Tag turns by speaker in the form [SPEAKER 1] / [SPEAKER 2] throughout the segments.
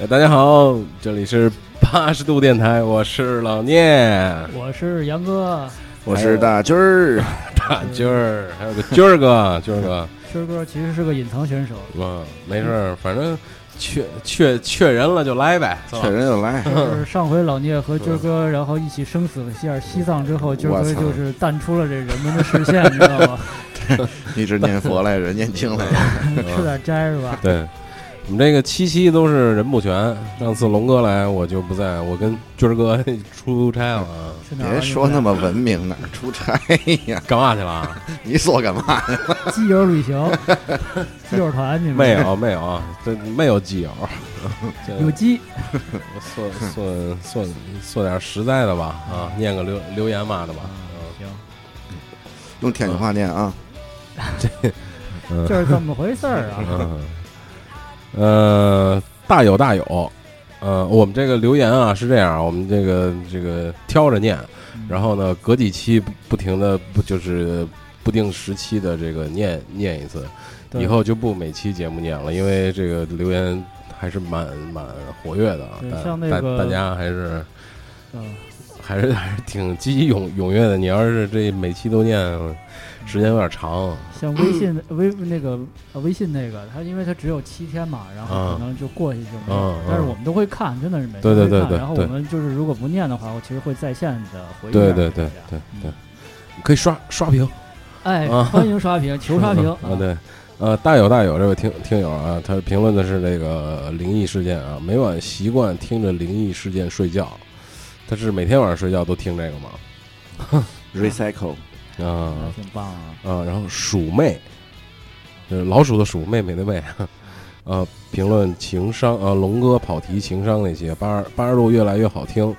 [SPEAKER 1] 呃大家好，这里是八十度电台，我是老聂，
[SPEAKER 2] 我是杨哥，
[SPEAKER 3] 我是大军儿，
[SPEAKER 1] 大军儿，还有个军儿哥，军儿哥，
[SPEAKER 2] 军哥其实是个隐藏选手，
[SPEAKER 1] 嗯，没事儿，反正确确确人了就来呗，是吧
[SPEAKER 3] 确人就来，
[SPEAKER 2] 就是上回老聂和军哥然后一起生死了下西藏之后，军
[SPEAKER 3] 我
[SPEAKER 2] 哥
[SPEAKER 3] 操
[SPEAKER 2] 就是淡出了这人们的视线，你知道吗？
[SPEAKER 3] 一直念佛来着，念经来着，
[SPEAKER 2] 吃点斋是吧？
[SPEAKER 1] 对，我们这个七夕都是人不全，上次龙哥来我就不在，我跟军儿哥 出差了啊，
[SPEAKER 2] 去哪儿啊？
[SPEAKER 3] 别说那
[SPEAKER 2] 么
[SPEAKER 3] 么文明，哪儿出差呀？
[SPEAKER 1] 干嘛去了啊？
[SPEAKER 3] 你说干嘛？
[SPEAKER 2] 基友旅行，基友团，你们
[SPEAKER 1] 没有没有啊，这没有基友，这
[SPEAKER 2] 有鸡，
[SPEAKER 1] 算算算算点实在的吧啊，念个留留言嘛的吧，
[SPEAKER 2] 行，
[SPEAKER 3] 用天津话念啊！
[SPEAKER 1] 嗯
[SPEAKER 2] 就是这么回事儿啊。
[SPEAKER 1] 嗯， 呃，大有大有，呃，我们这个留言啊是这样，我们这个这个挑着念，然后呢，隔几期不不停的不就是不定时期的这个念念一次，嗯
[SPEAKER 2] 对
[SPEAKER 1] 以后就不每期节目念了，因为这个留言还是蛮蛮活跃的啊
[SPEAKER 2] 对，
[SPEAKER 1] 大
[SPEAKER 2] 像那
[SPEAKER 1] 大
[SPEAKER 2] 个
[SPEAKER 1] 大家还是
[SPEAKER 2] 嗯，
[SPEAKER 1] 还是 还是挺积极踊踊跃的。你要是这每期都念，时间有点
[SPEAKER 2] 哎
[SPEAKER 1] 长，
[SPEAKER 2] 像微信的微那个呃微信那个，它因为它只有七天嘛，然后
[SPEAKER 1] 嗯
[SPEAKER 2] 可能就过去就没有
[SPEAKER 1] 嗯
[SPEAKER 2] 了
[SPEAKER 1] 嗯。
[SPEAKER 2] 但是我们都会看，真的是每
[SPEAKER 1] 对
[SPEAKER 2] 天
[SPEAKER 1] 对
[SPEAKER 2] 会
[SPEAKER 1] 对
[SPEAKER 2] 看
[SPEAKER 1] 对
[SPEAKER 2] 然后
[SPEAKER 1] 对
[SPEAKER 2] 我们就是如果不念的话，我其实会在线的回应。
[SPEAKER 1] 对对对对对，可以刷刷屏。
[SPEAKER 2] 哎，
[SPEAKER 1] 啊
[SPEAKER 2] 欢迎刷屏，求 刷屏
[SPEAKER 1] 啊！对，呃，大有大有这位听听友啊，他评论的是这个灵异事件啊，每晚习惯听着灵异事件睡觉，他是每天晚上睡觉都听这个吗？
[SPEAKER 3] 嗯 recycle
[SPEAKER 1] 啊
[SPEAKER 2] 那挺棒啊！
[SPEAKER 1] 啊，然后鼠妹，呃，老鼠的鼠，妹妹的妹，呃，评论情商啊，龙哥跑题情商那些，八十八十度越来越好听。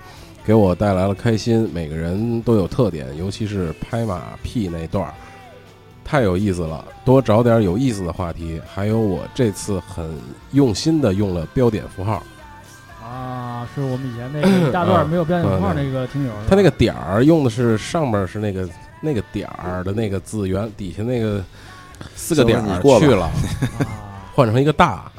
[SPEAKER 1] 给我带来了开心，每个人都有特点，尤其是拍马屁那段儿，太有意思了。多找点有意思的话题，还有我这次很用心的用了标点符号，
[SPEAKER 2] 啊，是我们以 前那个一大
[SPEAKER 1] 啊
[SPEAKER 2] 段没有标点符号那个听友，
[SPEAKER 1] 它那个点儿用的是上面是那个那个点儿的那个字元，底下那个四个点
[SPEAKER 3] 行了
[SPEAKER 1] 儿
[SPEAKER 3] 你过吧
[SPEAKER 1] 去了。
[SPEAKER 2] 个啊
[SPEAKER 1] 换成一个大，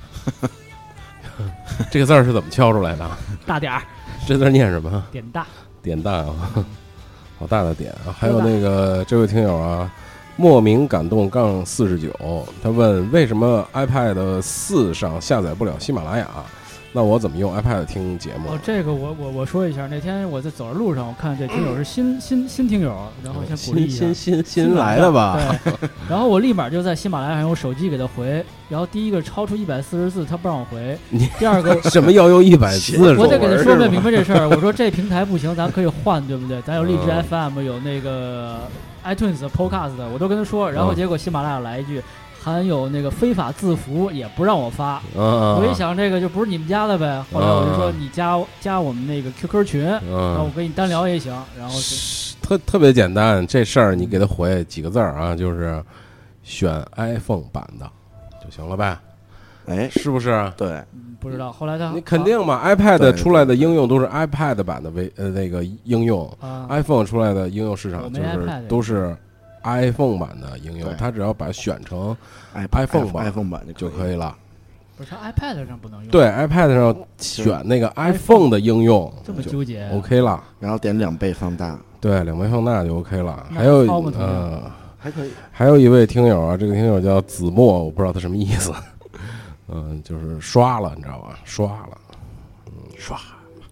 [SPEAKER 1] 这个字儿是怎么敲出来的？
[SPEAKER 2] 大点儿
[SPEAKER 1] 这字儿念什么？
[SPEAKER 2] 点大，
[SPEAKER 1] 点大啊， 好大的点啊！还有那个这位听友啊，莫名感动杠四十九，他问为什么 iPad 四上下载不了喜马拉雅？那我怎么用 iPad 听节目啊
[SPEAKER 2] 哦，？这个我我我说一下，那天我在走着路上，我看这听友是新新新听友，然后先鼓励
[SPEAKER 1] 新新。
[SPEAKER 2] 一下
[SPEAKER 1] 新新来的吧？
[SPEAKER 2] 对，然后我立马就在喜马拉雅上用手机给他回，然后第一个超出一百四十字，他不让我回
[SPEAKER 1] 你；，
[SPEAKER 2] 第二个
[SPEAKER 1] 什么要用一百四十？
[SPEAKER 2] 我得给他说
[SPEAKER 3] 是吗
[SPEAKER 2] 明明白这事儿。我说这平台不行，咱可以换，对不对？咱有荔枝
[SPEAKER 1] 嗯
[SPEAKER 2] FM，有那个 iTunes Podcast 的，我都跟他说。然
[SPEAKER 1] 嗯
[SPEAKER 2] 后结果喜马拉雅来一句，含有那个非法字符，也不让我发。
[SPEAKER 1] 嗯，
[SPEAKER 2] 我一想，这个就不是你们家的呗。后来我就说，
[SPEAKER 1] 嗯
[SPEAKER 2] 你加加我们那个 QQ 群，然后我
[SPEAKER 1] 嗯，
[SPEAKER 2] 跟你单聊也行。然后就是
[SPEAKER 1] 特特别简单，这事儿你
[SPEAKER 2] 嗯
[SPEAKER 1] 给他回几个字儿啊，就是选 iPhone 版的就行了呗，
[SPEAKER 3] 哎，
[SPEAKER 1] 是不是？
[SPEAKER 3] 对，
[SPEAKER 2] 嗯不知道，后来他
[SPEAKER 1] 你肯
[SPEAKER 2] 啊
[SPEAKER 1] 定嘛
[SPEAKER 3] 对
[SPEAKER 1] ，iPad
[SPEAKER 3] 对
[SPEAKER 1] 出来的应用都是 iPad 版的为呃那个应用
[SPEAKER 2] 啊
[SPEAKER 1] ，iPhone 出来的应用市
[SPEAKER 2] 我
[SPEAKER 1] 场
[SPEAKER 2] 没
[SPEAKER 1] 就是
[SPEAKER 2] iPad
[SPEAKER 1] 都是 iPhone 版的应用
[SPEAKER 3] 对，
[SPEAKER 1] 它只要把选成 iPhone
[SPEAKER 3] 哎 iPhone
[SPEAKER 1] 吧
[SPEAKER 3] iPhone 版
[SPEAKER 1] 就
[SPEAKER 3] 可
[SPEAKER 1] 可
[SPEAKER 3] 以。
[SPEAKER 1] 以了。
[SPEAKER 2] 不是他 iPad 上不能用，，
[SPEAKER 1] 对，iPad 上选那个 iPhone 的应用
[SPEAKER 2] 这么
[SPEAKER 1] 就
[SPEAKER 2] 纠结。
[SPEAKER 1] OK 了，
[SPEAKER 3] 然后点两倍放大，
[SPEAKER 1] 对，两倍放大就 OK 了。
[SPEAKER 2] 那
[SPEAKER 1] 还有
[SPEAKER 2] 超不同
[SPEAKER 1] 呃。
[SPEAKER 3] 还可以。
[SPEAKER 1] 还有一位听友啊，这个听友叫子墨，我不知道他什么意思。嗯，就是刷了，你知道吧？刷了，嗯，刷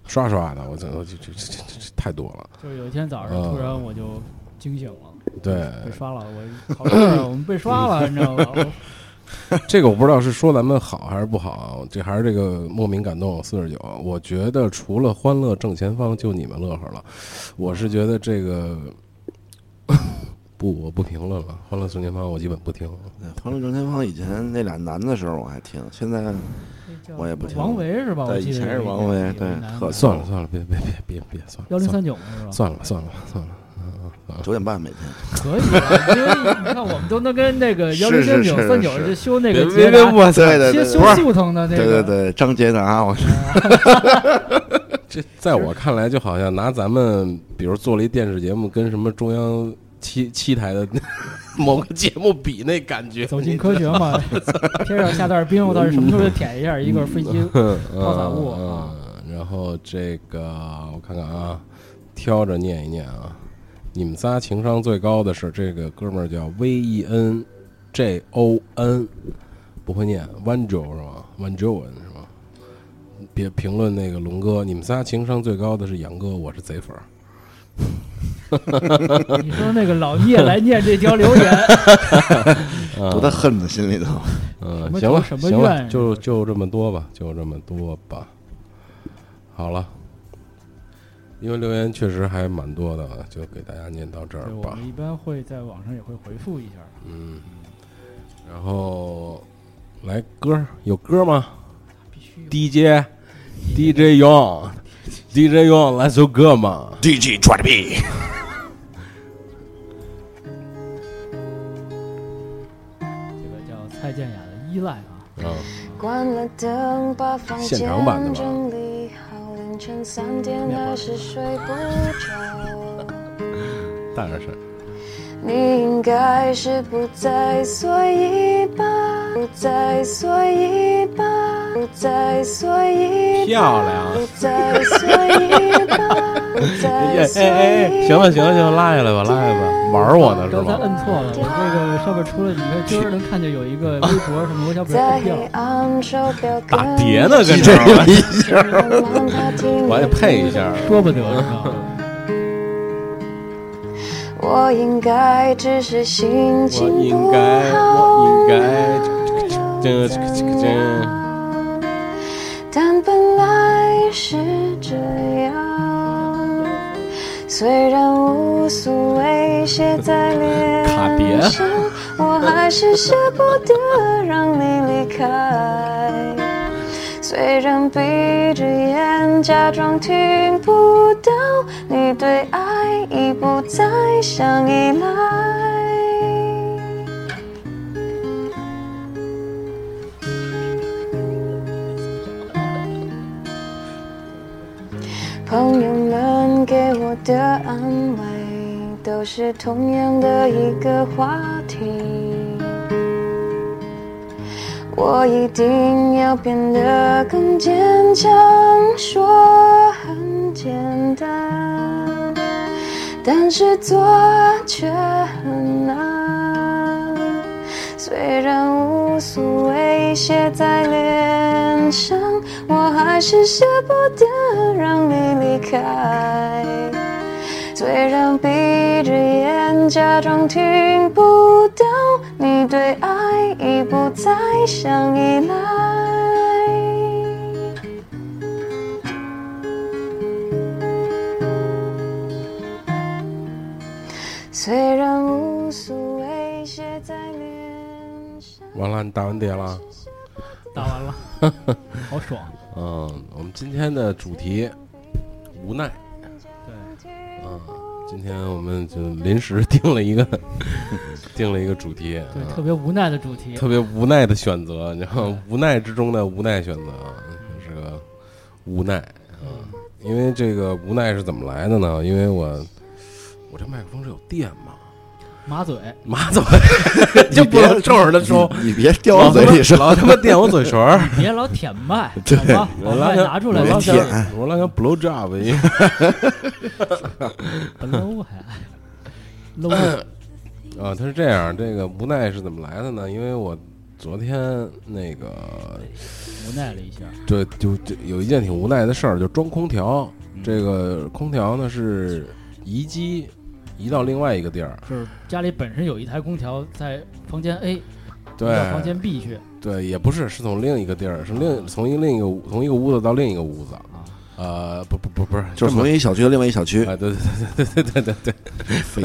[SPEAKER 1] 刷刷的，我这我这这这这这太多了。
[SPEAKER 2] 就是有一天早上
[SPEAKER 3] 啊
[SPEAKER 1] 嗯
[SPEAKER 2] 突然我就惊醒了，
[SPEAKER 1] 对，
[SPEAKER 3] 哎
[SPEAKER 2] 被刷了，我好事儿，我们被 刷了，你知道吗？
[SPEAKER 1] 这个我不知道是说咱们好还是不好啊，这还是这个莫名感动四十九。啊我觉得除了欢乐正前方，就你们乐呵了。我是觉得这个 不，我不评论了。欢乐正前方我基本不听。
[SPEAKER 3] 欢乐呃正前方以前那俩男的时候我还听，现在我也不听
[SPEAKER 2] 王维是吧？我
[SPEAKER 3] 对
[SPEAKER 2] 记得
[SPEAKER 3] 以前是
[SPEAKER 2] 有一
[SPEAKER 3] 王维
[SPEAKER 2] 有一
[SPEAKER 3] 对
[SPEAKER 2] 男
[SPEAKER 3] 特
[SPEAKER 2] 的
[SPEAKER 1] 算了算了，别别别别别算
[SPEAKER 2] 幺
[SPEAKER 1] 了，
[SPEAKER 2] 零
[SPEAKER 1] 算了
[SPEAKER 2] 三九是吧？
[SPEAKER 1] 算了算了算了。
[SPEAKER 3] 九点半每天。
[SPEAKER 2] 可以啊，因为你看我们都能跟那个幺零
[SPEAKER 3] 是
[SPEAKER 2] 三
[SPEAKER 3] 是
[SPEAKER 2] 九
[SPEAKER 3] 是
[SPEAKER 2] 三九
[SPEAKER 3] 是
[SPEAKER 2] 就修那
[SPEAKER 1] 别
[SPEAKER 2] 个
[SPEAKER 1] 别
[SPEAKER 2] 捷
[SPEAKER 1] 别，
[SPEAKER 2] 达，
[SPEAKER 1] 我操！
[SPEAKER 3] 对对
[SPEAKER 2] 修
[SPEAKER 3] 对
[SPEAKER 2] 修
[SPEAKER 3] 对，
[SPEAKER 2] 速腾的
[SPEAKER 3] 对
[SPEAKER 2] 那
[SPEAKER 3] 对
[SPEAKER 2] 个，对，
[SPEAKER 3] 对，张杰达，我
[SPEAKER 1] 这在我看来，就好像拿咱们比如做了一电视节目，跟什么中央七七台的 某个节目比那感觉，
[SPEAKER 2] 走进科学 嘛，天上下段冰，我到时候什么时候就舔一下一个飞机。
[SPEAKER 1] 嗯，
[SPEAKER 2] 高载物啊
[SPEAKER 1] 嗯，嗯然后这个我看看啊，挑着念一念啊。你们仨情商最高的是这个哥们儿叫 V E N J O N，不会念 Van j o 是吗？Van j o n 是吗？别评论那个龙哥，你们仨情商最高的是杨哥，我是贼粉儿。
[SPEAKER 3] 嗯
[SPEAKER 2] 你说那个老聂来念这条留 言，
[SPEAKER 1] 啊
[SPEAKER 3] 多大恨在心里头。
[SPEAKER 1] 嗯行
[SPEAKER 2] 什，么仇
[SPEAKER 1] 了，
[SPEAKER 2] 什么
[SPEAKER 1] 行了，
[SPEAKER 2] 怨
[SPEAKER 1] 就就这么多吧，就这么多吧。好了，因为留言确实还蛮多的，啊，就给大家念到这儿
[SPEAKER 2] 对我
[SPEAKER 1] 吧。
[SPEAKER 2] 们一般会在网上也会回复一下。
[SPEAKER 1] 嗯，然后来歌儿有歌儿吗
[SPEAKER 2] 必须有
[SPEAKER 1] ？DJ DJ 用 DJ 用来首歌嘛？
[SPEAKER 3] DG 抓着屁，
[SPEAKER 2] 这个叫蔡健雅的《依赖》
[SPEAKER 1] 啊，
[SPEAKER 2] 啊，
[SPEAKER 4] 关了灯，把房间
[SPEAKER 1] 现场版的吧
[SPEAKER 4] 整理好，凌晨三点还是睡不着。
[SPEAKER 1] 当然是
[SPEAKER 4] 你应该是不在，所以吧，不在，所以吧，不在，所以吧
[SPEAKER 1] 漂亮
[SPEAKER 4] 不在，所以吧，不在，
[SPEAKER 1] 哎
[SPEAKER 4] 所以
[SPEAKER 1] 哎哎，行了行了行了，拉下来吧，拉下来吧，玩儿我呢是
[SPEAKER 2] 刚才
[SPEAKER 1] 吗？
[SPEAKER 2] 摁错了，我这个上面出了，你看今儿能看见有一个微博什么，我想把它
[SPEAKER 4] 在
[SPEAKER 2] 删掉
[SPEAKER 4] 黑。暗手表
[SPEAKER 1] 打碟呢，跟这
[SPEAKER 3] 这
[SPEAKER 1] 儿，
[SPEAKER 3] 一下儿
[SPEAKER 1] 我
[SPEAKER 4] 我
[SPEAKER 1] 还得配一下儿。
[SPEAKER 2] 说不得，你知道吗？
[SPEAKER 4] 我应该只是心
[SPEAKER 1] 我
[SPEAKER 4] 情
[SPEAKER 1] 应
[SPEAKER 4] 不
[SPEAKER 1] 该，我应该，
[SPEAKER 4] 好，
[SPEAKER 1] 这这这这，
[SPEAKER 4] 但本来是这样。虽然无所谓写在
[SPEAKER 1] 卡碟
[SPEAKER 4] 脸上，我还是舍不得让你离开。虽然闭着眼假装听不到，你对爱已不再像依赖。朋友们给我的安慰，都是同样的一个话题。我一定要变得更坚强，说很简单，但是做却很难。虽然无所谓写在脸上，我还是舍不得让你离开。虽然闭着眼假装听不到，你对爱已不再像依赖。虽然无所谓写在脸上。
[SPEAKER 1] 完了，你打完碟了。
[SPEAKER 2] 打完了，好爽。
[SPEAKER 1] 嗯，我们今天的主题无奈。
[SPEAKER 2] 对，
[SPEAKER 1] 嗯，今天我们就临时定了一个， 定了一个主题，
[SPEAKER 2] 对，特
[SPEAKER 1] 啊、
[SPEAKER 2] 别无奈的主题。
[SPEAKER 1] 特别无奈的选择，你知道吗
[SPEAKER 2] 对
[SPEAKER 1] 无奈之中的无奈选择，啊是个无奈啊。因为这个无奈是怎么来的呢？因为我我这麦克风是有电吗？
[SPEAKER 2] 马嘴，
[SPEAKER 1] 妈怎么就不能正着的说？
[SPEAKER 3] 你你别叼
[SPEAKER 1] 老
[SPEAKER 3] 到
[SPEAKER 1] 他
[SPEAKER 3] 嘴
[SPEAKER 1] 妈
[SPEAKER 3] 里说，
[SPEAKER 1] 老他妈垫我嘴唇儿，
[SPEAKER 2] 别老舔麦，
[SPEAKER 3] 对
[SPEAKER 2] 好吧？把
[SPEAKER 1] 我老
[SPEAKER 2] 麦
[SPEAKER 1] 想
[SPEAKER 2] 拿出来，
[SPEAKER 1] 我
[SPEAKER 2] 老
[SPEAKER 1] 老
[SPEAKER 2] 想
[SPEAKER 1] 想我老想 blow job 一下。
[SPEAKER 2] 搂还搂，
[SPEAKER 1] 啊，他是这样，这个无奈是怎么来的呢？因为我昨天那个，
[SPEAKER 2] 无奈了一下。
[SPEAKER 1] 这就就有一件挺无奈的事儿，就装空调。
[SPEAKER 2] 嗯
[SPEAKER 1] 这个空调呢是移机移到另外一个地儿，
[SPEAKER 2] 就是家里本身有一台空调在房间 A，移
[SPEAKER 1] 对
[SPEAKER 2] 到房间 B 去
[SPEAKER 1] 对，也不是，是从另一个地儿，是另从一另一个屋从一个屋子到另一个屋子，
[SPEAKER 2] 啊。
[SPEAKER 1] 呃，不不不不是，
[SPEAKER 3] 就是
[SPEAKER 1] 这么
[SPEAKER 3] 从一小区到另外一小区，
[SPEAKER 1] 啊，对对对对对对对对，
[SPEAKER 3] 哎费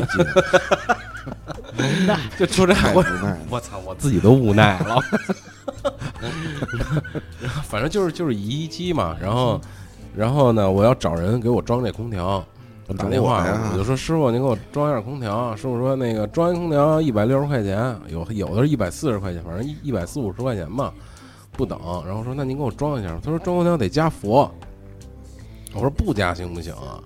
[SPEAKER 3] 劲，
[SPEAKER 1] 就出这
[SPEAKER 3] 太无
[SPEAKER 1] 我
[SPEAKER 3] 奈了。
[SPEAKER 1] 我操，我自己都无奈了。 反正就是就是移机嘛，然后然后呢，我要找人给我装这空调，我打电话
[SPEAKER 3] 找我呀
[SPEAKER 1] 我就说师傅，您给我装一下空调。师傅说那个装一空调一百六十块钱，有有的是一百四十块钱，反正一一百四五十块钱吧，不等。然后说那您给我装一下，他说装空调得加氟。我说不加行不行啊？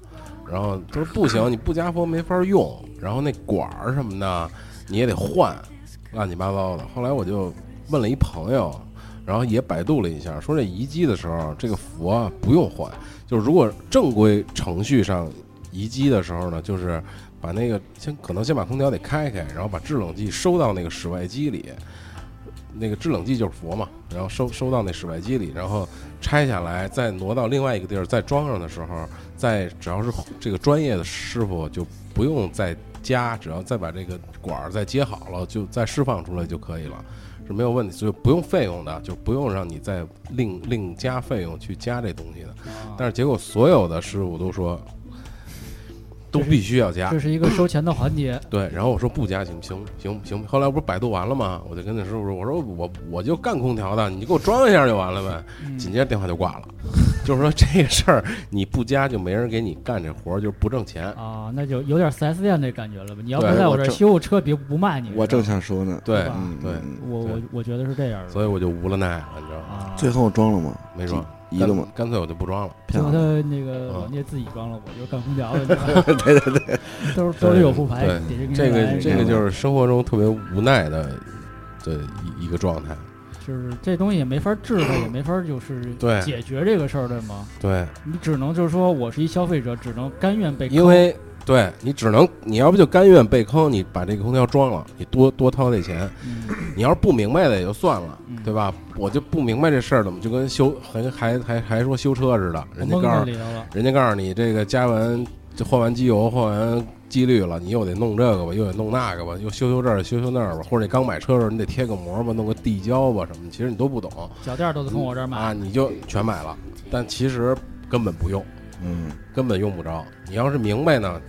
[SPEAKER 1] 然后他说不行，你不加封没法用，然后那管儿什么的你也得换，乱七八糟的。后来我就问了一朋友，然后也百度了一下，说这移机的时候这个符啊不用换，就是如果正规程序上移机的时候呢，就是把那个先可能先把空调得开开，然后把制冷剂收到那个室外机里，那个制冷剂就是佛嘛，然后收收到那室外机里，然后拆下来再挪到另外一个地儿再装上的时候，再只要是这个专业的师傅就不用再加，只要再把这个管儿再接好了，就再释放出来就可以了，是没有问题，所以不用费用的，就不用让你再另另加费用去加这东西的。但是结果所有的师傅都说，都必须要加
[SPEAKER 2] 这，是一个收钱的环节，
[SPEAKER 1] 对，然后我说不加行行行行，后来不是百度完了吗？我就跟那师傅说，我说我我就干空调的，你就给我装一下就完了呗。
[SPEAKER 2] 嗯
[SPEAKER 1] 紧接着电话就挂了， 就是说这个事儿你不加就没人给你干这活儿，就是不挣钱。
[SPEAKER 2] 啊，那就有点 4S 店那感觉了吧？你要不
[SPEAKER 1] 对
[SPEAKER 2] 在
[SPEAKER 3] 我
[SPEAKER 2] 这儿
[SPEAKER 3] 正
[SPEAKER 2] 修车，别不卖你。
[SPEAKER 3] 我正
[SPEAKER 2] 是吧
[SPEAKER 3] 想说呢，
[SPEAKER 1] 对啊
[SPEAKER 2] 吧
[SPEAKER 3] 嗯，
[SPEAKER 1] 对
[SPEAKER 3] 嗯
[SPEAKER 2] 我我我觉得是这样的。
[SPEAKER 1] 所以我就无了奈了，你知道吗？
[SPEAKER 2] 啊，
[SPEAKER 3] 最后装了吗？
[SPEAKER 1] 没装，
[SPEAKER 3] 移移了吗？
[SPEAKER 1] 干干脆我就不装了。
[SPEAKER 2] 最
[SPEAKER 3] 漂
[SPEAKER 2] 后
[SPEAKER 3] 亮，
[SPEAKER 2] 他那个
[SPEAKER 1] 嗯
[SPEAKER 2] 王杰自己装了，我就干空调了。对
[SPEAKER 3] 对对对，
[SPEAKER 2] 兜兜里有副牌，
[SPEAKER 1] 对
[SPEAKER 2] 底下给你
[SPEAKER 1] 这
[SPEAKER 2] 来
[SPEAKER 1] 个这个
[SPEAKER 2] 是吧
[SPEAKER 1] 就是生活中特别无奈的这一一个状态。
[SPEAKER 2] 就是这东西也没法治它，也没法就是
[SPEAKER 1] 对
[SPEAKER 2] 解决这个事儿，对吗？
[SPEAKER 1] 对，
[SPEAKER 2] 你只能就是说我是一消费者，只能甘愿被坑
[SPEAKER 1] 因为对你只能你要不就甘愿被坑，你把这个空调装了，你多多掏这钱。
[SPEAKER 2] 嗯
[SPEAKER 1] 你要是不明白的也就算了
[SPEAKER 2] 嗯，
[SPEAKER 1] 对吧？我就不明白这事儿怎么就跟修还还还还说修车似的，人家
[SPEAKER 2] 蒙
[SPEAKER 1] 告
[SPEAKER 2] 在
[SPEAKER 1] 诉
[SPEAKER 2] 哦里头了。
[SPEAKER 1] 人家告诉你这个加完就换完机油换完机滤了，你又得弄这个吧，又得弄那个吧，又修修这儿修修那儿吧，或者你刚买车的时候你得贴个膜吧，弄个地胶吧什么的，其实你都不懂
[SPEAKER 2] 脚垫儿都得从我这儿买
[SPEAKER 1] 啊，，你就全买了，但其实根本不用，
[SPEAKER 3] 嗯，
[SPEAKER 1] 根本用不着。你要是明白呢，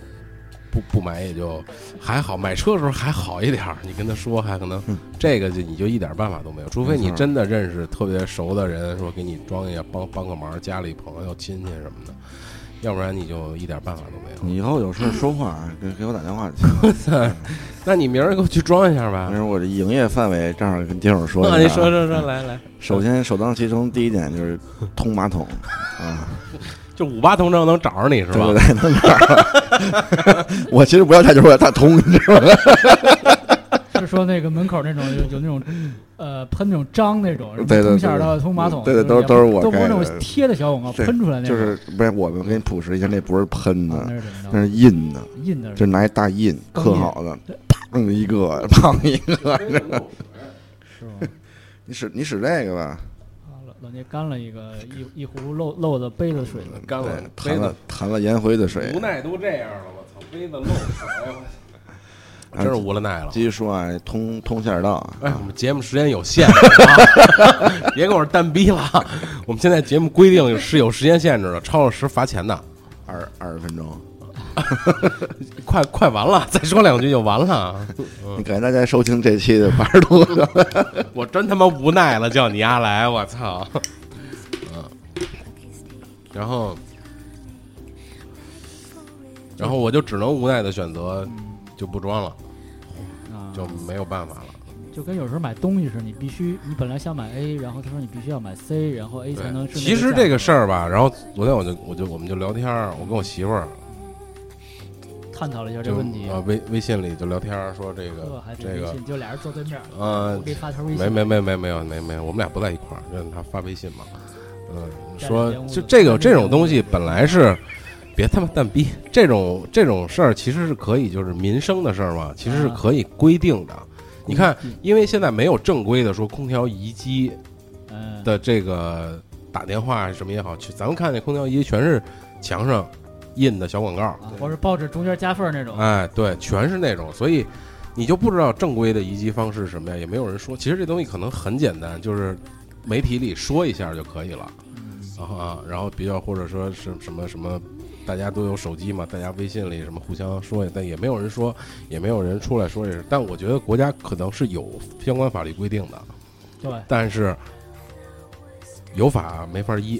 [SPEAKER 1] 不不买也就还好，买车的时候还好一点儿，你跟他说还可能
[SPEAKER 3] 嗯
[SPEAKER 1] 这个就你就一点办法都没有，除非
[SPEAKER 3] 没
[SPEAKER 1] 你
[SPEAKER 3] 错
[SPEAKER 1] 真的认识特别熟的人，说给你装一下，帮帮个忙，家里朋友亲戚什么的，要不然你就一点办法都没有。
[SPEAKER 3] 你以后有事儿说话啊，给给我打电话去。
[SPEAKER 1] 那你明儿给我去装一下吧
[SPEAKER 3] 但。是我这营业范围正好跟听友说
[SPEAKER 1] 那
[SPEAKER 3] 一
[SPEAKER 1] 你
[SPEAKER 3] 下啊
[SPEAKER 1] 说说说，来来，
[SPEAKER 3] 首先首当其冲，第一点就是通马 桶啊，
[SPEAKER 1] 就五八同城能找着你是
[SPEAKER 3] 对
[SPEAKER 1] 吧
[SPEAKER 3] 不？对？能哪儿？ 我其实不要太就是我要大通，你知道吗？
[SPEAKER 2] 是说那个门口那种有有那种呃喷那种章那种，
[SPEAKER 3] 对对
[SPEAKER 2] 通下
[SPEAKER 3] 对
[SPEAKER 2] 到通马桶，
[SPEAKER 3] 对对
[SPEAKER 2] 就
[SPEAKER 3] 都
[SPEAKER 2] 是也
[SPEAKER 3] 都是我
[SPEAKER 2] 都不是
[SPEAKER 3] 盖
[SPEAKER 2] 那种
[SPEAKER 3] 的
[SPEAKER 2] 贴的小广告
[SPEAKER 3] 对
[SPEAKER 2] 喷出来那
[SPEAKER 3] 就
[SPEAKER 2] 种，
[SPEAKER 3] 是不是我们给你普实一下，那不是喷
[SPEAKER 2] 啊
[SPEAKER 3] 的，
[SPEAKER 2] 那是什么
[SPEAKER 3] 那是印的，
[SPEAKER 1] 嗯
[SPEAKER 2] 印的，
[SPEAKER 3] 就是是拿一大印
[SPEAKER 2] 钢
[SPEAKER 3] 刻
[SPEAKER 2] 印
[SPEAKER 3] 好的
[SPEAKER 2] 对，
[SPEAKER 3] 砰一个， 砰一 个。
[SPEAKER 2] 是吗？
[SPEAKER 3] 你使你使这个吧，
[SPEAKER 2] 啊老老聂干了一个
[SPEAKER 1] 哎
[SPEAKER 2] 一一壶漏漏的杯子水了，
[SPEAKER 1] 干
[SPEAKER 3] 对啊
[SPEAKER 1] 了，哎杯
[SPEAKER 3] 弹了
[SPEAKER 1] 子
[SPEAKER 3] 弹了颜回的水
[SPEAKER 1] 无。奈都这样了，我操，杯子漏水， 我真是无了奈了。
[SPEAKER 3] 继续说啊，通通下水道啊，
[SPEAKER 1] 哎，我们节目时间有限，啊、别跟我这蛋逼了。我们现在节目规定是有时间限制的，超了时罚钱的。
[SPEAKER 3] 二二十分钟。
[SPEAKER 1] 快快完了，再说两句就完了。
[SPEAKER 3] 你感谢大家收听这期的八十度，
[SPEAKER 1] 我真他妈无奈了，叫你丫来，我操。嗯，然后，然后我就只能无奈的选择，就不装了，
[SPEAKER 2] 啊，
[SPEAKER 1] 嗯就没有办法了。
[SPEAKER 2] 就跟有时候买东西似的，你必须你本来想买 A，然后他说你必须要买 C，然后 A 才能
[SPEAKER 1] 对，
[SPEAKER 2] 是。
[SPEAKER 1] 其实这个事，儿吧，然后昨天我就我就我们就聊天儿，我跟我媳妇儿
[SPEAKER 2] 探讨了一下这
[SPEAKER 1] 就
[SPEAKER 2] 问题，
[SPEAKER 1] 呃微微信里就聊天儿说这
[SPEAKER 2] 呵
[SPEAKER 1] 个
[SPEAKER 2] 还挺
[SPEAKER 1] 这
[SPEAKER 2] 微
[SPEAKER 1] 个
[SPEAKER 2] 信，就俩人坐对面儿，
[SPEAKER 1] 呃
[SPEAKER 2] 我给你发条微
[SPEAKER 1] 没
[SPEAKER 2] 信，
[SPEAKER 1] 没没没没有没没，我们俩不在一块儿，让他发微信嘛。嗯，
[SPEAKER 2] 占
[SPEAKER 1] 说
[SPEAKER 2] 人物
[SPEAKER 1] 就
[SPEAKER 2] 的
[SPEAKER 1] 这个
[SPEAKER 2] 占
[SPEAKER 1] 这
[SPEAKER 2] 人
[SPEAKER 1] 种
[SPEAKER 2] 物
[SPEAKER 1] 东
[SPEAKER 2] 的
[SPEAKER 1] 西本来是，别他妈蛋逼，这种这种事儿其实是可以，就是民生的事儿嘛，其实是
[SPEAKER 2] 啊
[SPEAKER 1] 可以规定的。你看
[SPEAKER 2] 嗯，
[SPEAKER 1] 因为现在没有正规的说空调移机
[SPEAKER 2] 嗯，
[SPEAKER 1] 的这个打电话什么也好，去咱们看那空调仪全是墙上印的小广告，
[SPEAKER 2] 啊我是抱着中间夹缝儿那种，
[SPEAKER 1] 哎，对，全是那种，所以你就不知道正规的移机方式是什么样，也没有人说。其实这东西可能很简单，就是媒体里说一下就可以了，
[SPEAKER 2] 嗯
[SPEAKER 1] 然后啊，然后比较或者说是什么什么，大家都有手机嘛，大家微信里什么互相说，但也没有人说，也没有人出来说这事。但我觉得国家可能是有相关法律规定的，
[SPEAKER 2] 对。
[SPEAKER 1] 但是有法没法依，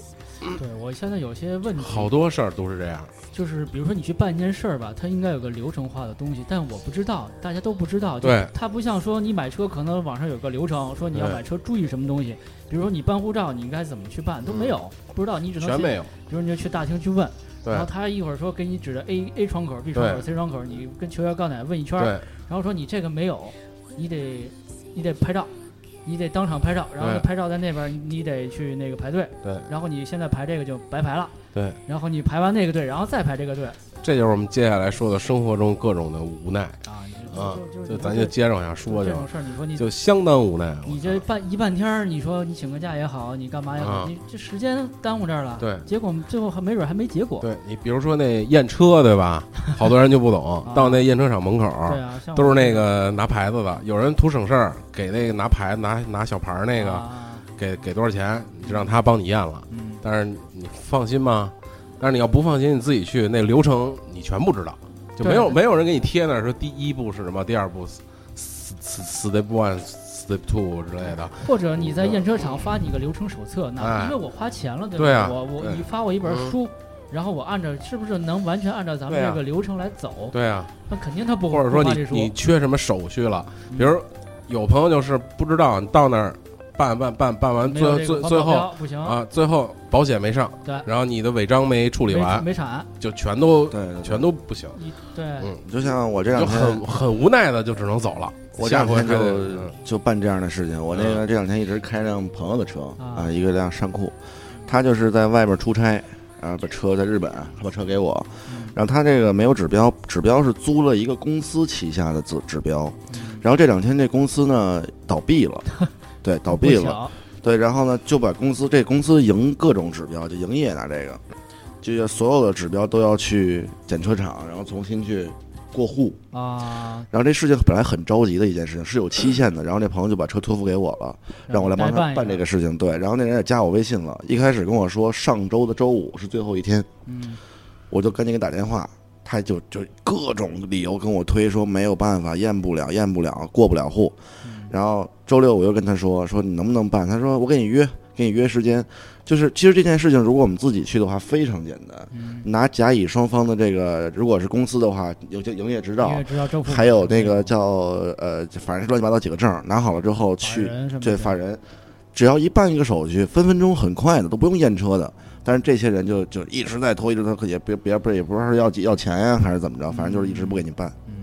[SPEAKER 2] 对我现在有些问题，
[SPEAKER 1] 好多事儿都是这样。
[SPEAKER 2] 啊就是比如说你去办一件事儿吧，它应该有个流程化的东西，但我不知道，大家都不知道。就
[SPEAKER 1] 对
[SPEAKER 2] 它不像说你买车，可能网上有个流程，说你要
[SPEAKER 1] 对
[SPEAKER 2] 买车注意什么东西，比如说你办护照，你应该怎么去办，都没有，不知道，你只
[SPEAKER 1] 嗯
[SPEAKER 2] 能
[SPEAKER 1] 全
[SPEAKER 2] 去
[SPEAKER 1] 没有，
[SPEAKER 2] 比如你就去大厅去问，
[SPEAKER 1] 对
[SPEAKER 2] 然后他一会儿说给你指着 A A 窗口、B 窗口、C 窗口，你跟球员告奶问一圈儿，
[SPEAKER 1] 对
[SPEAKER 2] 然后说你这个没有，你得你得拍照，你得当场拍照，然后
[SPEAKER 1] 对
[SPEAKER 2] 拍照在那边儿你得去那个排队，
[SPEAKER 1] 对
[SPEAKER 2] 然后你现在排这个就白排了，
[SPEAKER 1] 对，
[SPEAKER 2] 然后你排完那个队，然后再排这个队
[SPEAKER 1] 这就是我们接下来说的生活中各种的无奈
[SPEAKER 2] 啊，你这
[SPEAKER 1] 啊，
[SPEAKER 2] 就
[SPEAKER 1] 就
[SPEAKER 2] 就
[SPEAKER 1] 咱就接着往下说去
[SPEAKER 2] 这种
[SPEAKER 1] 吧，
[SPEAKER 2] 事儿，你说你
[SPEAKER 1] 就相当无奈。
[SPEAKER 2] 你
[SPEAKER 1] 我
[SPEAKER 2] 这
[SPEAKER 1] 操
[SPEAKER 2] 半一半天儿，你说你请个假也好，你干嘛也
[SPEAKER 1] 啊
[SPEAKER 2] 好，你这时间耽误这儿了，
[SPEAKER 1] 对
[SPEAKER 2] 结果最后还没准还没结果，
[SPEAKER 1] 对你比如说那验车对吧？好多人就不懂，
[SPEAKER 2] 啊
[SPEAKER 1] 到那验车场门口
[SPEAKER 2] 对啊，像
[SPEAKER 1] 都是
[SPEAKER 2] 我
[SPEAKER 1] 那个拿牌子的，有人图省事儿，给那个拿牌拿拿小牌儿那个
[SPEAKER 2] 啊
[SPEAKER 1] 给给多少钱，你就让他帮你验了。
[SPEAKER 2] 嗯，
[SPEAKER 1] 但是你放心吗？但是你要不放心，你自己去，那流程你全不知道，就没有
[SPEAKER 2] 对
[SPEAKER 1] 没有人给你贴那儿说第一步是什么，第二步 s- s- step one step two 之类的。
[SPEAKER 2] 或者你在验车场发你个流程手册，
[SPEAKER 1] 哎
[SPEAKER 2] 那因为我花钱了，对
[SPEAKER 1] 对啊
[SPEAKER 2] 吧？我我
[SPEAKER 1] 对
[SPEAKER 2] 你发我一本
[SPEAKER 1] 嗯
[SPEAKER 2] 书，然后我按照是不是能完全按照咱们
[SPEAKER 1] 对啊
[SPEAKER 2] 这个流程来走？
[SPEAKER 1] 对啊，
[SPEAKER 2] 那肯定他不会
[SPEAKER 1] 或者说
[SPEAKER 2] 不发
[SPEAKER 1] 你
[SPEAKER 2] 这书
[SPEAKER 1] 你缺什么手续了，
[SPEAKER 2] 嗯
[SPEAKER 1] 比如有朋友就是不知道，你到那儿办办办办完
[SPEAKER 2] 没
[SPEAKER 1] 最
[SPEAKER 2] 有
[SPEAKER 1] 后
[SPEAKER 2] 这
[SPEAKER 1] 最
[SPEAKER 2] 个
[SPEAKER 1] 最
[SPEAKER 2] 环保
[SPEAKER 1] 后
[SPEAKER 2] 标不行，
[SPEAKER 1] 啊最后保险没上，
[SPEAKER 2] 对
[SPEAKER 1] 然后你的违章没处理
[SPEAKER 2] 没
[SPEAKER 1] 完，
[SPEAKER 2] 没产，
[SPEAKER 1] 就全都
[SPEAKER 3] 对对，对
[SPEAKER 1] 全都不行，
[SPEAKER 2] 你对
[SPEAKER 1] 嗯
[SPEAKER 3] 就像我这两
[SPEAKER 1] 就
[SPEAKER 3] 天
[SPEAKER 1] 很很无奈的就只能走了。
[SPEAKER 3] 我这
[SPEAKER 1] 下
[SPEAKER 3] 两
[SPEAKER 1] 回还
[SPEAKER 3] 天
[SPEAKER 1] 得
[SPEAKER 3] 就
[SPEAKER 1] 嗯
[SPEAKER 3] 就办这样的事情。我这个这两天一直开辆朋友的车
[SPEAKER 2] 啊
[SPEAKER 3] 啊，一个辆山库，他就是在外边出差，然后把车在日本，他把车给我，
[SPEAKER 2] 嗯
[SPEAKER 3] 然后他这个没有指标，指标是租了一个公司旗下的指指标，
[SPEAKER 2] 嗯
[SPEAKER 3] 然后这两天这公司呢倒闭了，对，倒闭
[SPEAKER 2] 不
[SPEAKER 3] 了，
[SPEAKER 2] 巧
[SPEAKER 3] 对，然后呢就把公司这公司营各种指标就营业拿这个，就要所有的指标都要去检车厂，然后重新去过户。
[SPEAKER 2] 啊，嗯
[SPEAKER 3] 然后这事情本来很着急的一件事情，是有期限的。然后那朋友就把车托付给我了，让我来帮
[SPEAKER 2] 代
[SPEAKER 3] 他
[SPEAKER 2] 一
[SPEAKER 3] 办这个，事情。对，然后那人也加我微信了，一开始跟我说上周的周五是最后一天，
[SPEAKER 2] 嗯，
[SPEAKER 3] 我就赶紧给打电话，他就就各种理由跟我推说没有办法，验不了，验不了，过不了户。
[SPEAKER 2] 嗯
[SPEAKER 3] 然后周六我又跟他说说你能不能办？他说我给你约，给你约时间。就是其实这件事情，如果我们自己去的话，非常简单。
[SPEAKER 2] 嗯，
[SPEAKER 3] 拿甲乙双方的这个，如果是公司的话，有这营业执
[SPEAKER 2] 你
[SPEAKER 3] 照
[SPEAKER 2] 也，知道政府
[SPEAKER 3] 啊还有那个叫呃，反正乱七八糟几个证儿，拿好了之后
[SPEAKER 2] 法
[SPEAKER 3] 去
[SPEAKER 2] 人什么
[SPEAKER 3] 对
[SPEAKER 2] 的
[SPEAKER 3] 法人，只要一办一个手续，分分钟很快的，都不用验车的。但是这些人就就一直在拖，一直在拖，也别别不是也不是说要要钱呀、还是怎么着，反正就是一直不给你办。
[SPEAKER 2] 嗯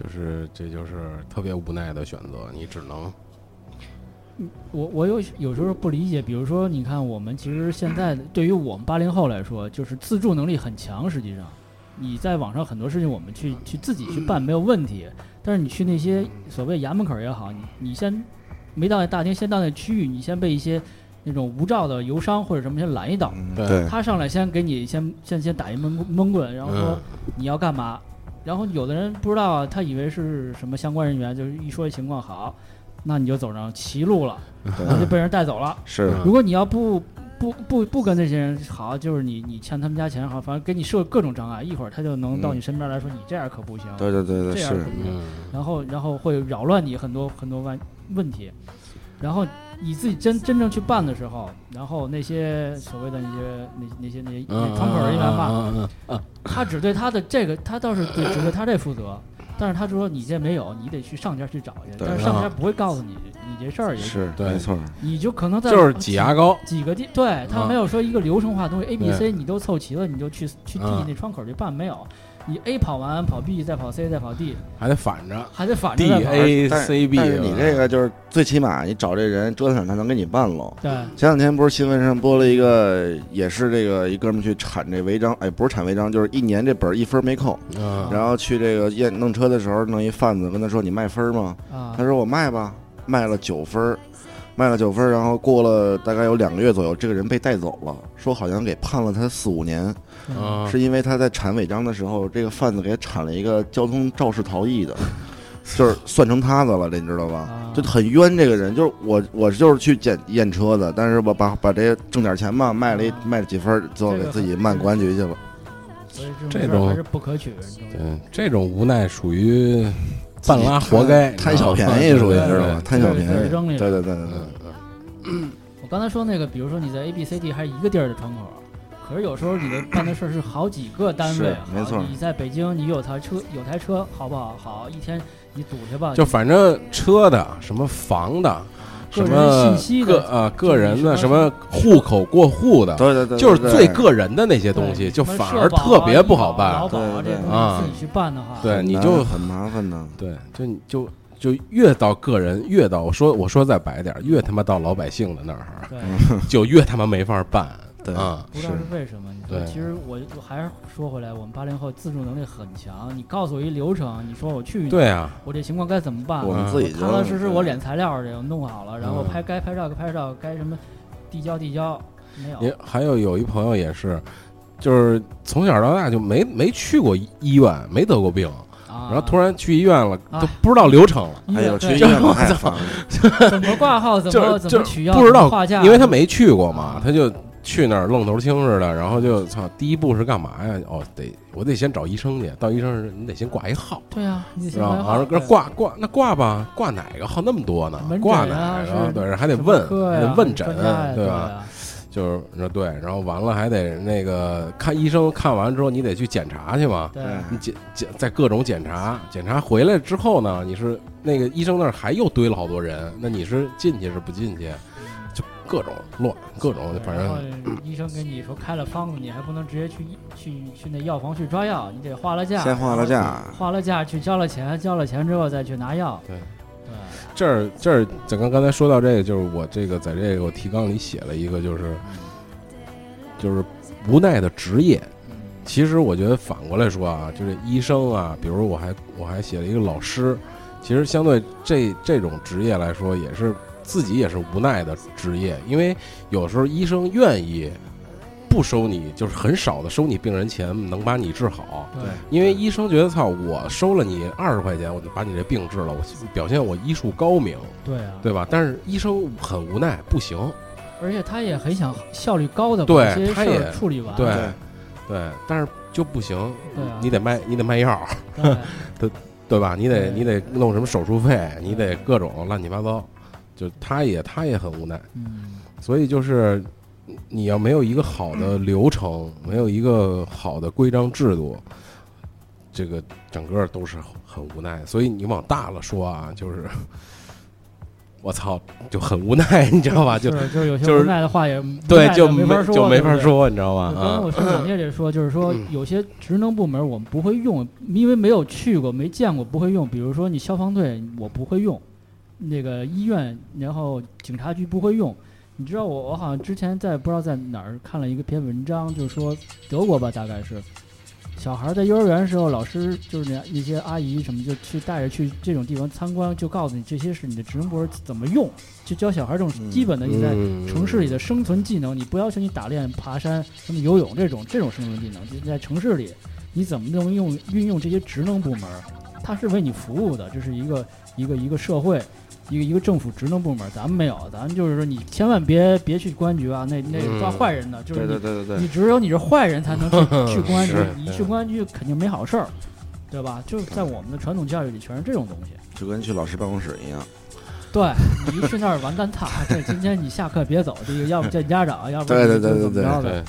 [SPEAKER 1] 就是这就是特别无奈的选择，你只能
[SPEAKER 2] 我我有有时候不理解，比如说，你看我们其实现在对于我们八零后来说，就是自助能力很强。实际上，你在网上很多事情我们去去自己去办没有问题，但是你去那些所谓衙门口儿也好，你你先没到那大厅，先到那区域，你先被一些那种无照的游商或者什么先拦一道，
[SPEAKER 3] 嗯
[SPEAKER 1] 对
[SPEAKER 3] 对
[SPEAKER 2] 他上来先给你先先先打一闷闷棍，然后说
[SPEAKER 1] 嗯
[SPEAKER 2] 你要干嘛？然后有的人不知道啊，他以为是什么相关人员，就是一说情况好，那你就走上歧路了，然后就被人带走了。
[SPEAKER 3] 是
[SPEAKER 1] 嗯
[SPEAKER 2] 如果你要不不不不跟这些人好，就是你你欠他们家钱好，反正给你设各种障碍，一会儿他就能到你身边来说、你这样可不行，
[SPEAKER 3] 对对对对
[SPEAKER 2] 这样
[SPEAKER 3] 是
[SPEAKER 2] 可，不行，
[SPEAKER 1] 嗯
[SPEAKER 2] 然后然后会扰乱你很多很多问问题，然后你自己真真正去办的时候，然后那些所谓的那些那那些那
[SPEAKER 3] 嗯
[SPEAKER 2] 些那窗口人员吧，
[SPEAKER 1] 吧，
[SPEAKER 2] 他只对他的这个，他倒是对只对他这负责，但是他说你这没有，你得去上家去找去，
[SPEAKER 3] 对
[SPEAKER 2] 但是上家不会告诉你你这事儿也，
[SPEAKER 3] 是
[SPEAKER 1] 对
[SPEAKER 3] 没错儿，
[SPEAKER 2] 你就可能在
[SPEAKER 1] 就是挤牙膏，
[SPEAKER 2] 几个地，对他没有说一个流程化的东西，A、B、
[SPEAKER 1] 对
[SPEAKER 2] C 你都凑齐了，你就去去 D
[SPEAKER 1] 嗯
[SPEAKER 2] 那窗口去办，没有，你 A 跑完跑 B 再跑 C 再跑 D，
[SPEAKER 1] 还得反着
[SPEAKER 2] 还得反着
[SPEAKER 1] D
[SPEAKER 2] 再跑
[SPEAKER 1] A
[SPEAKER 3] 但是
[SPEAKER 1] C B，啊
[SPEAKER 3] 但是你这个就是最起码你找这人折腾，他能给你办喽。
[SPEAKER 2] 对，
[SPEAKER 3] 前两天不是新闻上播了一个，也是这个一哥们去铲这违章，哎，不是铲违章，就是一年这本儿一分儿没扣。
[SPEAKER 1] 嗯
[SPEAKER 3] 然后去这个验弄车的时候，弄一贩子跟他说：“你卖分儿吗？”
[SPEAKER 2] 啊
[SPEAKER 1] 嗯
[SPEAKER 3] 他，说：“我卖吧。”卖了九分儿，卖了九分儿。然后过了大概有两个月左右，这个人被带走了，说好像给判了他四五年，
[SPEAKER 2] 嗯
[SPEAKER 1] 嗯
[SPEAKER 3] 是因为他在铲违章的时候，这个贩子给铲了一个交通肇事逃逸的，就是算成他的了，这你知道吧？
[SPEAKER 2] 啊
[SPEAKER 3] 就很冤这个人，就是我，我就是去检验车的，但是我把把这挣点钱嘛，卖了一卖了几分儿，最后给自己卖公安局去了。
[SPEAKER 2] 所以这
[SPEAKER 1] 这
[SPEAKER 2] 种事
[SPEAKER 1] 种
[SPEAKER 2] 儿还是不可取，你知道吗
[SPEAKER 1] 嗯，这种无奈属于半拉啊活该，
[SPEAKER 3] 哎嗯贪小便宜属于
[SPEAKER 1] 你
[SPEAKER 3] 你知道吗？？贪小便
[SPEAKER 2] 对对
[SPEAKER 3] 宜，
[SPEAKER 2] 扔里
[SPEAKER 3] 对
[SPEAKER 2] 了
[SPEAKER 3] 对对对对，
[SPEAKER 2] 我刚才说那个，比如说你在 A、B、C、D 还是一个地儿的窗口，可是有时候你的办的事儿是好几个单位
[SPEAKER 3] 是，
[SPEAKER 2] 好
[SPEAKER 3] 没错
[SPEAKER 2] 你在北京，你有台车，有台车，好不好？好，一天你堵去吧。
[SPEAKER 1] 就反正车的什么房的，什
[SPEAKER 2] 个人
[SPEAKER 1] 么
[SPEAKER 2] 信息
[SPEAKER 1] 个
[SPEAKER 2] 的，
[SPEAKER 1] 啊个人的
[SPEAKER 2] 什
[SPEAKER 1] 什
[SPEAKER 2] 么
[SPEAKER 1] 么户口过户的，
[SPEAKER 3] 对对对，
[SPEAKER 1] 就是
[SPEAKER 3] 对
[SPEAKER 1] 最个人的那些
[SPEAKER 2] 这
[SPEAKER 1] 东西，就反而特别不好办
[SPEAKER 2] 劳。啊保啊，
[SPEAKER 3] 对
[SPEAKER 2] 这
[SPEAKER 3] 对
[SPEAKER 2] 东西自己去办的话，
[SPEAKER 1] 对
[SPEAKER 3] 很
[SPEAKER 1] 你
[SPEAKER 3] 难
[SPEAKER 1] 就
[SPEAKER 3] 很麻烦呢。
[SPEAKER 1] 对，就你就就越到个人，越到我说我说再白点儿，越他妈到老百姓的那儿，
[SPEAKER 2] 对，
[SPEAKER 1] 就越他妈没法办。
[SPEAKER 3] 对
[SPEAKER 1] 啊，
[SPEAKER 2] 不知道是为什么。你说
[SPEAKER 1] 对
[SPEAKER 2] 其实我我还是说回来，我们八零后自助能力很强。你告诉我一流程，你说我去，
[SPEAKER 1] 对啊，
[SPEAKER 2] 我这情况该怎么办？
[SPEAKER 3] 我们自己就
[SPEAKER 2] 踏踏实实我脸材料这个弄好了，然后
[SPEAKER 1] 嗯
[SPEAKER 2] 拍该拍照该拍照，该什么递交递交，没有
[SPEAKER 1] 也还有有一朋友也是，就是从小到大就没没去过医院，没得过病，
[SPEAKER 2] 啊。
[SPEAKER 1] 然后突然去医院了，
[SPEAKER 2] 哎
[SPEAKER 1] 都不知道流程了，
[SPEAKER 3] 还有去医
[SPEAKER 2] 对
[SPEAKER 3] 院太啊烦了，
[SPEAKER 2] 怎么挂号，怎么
[SPEAKER 1] 就是
[SPEAKER 2] 怎
[SPEAKER 1] 就
[SPEAKER 2] 么取
[SPEAKER 1] 是
[SPEAKER 2] 药，
[SPEAKER 1] 不知
[SPEAKER 2] 怎么
[SPEAKER 1] 道
[SPEAKER 2] 画架，
[SPEAKER 1] 因为他没去过嘛
[SPEAKER 2] 啊，
[SPEAKER 1] 他就去那儿愣头青似的，然后就操，第一步是干嘛呀？哦，得我得先找医生去，到医生那儿你得先挂一号。
[SPEAKER 2] 对啊，你得先
[SPEAKER 1] 然后
[SPEAKER 2] 排
[SPEAKER 1] 啊
[SPEAKER 2] 号，
[SPEAKER 1] 那
[SPEAKER 2] 对
[SPEAKER 1] 挂挂那挂吧，挂哪个号那么多呢？
[SPEAKER 2] 门诊
[SPEAKER 1] 挂
[SPEAKER 2] 啊
[SPEAKER 1] 哪
[SPEAKER 2] 是
[SPEAKER 1] 个？对，还得
[SPEAKER 2] 什么
[SPEAKER 1] 问，
[SPEAKER 2] 科呀
[SPEAKER 1] 还得问诊
[SPEAKER 2] 专家呀，对
[SPEAKER 1] 吧？
[SPEAKER 2] 啊？
[SPEAKER 1] 就是那对，然后完了还得那个看医生，看完之后你得去检查去嘛。
[SPEAKER 2] 对
[SPEAKER 3] 对
[SPEAKER 1] 你检检在各种检查，检查回来之后呢，你是那个医生那儿还又堆了好多人，那你是进去是不进去？就各种乱，各种
[SPEAKER 2] 对
[SPEAKER 1] 反
[SPEAKER 2] 嗯然
[SPEAKER 1] 正
[SPEAKER 2] 后医生跟你说开了方子，你还不能直接去去去那药房去抓药，你得画了价，
[SPEAKER 3] 先画了，架，
[SPEAKER 2] 画了价去交了钱，交了钱之后再去拿药。
[SPEAKER 1] 对
[SPEAKER 2] 对，
[SPEAKER 1] 这儿这儿，整个刚才说到这个，就是我这个在这个我提纲里写了一个，就是就是无奈的职业。
[SPEAKER 2] 嗯
[SPEAKER 1] 其实我觉得反过来说啊，就是医生啊，比如我还我还写了一个老师，其实相对这这种职业来说，也是自己也是无奈的职业，因为有时候医生愿意不收你，就是很少的收你病人钱，能把你治好。
[SPEAKER 2] 对，
[SPEAKER 1] 因为医生觉得操，我收了你二十块钱，我就把你这病治了，我表现我医术高明，
[SPEAKER 2] 对啊，
[SPEAKER 1] 对吧？但是医生很无奈，不行，
[SPEAKER 2] 而且他也很想效率高的把
[SPEAKER 1] 对
[SPEAKER 2] 这些
[SPEAKER 1] 他
[SPEAKER 2] 事
[SPEAKER 1] 也
[SPEAKER 2] 儿处理完。
[SPEAKER 1] 对
[SPEAKER 3] 对
[SPEAKER 1] 对，但是就不行，
[SPEAKER 2] 对啊
[SPEAKER 1] 你得卖，你得卖药，
[SPEAKER 2] 对，
[SPEAKER 1] 对吧？你得
[SPEAKER 2] 对
[SPEAKER 1] 你得弄什么手术费，你得各种乱七八糟，就他也他也很无奈，
[SPEAKER 2] 嗯，
[SPEAKER 1] 所以就是你要没有一个好的流程，没有一个好的规章制度，这个整个都是很无奈。所以你往大了说啊，就是 我操，就很无奈，你知道啊吧？就是
[SPEAKER 2] 就是有些
[SPEAKER 1] 就是
[SPEAKER 2] 无奈的话也无
[SPEAKER 1] 对
[SPEAKER 2] 奈，的
[SPEAKER 1] 就
[SPEAKER 2] 没法说，
[SPEAKER 1] 就没法
[SPEAKER 2] 对不对。
[SPEAKER 1] 说，你知道吧？
[SPEAKER 2] 刚刚
[SPEAKER 1] 啊嗯
[SPEAKER 2] 我，说我也得说，就是说有些职能部门我们不会用，因为没有去过、没见过，不会用。比如说你消防队，我不会用；那个医院，然后警察局不会用。你知道我我好像之前在不知道在哪儿看了一个篇文章，就是说德国吧，大概是小孩在幼儿园的时候，老师就是那那些阿姨什么就去带着去这种地方参观，就告诉你这些是你的职能部门怎么用，就教小孩这种基本的你在
[SPEAKER 1] 嗯
[SPEAKER 2] 城市里的生存技能，你不要求你打猎、爬山、什么游泳这种这种生存技能，就是在城市里，你怎么能用运用这些职能部门儿？它是为你服务的，这是一个一个一个社会，一个一个政府职能部门儿。咱们没有，咱们就是说你千万别别去公安局啊，那那
[SPEAKER 1] 嗯
[SPEAKER 2] 抓坏人的，就是
[SPEAKER 3] 对对
[SPEAKER 2] 你
[SPEAKER 3] 对对
[SPEAKER 2] 你
[SPEAKER 3] 对，
[SPEAKER 2] 只有你是坏人才 能去去公安局
[SPEAKER 1] 是，
[SPEAKER 2] 你一去公安局肯定没好事儿，对吧？就是在我们的传统教育里全是这种东西。
[SPEAKER 3] 就跟去老师办公室一样，
[SPEAKER 2] 对你一去那儿完蛋操， 这今天你下课别走，这个要不见家长，要不
[SPEAKER 3] 对对
[SPEAKER 2] 你就
[SPEAKER 3] 对
[SPEAKER 2] 怎么
[SPEAKER 3] 对
[SPEAKER 2] 着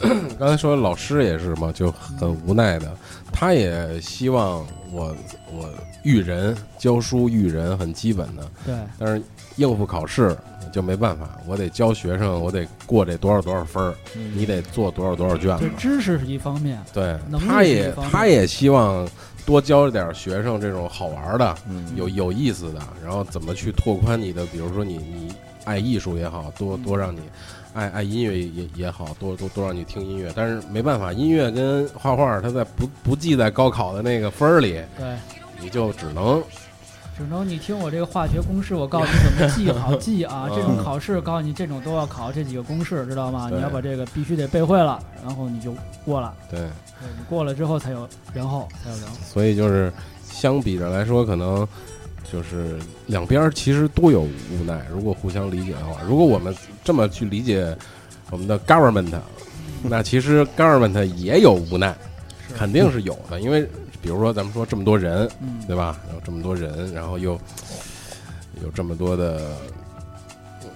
[SPEAKER 1] 对
[SPEAKER 2] 的，。
[SPEAKER 1] 刚才说老师也是嘛，就很无奈的，他也希望我我育人、教书育人很基本的，
[SPEAKER 2] 对
[SPEAKER 1] 但是应付考试就没办法，我得教学生，我得过这多少多少分儿，你得做多少多少卷
[SPEAKER 2] 对
[SPEAKER 1] 子。
[SPEAKER 2] 知识是一方面，
[SPEAKER 1] 对，
[SPEAKER 2] 能力
[SPEAKER 1] 他
[SPEAKER 2] 是一
[SPEAKER 1] 也
[SPEAKER 2] 方面
[SPEAKER 1] 他也希望多教点学生这种好玩的、
[SPEAKER 3] 嗯，
[SPEAKER 1] 有有意思的，然后怎么去拓宽你的，比如说你你爱艺术也好，
[SPEAKER 2] 嗯
[SPEAKER 1] 多多让你爱爱音乐也也好，多多多让你听音乐。但是没办法，音乐跟画画，它在不不记在高考的那个分儿里，
[SPEAKER 2] 对，
[SPEAKER 1] 你就只能
[SPEAKER 2] 只能你听我这个化学公式，我告诉你怎么记好记啊，这种考试告诉你这种都要考这几个公式，知道吗？
[SPEAKER 1] 对
[SPEAKER 2] 你要把这个必须得背会了，然后你就过了，
[SPEAKER 1] 对。
[SPEAKER 2] 对你过了之后才有然后才有然后，
[SPEAKER 1] 所以就是相比着来说，可能就是两边儿其实都有无奈。如果互相理解的话，如果我们这么去理解我们的 government，那其实 government 也有无奈，
[SPEAKER 2] 是
[SPEAKER 1] 肯定是有的。因为比如说咱们说这么多人，
[SPEAKER 2] 嗯，
[SPEAKER 1] 对吧？有这么多人，然后又有这么多的。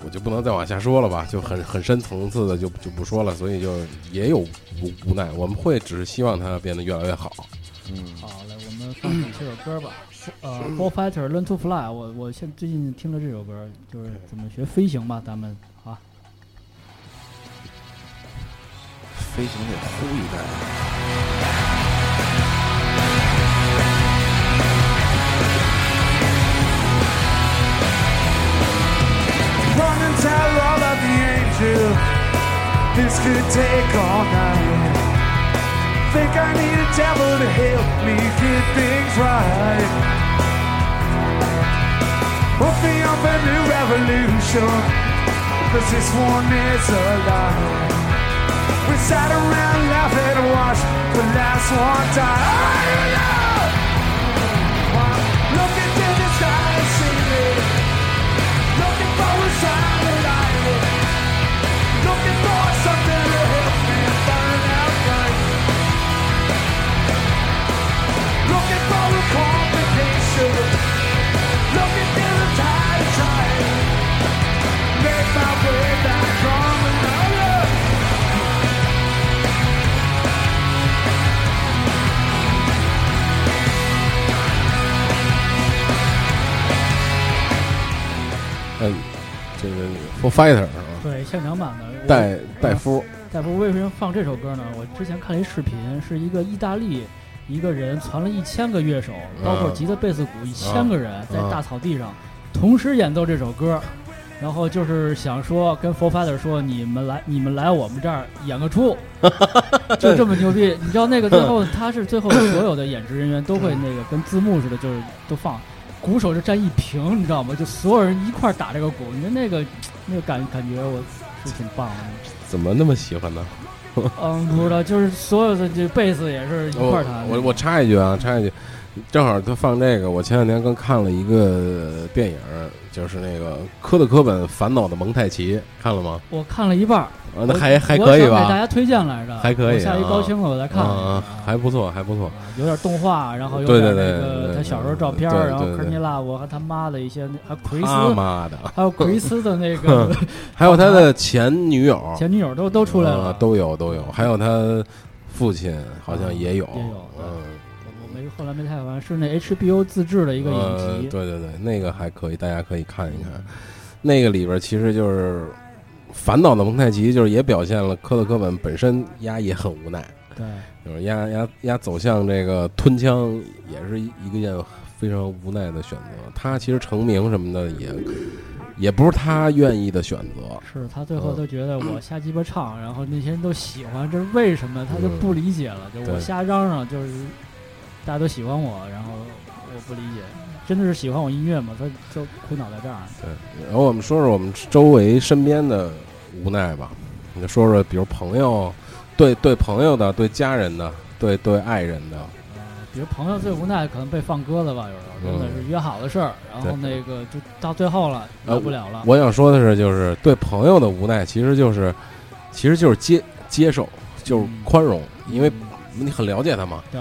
[SPEAKER 1] 我就不能再往下说了吧，就很很深层次的就就不说了，所以就也有无无奈，我们会只是希望它变得越来越好。
[SPEAKER 3] 嗯
[SPEAKER 2] 好嘞，我们放首这首歌吧，呃 b o f i g h t e r Learn to Fly，我我现最近听了这首歌，就是怎么学飞行吧，咱们啊，
[SPEAKER 3] 飞行得呼一代。
[SPEAKER 5] Run and tell all of the angels This could take all night Think I need a devil to help me get things right Open up a new revolution Cause this one is alive We sat around laughing and watched the last one die Are you alive? Look into the sky and see me Looking for a sign of life. Looking for something to help me find out right. Looking for a complication. Looking till the tide is right. Make my way back home and I love.
[SPEAKER 1] 嗯、这个 For Fighter 啊，
[SPEAKER 2] 对，现场版的。
[SPEAKER 1] 戴戴夫，
[SPEAKER 2] 大夫为什么放这首歌呢？我之前看了一视频，是一个意大利一个人传了一千个乐手，包括吉他、贝斯、鼓，一千个人在大草地上同时演奏这首歌，然后就是想说跟 f o r Father 说，你们来，你们来我们这儿演个出，就这么牛逼。你知道那个最后他是最后所有的演职人员都会那个跟字幕似的，就是都放。鼓手就站一平，你知道吗？就所有人一块儿打这个鼓，你的那个那个感感觉，我是挺棒的。
[SPEAKER 1] 怎么那么喜欢呢？
[SPEAKER 2] 嗯，不知道，就是所有的这贝斯也是一块儿弹
[SPEAKER 1] 我我我插一句啊，插一句，正好他放这个，我前两天刚看了一个电影，就是那个科特·科本《烦恼的蒙太奇》，看了吗？
[SPEAKER 2] 我看了一半儿，
[SPEAKER 1] 啊，那
[SPEAKER 2] 我
[SPEAKER 1] 还还可以
[SPEAKER 2] 我想给大
[SPEAKER 1] 吧？
[SPEAKER 2] 家推荐来着，
[SPEAKER 1] 还可以
[SPEAKER 2] 我下一
[SPEAKER 1] 啊
[SPEAKER 2] 高清了，我再看了一
[SPEAKER 1] 啊
[SPEAKER 2] 下。，
[SPEAKER 1] 还不错，还不错。
[SPEAKER 2] 有点动画，然后有
[SPEAKER 1] 对
[SPEAKER 2] 点
[SPEAKER 1] 对
[SPEAKER 2] 那
[SPEAKER 1] 对对
[SPEAKER 2] 个
[SPEAKER 1] 对
[SPEAKER 2] 他小时候照片
[SPEAKER 1] 对
[SPEAKER 2] 儿，
[SPEAKER 1] 对
[SPEAKER 2] 然后
[SPEAKER 1] 对
[SPEAKER 2] 科尼拉我和他妈的一些，还有奎
[SPEAKER 1] 他
[SPEAKER 2] 斯，
[SPEAKER 1] 妈的，
[SPEAKER 2] 还有奎斯的那个
[SPEAKER 1] 还有他的前女友，
[SPEAKER 2] 前女友都都出来了
[SPEAKER 1] 啊，都有都有，还有他父亲好像也有，
[SPEAKER 2] 啊也有对
[SPEAKER 1] 嗯。
[SPEAKER 2] 我没后来没太完，是那 HBO 自制的一个
[SPEAKER 1] 呃，
[SPEAKER 2] 影集，
[SPEAKER 1] 对对对，那个还可以，大家可以看一看。那个里边其实就是烦恼的蒙太奇，就是也表现了科特·科本本身丫也很无奈，
[SPEAKER 2] 对，
[SPEAKER 1] 就是丫丫丫走向这个吞枪也是一一个件非常无奈的选择。他其实成名什么的也也不是他愿意的选择，
[SPEAKER 2] 是他最
[SPEAKER 1] 嗯
[SPEAKER 2] 后都觉得我瞎鸡巴唱，然后那些人都喜欢，这是为什么？他就不理解了，就
[SPEAKER 1] 嗯对
[SPEAKER 2] 我瞎嚷嚷，就是大家都喜欢我，然后我不理解，真的是喜欢我音乐吗？他就苦恼在这儿。
[SPEAKER 1] 然后我们说说我们周围身边的无奈吧，你就说说，比如朋友，对对朋友的，对家人的，对对爱人的，
[SPEAKER 2] 呃比如朋友最无奈，可能被放鸽子吧，有时候真的是约好的事儿，然后那个就到最后了，
[SPEAKER 1] 嗯呃
[SPEAKER 2] 约不了了。
[SPEAKER 1] 我想说的是，就是对朋友的无奈，其实就是，其实就是接接受，就是宽容，因为
[SPEAKER 2] 嗯
[SPEAKER 1] 你很了解他嘛。
[SPEAKER 2] 对，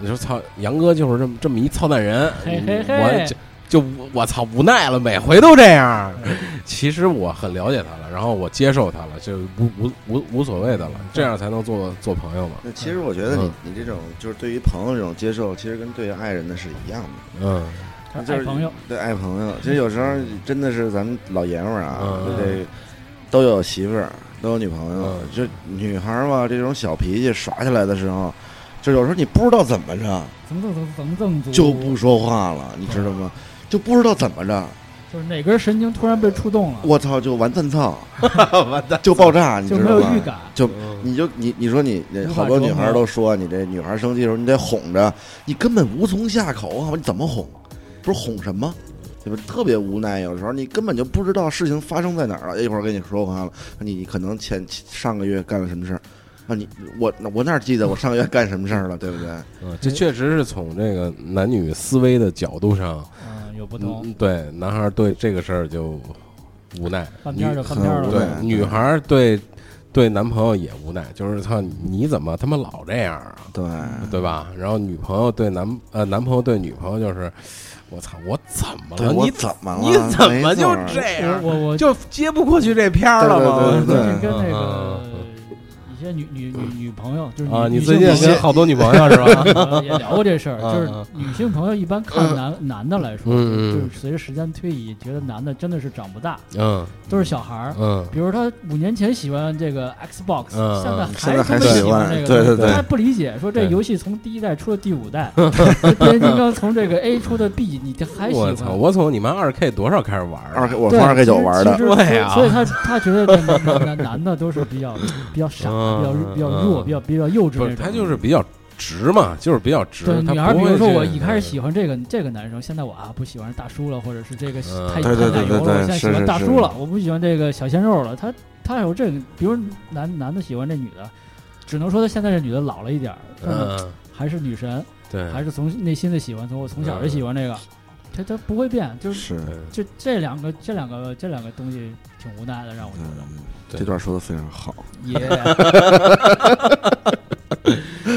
[SPEAKER 1] 你说操，杨哥就是这么这么一操蛋人，嗯
[SPEAKER 2] 嘿嘿嘿
[SPEAKER 1] 我就就我操无奈了，每回都这样。 其实我很了解他了，然后我接受他了，就无无无无所谓的
[SPEAKER 2] 嗯
[SPEAKER 1] 了，这样才能做做朋友嘛。
[SPEAKER 3] 那其实我觉得你
[SPEAKER 1] 嗯
[SPEAKER 3] 你这种就是对于朋友这种接受，其实跟对于爱人的是一样的。
[SPEAKER 1] 嗯
[SPEAKER 2] 他
[SPEAKER 3] 就
[SPEAKER 2] 爱
[SPEAKER 3] 是
[SPEAKER 2] 朋友，
[SPEAKER 3] 对爱朋友，其实有时候真的是咱们老爷们儿啊，
[SPEAKER 1] 嗯
[SPEAKER 3] 这都有媳妇儿，都有女朋友
[SPEAKER 1] 嗯，
[SPEAKER 3] 就女孩儿嘛，这种小脾气耍起来的时候，就有时候你不知道怎么着
[SPEAKER 2] 怎么怎么怎么怎么
[SPEAKER 1] 嗯
[SPEAKER 3] 就不说话了，你知道吗？就不知道怎么着，
[SPEAKER 2] 就是哪根神经突然被触动了，
[SPEAKER 3] 我操，就完蛋 操，完蛋就爆炸，你
[SPEAKER 2] 就
[SPEAKER 3] 知
[SPEAKER 2] 没
[SPEAKER 3] 道
[SPEAKER 2] 有
[SPEAKER 3] 吗
[SPEAKER 2] 预？感。
[SPEAKER 3] 就
[SPEAKER 1] 嗯
[SPEAKER 3] 你就你你说你
[SPEAKER 2] 无法
[SPEAKER 3] 好多女
[SPEAKER 2] 琢
[SPEAKER 3] 孩
[SPEAKER 2] 磨
[SPEAKER 3] 都说你这女孩生气的时候你得哄着，你根本无从下口啊！你怎么哄？不是哄什么？对吧？特别无奈，有时候你根本就不知道事情发生在哪儿了。一会儿跟你说完了，你你可能前上个月干了什么事儿啊？你我我哪记得我上个月干什么事儿了，对不对？
[SPEAKER 1] 嗯，这确实是从这个男女思维的角度上，
[SPEAKER 2] 嗯，有不同，
[SPEAKER 1] 嗯，对，男孩对这个事儿就无奈，
[SPEAKER 2] 半片儿就半片儿
[SPEAKER 3] 很
[SPEAKER 2] 了。
[SPEAKER 3] 无
[SPEAKER 1] 对
[SPEAKER 3] 奈，
[SPEAKER 1] 女孩儿对对男朋友也无奈，就是操你怎么他妈老这样啊，
[SPEAKER 3] 对，
[SPEAKER 1] 对吧？然后女朋友对男呃男朋友对女朋友就是，我操我怎么
[SPEAKER 3] 对
[SPEAKER 1] 了？
[SPEAKER 3] 我
[SPEAKER 1] 你
[SPEAKER 3] 怎么了？
[SPEAKER 1] 你怎么
[SPEAKER 3] 没
[SPEAKER 1] 就
[SPEAKER 3] 错儿
[SPEAKER 1] 这
[SPEAKER 2] 我
[SPEAKER 1] 样？
[SPEAKER 2] 我我
[SPEAKER 1] 就接不过去这片儿了吗？
[SPEAKER 3] 对对对对
[SPEAKER 2] 最近跟那
[SPEAKER 1] 嗯
[SPEAKER 2] 个
[SPEAKER 1] 嗯
[SPEAKER 2] 一些女女女女朋友，就是女
[SPEAKER 1] 啊，你
[SPEAKER 2] 女
[SPEAKER 1] 最
[SPEAKER 2] 性
[SPEAKER 1] 近
[SPEAKER 2] 朋友
[SPEAKER 1] 跟好多女朋友是 吧？
[SPEAKER 2] 呃也聊过这事儿，
[SPEAKER 1] 啊
[SPEAKER 2] 就是
[SPEAKER 1] 啊
[SPEAKER 2] 女性朋友一般看男男的来说，
[SPEAKER 1] 嗯嗯
[SPEAKER 2] 就是随着时间推移，觉得男的真的是长不大，
[SPEAKER 1] 嗯
[SPEAKER 2] 都是小孩儿。
[SPEAKER 1] 嗯
[SPEAKER 2] 比如他五年前喜欢这个 Xbox，
[SPEAKER 1] 嗯嗯
[SPEAKER 2] 现在
[SPEAKER 3] 现在还
[SPEAKER 2] 还这么
[SPEAKER 3] 喜
[SPEAKER 2] 喜
[SPEAKER 3] 欢
[SPEAKER 2] 欢这个，
[SPEAKER 3] 对对
[SPEAKER 1] 对
[SPEAKER 2] 他还不理解，说这
[SPEAKER 1] 对
[SPEAKER 2] 游戏从第一代出到第 五代，这变形金刚从这个 A 出到 B，你这还喜
[SPEAKER 1] 我
[SPEAKER 2] 欢？
[SPEAKER 1] 操！我从你妈二 K 多少开始玩儿啊
[SPEAKER 3] 二 K 我
[SPEAKER 2] 对
[SPEAKER 3] 从二 K 九
[SPEAKER 2] 其实
[SPEAKER 3] 玩的
[SPEAKER 2] 其，实
[SPEAKER 1] 对啊呀
[SPEAKER 2] 所以他他觉得这男男男男的都是比较比较傻、
[SPEAKER 1] 嗯
[SPEAKER 2] 比较比较弱、
[SPEAKER 1] 嗯
[SPEAKER 2] 比较比较幼稚
[SPEAKER 1] 不
[SPEAKER 2] 那
[SPEAKER 1] 是
[SPEAKER 2] 种。
[SPEAKER 1] 他就是比较直嘛，就是比较直。
[SPEAKER 2] 对
[SPEAKER 1] 他
[SPEAKER 2] 女孩，
[SPEAKER 1] 不
[SPEAKER 2] 比
[SPEAKER 1] 会
[SPEAKER 2] 如说
[SPEAKER 1] 去
[SPEAKER 2] 我一开始喜欢这个这个男生，现在我啊不喜欢大叔了，或者是这个
[SPEAKER 1] 嗯
[SPEAKER 2] 太
[SPEAKER 1] 对
[SPEAKER 2] 太
[SPEAKER 1] 对对
[SPEAKER 2] 奶
[SPEAKER 3] 对对
[SPEAKER 2] 油了，我现在喜
[SPEAKER 3] 是是
[SPEAKER 2] 欢大
[SPEAKER 3] 是
[SPEAKER 2] 叔了，我不喜欢这个小鲜肉了。他他有这个，比如男男的喜欢这女的，只能说他现在这女的老了一点儿，但是
[SPEAKER 1] 嗯，
[SPEAKER 2] 还是女神，
[SPEAKER 1] 对，
[SPEAKER 2] 还是从内心的喜欢，从我从
[SPEAKER 1] 嗯
[SPEAKER 2] 小就喜欢这个，他他不会变，就是
[SPEAKER 3] 是
[SPEAKER 1] 对
[SPEAKER 2] 就这两个这两个这两个东西挺无奈的，让我觉得。
[SPEAKER 1] 对
[SPEAKER 3] 这段说的非常好。
[SPEAKER 2] 也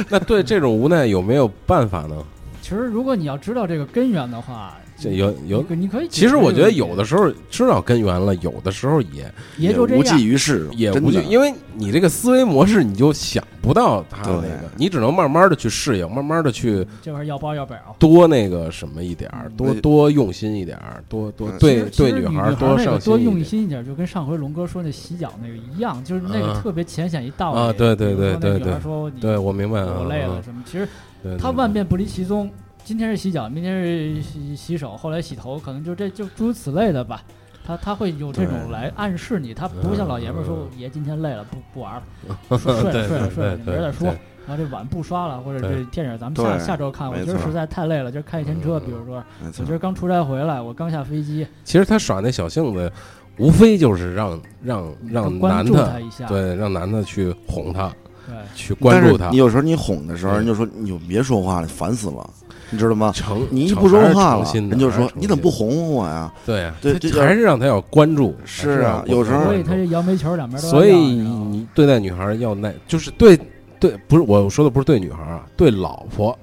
[SPEAKER 1] 那对这种无奈有没有办法呢？
[SPEAKER 2] 其实如果你要知道这个根源的话，
[SPEAKER 1] 这有有
[SPEAKER 2] 你可你可以解
[SPEAKER 1] 其
[SPEAKER 2] 决
[SPEAKER 1] 实
[SPEAKER 2] 这个
[SPEAKER 1] 我
[SPEAKER 2] 问题。
[SPEAKER 1] 觉得有的时候知道根源了，有的时候也
[SPEAKER 2] 也就这
[SPEAKER 3] 无济
[SPEAKER 2] 样。
[SPEAKER 3] 于事，
[SPEAKER 1] 也
[SPEAKER 3] 真
[SPEAKER 1] 不就
[SPEAKER 3] 的
[SPEAKER 1] 因为你这个思维模式，你就想不到他那
[SPEAKER 3] 对
[SPEAKER 1] 个，你只能慢慢的去适应，慢慢的去
[SPEAKER 2] 这玩意儿要包要本啊。
[SPEAKER 1] 多那个什么一点儿，多
[SPEAKER 3] 那
[SPEAKER 1] 多用心一点儿，多多
[SPEAKER 3] 嗯
[SPEAKER 1] 对
[SPEAKER 2] 其实
[SPEAKER 1] 对
[SPEAKER 2] 其实女
[SPEAKER 1] 孩儿
[SPEAKER 2] 多那
[SPEAKER 1] 上
[SPEAKER 2] 个多用
[SPEAKER 1] 一点。
[SPEAKER 2] 心一点，就跟上回龙哥说那洗脚那个一样，就是那
[SPEAKER 1] 啊
[SPEAKER 2] 个特别浅显一道理
[SPEAKER 1] 啊对对对对
[SPEAKER 2] 比如说那女孩说你
[SPEAKER 1] 对，我明白啊，
[SPEAKER 2] 我累了
[SPEAKER 1] 啊，
[SPEAKER 2] 什么，其实
[SPEAKER 1] 对对
[SPEAKER 2] 他万变不离其宗。今天是洗脚，明天是洗洗手，后来洗头，可能就这就诸如此类的吧。他他会有这
[SPEAKER 3] 对
[SPEAKER 2] 种来暗示你，他不像老爷们儿说
[SPEAKER 1] 嗯
[SPEAKER 2] 爷今天累了，不不玩了，
[SPEAKER 1] 对
[SPEAKER 2] 睡
[SPEAKER 1] 对
[SPEAKER 2] 了睡了
[SPEAKER 1] 对
[SPEAKER 2] 睡了，明
[SPEAKER 1] 对
[SPEAKER 2] 儿再说
[SPEAKER 1] 对。
[SPEAKER 2] 然后这碗不刷了，或者
[SPEAKER 1] 对
[SPEAKER 2] 这电影咱们下
[SPEAKER 3] 对
[SPEAKER 2] 下周看。我
[SPEAKER 3] 没
[SPEAKER 2] 今儿
[SPEAKER 3] 错
[SPEAKER 2] 实在太累了，今儿开一天车，
[SPEAKER 1] 嗯
[SPEAKER 2] 比如说
[SPEAKER 3] 没错
[SPEAKER 2] 我今儿刚出差回来，我刚下飞机，
[SPEAKER 1] 其实他耍那小性子，无非就是让让让
[SPEAKER 2] 更关
[SPEAKER 1] 男
[SPEAKER 2] 注他
[SPEAKER 1] 的
[SPEAKER 2] 一下，
[SPEAKER 1] 对让男的去哄他，
[SPEAKER 2] 对
[SPEAKER 1] 去关
[SPEAKER 3] 但
[SPEAKER 1] 注他
[SPEAKER 3] 是你。有时候你哄的时候，
[SPEAKER 1] 嗯
[SPEAKER 3] 人就说你就别说话了，烦死了，你知道吗？
[SPEAKER 1] 成
[SPEAKER 3] 你一
[SPEAKER 1] 成
[SPEAKER 3] 不说
[SPEAKER 1] 还是
[SPEAKER 3] 话
[SPEAKER 1] 诚
[SPEAKER 3] 了，
[SPEAKER 1] 心的
[SPEAKER 3] 人就
[SPEAKER 1] 还是
[SPEAKER 3] 说
[SPEAKER 1] 诚
[SPEAKER 3] 你怎么
[SPEAKER 1] 心
[SPEAKER 3] 不
[SPEAKER 1] 的
[SPEAKER 3] 哄哄我呀？
[SPEAKER 1] 对呀、
[SPEAKER 3] 对
[SPEAKER 1] 他
[SPEAKER 3] 这
[SPEAKER 1] 还是让他要关注。
[SPEAKER 3] 是
[SPEAKER 1] 还是
[SPEAKER 3] 啊
[SPEAKER 1] 要
[SPEAKER 3] 有时候
[SPEAKER 1] 关注
[SPEAKER 2] 所以他这摇煤球两边都要
[SPEAKER 1] 嗯所以
[SPEAKER 2] 要你知道吗
[SPEAKER 1] 你对待女孩儿要耐，就是对对，不是我说的不是对女孩儿啊，对老婆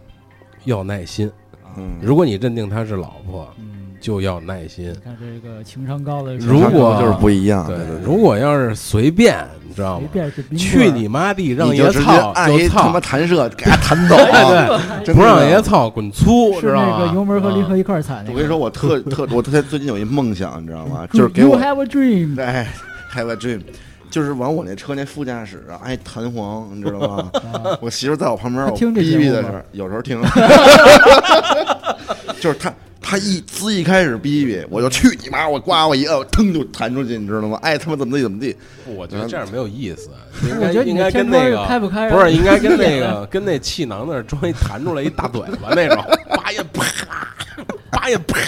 [SPEAKER 1] 要耐心。
[SPEAKER 3] 嗯，
[SPEAKER 1] 如果你认定她是老婆，
[SPEAKER 2] 嗯，
[SPEAKER 1] 就要耐心
[SPEAKER 2] 你。看这个情商高的，
[SPEAKER 1] 如果
[SPEAKER 3] 就是不一样，
[SPEAKER 1] 对
[SPEAKER 3] 啊对，
[SPEAKER 1] 如果要是随便，你知道
[SPEAKER 2] 随
[SPEAKER 1] 吗？
[SPEAKER 2] 便是冰
[SPEAKER 1] 去
[SPEAKER 2] 棍儿
[SPEAKER 1] 你妈地，让
[SPEAKER 3] 你
[SPEAKER 1] 爷
[SPEAKER 3] 就直接
[SPEAKER 1] 操
[SPEAKER 3] 按一
[SPEAKER 1] 就
[SPEAKER 3] 他妈
[SPEAKER 1] 操，哎
[SPEAKER 3] 弹射给他弹走啊，真的啊
[SPEAKER 1] 不让爷操滚粗，
[SPEAKER 2] 是
[SPEAKER 1] 知道啊嗯
[SPEAKER 2] 那个油
[SPEAKER 1] 吗？
[SPEAKER 2] 门和离合一块儿踩那
[SPEAKER 3] 我跟你
[SPEAKER 2] 个。
[SPEAKER 3] 说，我特 特我特最近有一梦想，你知道吗？
[SPEAKER 2] You-
[SPEAKER 3] 就是给我
[SPEAKER 2] You have a dream，
[SPEAKER 3] 哎，have a dream，就是往我那车那副驾驶啊，哎，弹簧，你知道吗？
[SPEAKER 2] 啊
[SPEAKER 3] 我媳妇在我旁边，
[SPEAKER 2] 她
[SPEAKER 3] 我
[SPEAKER 2] 听这
[SPEAKER 3] 逼
[SPEAKER 2] 节
[SPEAKER 3] 逼
[SPEAKER 2] 目
[SPEAKER 3] 的
[SPEAKER 2] 吗
[SPEAKER 3] 时候，有时候听， 就是她，她一滋一开始逼逼，我就去你妈！我呱我一摁，腾就弹出去，你知道吗？爱他妈怎么地怎么地，
[SPEAKER 1] 我觉得这样没有意思，应
[SPEAKER 2] 我
[SPEAKER 1] 该
[SPEAKER 2] 觉得你
[SPEAKER 1] 应该跟
[SPEAKER 2] 天
[SPEAKER 1] 那
[SPEAKER 2] 窗
[SPEAKER 1] 个
[SPEAKER 2] 开不开啊
[SPEAKER 1] 不是应该跟那个跟那气囊那儿装一弹出来一大嘴巴那种，八爷啪，八爷啪，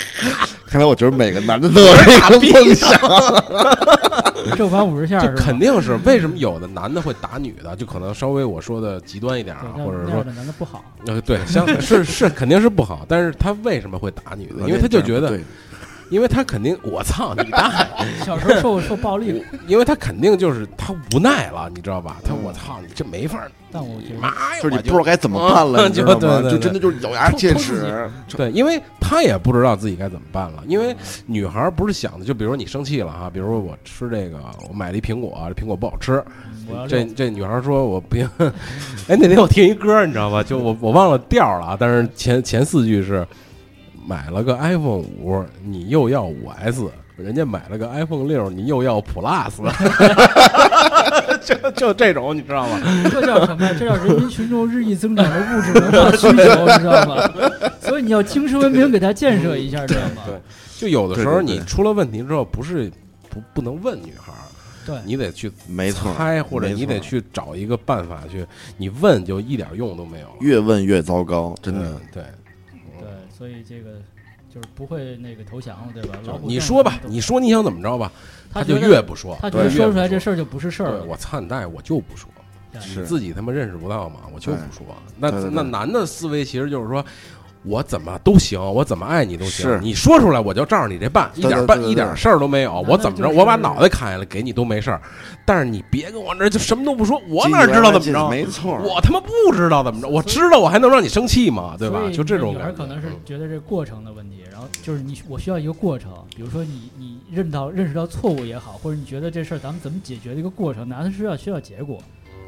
[SPEAKER 3] 看来我觉得每个男的都有这个梦 想，啊
[SPEAKER 2] 正反五十下
[SPEAKER 1] 这
[SPEAKER 2] 是吧？
[SPEAKER 1] 肯定是为什么有的男的会打女的，就可能稍微我说的极端一点
[SPEAKER 2] 对
[SPEAKER 1] 啊，
[SPEAKER 2] 那
[SPEAKER 1] 或者
[SPEAKER 2] 那
[SPEAKER 1] 说
[SPEAKER 2] 样的男的不好，
[SPEAKER 1] 呃对， 相是是肯定是不好，但是他为什么会打女的？因为他就觉得
[SPEAKER 3] 啊对，
[SPEAKER 1] 因为他肯定我操你 大爷，
[SPEAKER 2] 小时候受受暴力，
[SPEAKER 1] 因为他肯定就是他无奈了，你知道吧？他我操你这没法儿，
[SPEAKER 2] 但我觉得
[SPEAKER 1] 妈呀，
[SPEAKER 3] 就是你
[SPEAKER 1] 哎我
[SPEAKER 3] 嗯不知道该怎么办了，
[SPEAKER 1] 嗯
[SPEAKER 3] 你知道
[SPEAKER 1] 就对
[SPEAKER 3] 吗？
[SPEAKER 1] 对
[SPEAKER 3] 就
[SPEAKER 1] 对
[SPEAKER 3] 真的就是咬牙切齿，
[SPEAKER 1] 对，因为她也不知道自己该怎么办了。因为女孩儿不是想的，就比如说你生气了哈，比如说我吃这个，我买了一苹果，这苹果不好吃，
[SPEAKER 2] 嗯我要
[SPEAKER 1] 这
[SPEAKER 2] 遛
[SPEAKER 1] 这女孩儿说我不行。 哎，那天我听一歌儿，你知道吧？就我我忘了调儿了啊，但是前前四句是买了个 iPhone 五，你又要五 S。人家买了个 iPhone 六，你又要 Plus，就就这种，你知道吗？
[SPEAKER 2] 这叫什么呀？这叫人民群众日益增长的物质文化需 求，你知道吗？所以你要听说文明给他建设一下，知道吗？
[SPEAKER 1] 对就有的时候
[SPEAKER 3] 对对对
[SPEAKER 1] 你出了问题之后，不是不不能问女孩儿，
[SPEAKER 2] 对
[SPEAKER 1] 你得去
[SPEAKER 3] 没错，
[SPEAKER 1] 猜，或者
[SPEAKER 3] 没
[SPEAKER 1] 你
[SPEAKER 3] 错
[SPEAKER 1] 得去找一个办法去，你问就一点用都没有了。
[SPEAKER 3] 越问越糟糕，真的
[SPEAKER 1] 嗯，对，
[SPEAKER 2] 对，所以这个就是不会那个投降了，对吧？老虎
[SPEAKER 1] 你
[SPEAKER 2] 凳
[SPEAKER 1] 说吧
[SPEAKER 2] 上，都
[SPEAKER 1] 你说你想怎么着吧，
[SPEAKER 2] 他
[SPEAKER 1] 就
[SPEAKER 2] 觉得
[SPEAKER 1] 越不说，
[SPEAKER 2] 他觉得
[SPEAKER 1] 对
[SPEAKER 2] 说出来这事
[SPEAKER 1] 儿
[SPEAKER 2] 儿就不是事儿了。
[SPEAKER 1] 我操你大爷，我就不说，
[SPEAKER 3] 是
[SPEAKER 1] 你自己他妈认识不到嘛，我就不说。那
[SPEAKER 3] 对对对
[SPEAKER 1] 那男的思维其实就是说。我怎么都行，我怎么爱你都
[SPEAKER 3] 是
[SPEAKER 1] 行。你说出来我就照着你这办，一
[SPEAKER 3] 对
[SPEAKER 1] 点办
[SPEAKER 3] 对对
[SPEAKER 1] 一点事儿都没有。
[SPEAKER 2] 男的
[SPEAKER 1] 我怎么着，
[SPEAKER 2] 就是
[SPEAKER 1] 我把脑袋砍下来给你都没事儿。但是你别跟我这就什么都不说，我
[SPEAKER 3] 唧唧
[SPEAKER 1] 哪知道
[SPEAKER 3] 歪歪
[SPEAKER 1] 怎么
[SPEAKER 3] 唧
[SPEAKER 1] 着？
[SPEAKER 3] 没错，
[SPEAKER 1] 我他妈不知道怎么着，我知道我还能让你生气吗？对吧
[SPEAKER 2] 所？以
[SPEAKER 1] 就这种
[SPEAKER 2] 女孩
[SPEAKER 1] 感觉，
[SPEAKER 2] 可能是
[SPEAKER 1] 嗯
[SPEAKER 2] 觉得这过程的问题，然后就是你我需要一个过程，比如说你你认到认识到错误也好，或者你觉得这事儿咱们怎么解决的一个过程，男的是要需要结果。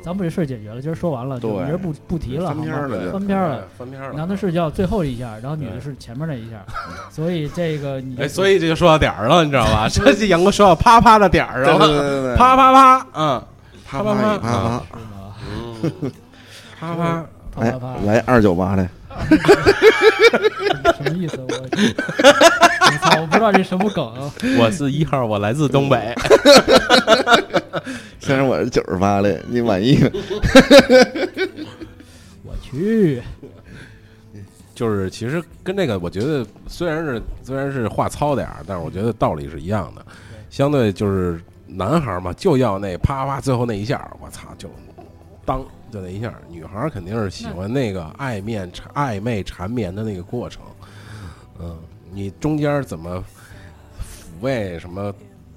[SPEAKER 2] 咱把这事儿解决了，今儿说完了，就
[SPEAKER 3] 对
[SPEAKER 2] 明儿不不提了，
[SPEAKER 3] 翻篇
[SPEAKER 2] 好
[SPEAKER 3] 儿
[SPEAKER 2] 吗？
[SPEAKER 3] 了就，
[SPEAKER 2] 翻篇儿了，
[SPEAKER 1] 翻篇儿了。
[SPEAKER 2] 男的是叫最后一下，然后女的
[SPEAKER 1] 对
[SPEAKER 2] 是前面那一下，所以这个你
[SPEAKER 1] 哎，所以这就说到点儿了，你知道 吧？这这杨哥说到啪啪的点儿
[SPEAKER 3] 对
[SPEAKER 1] 上
[SPEAKER 3] 对
[SPEAKER 1] 了，
[SPEAKER 3] 对对，
[SPEAKER 1] 啪啪啪，嗯
[SPEAKER 3] 啪啪啪啪
[SPEAKER 2] 是吗？
[SPEAKER 1] 嗯，啪啪，
[SPEAKER 2] 啪
[SPEAKER 3] 啪，哎
[SPEAKER 2] 啪啪，，
[SPEAKER 3] 来二九八来，哎
[SPEAKER 2] 什么意思？我我操，我不知道这什么梗啊！
[SPEAKER 1] 我是一号，我来自东北。
[SPEAKER 3] 虽然我是九十八的，你满意吗？
[SPEAKER 2] 我去，
[SPEAKER 1] 就是其实跟这个，我觉得虽然是虽然是话糙点儿，但是我觉得道理是一样的。相对就是男孩儿嘛，就要那啪啪最后那一下儿，我操，就当就那一下儿。女孩儿肯定是喜欢那个暧面缠暧昧缠绵的那个过程。嗯，你中间儿怎么抚慰什么？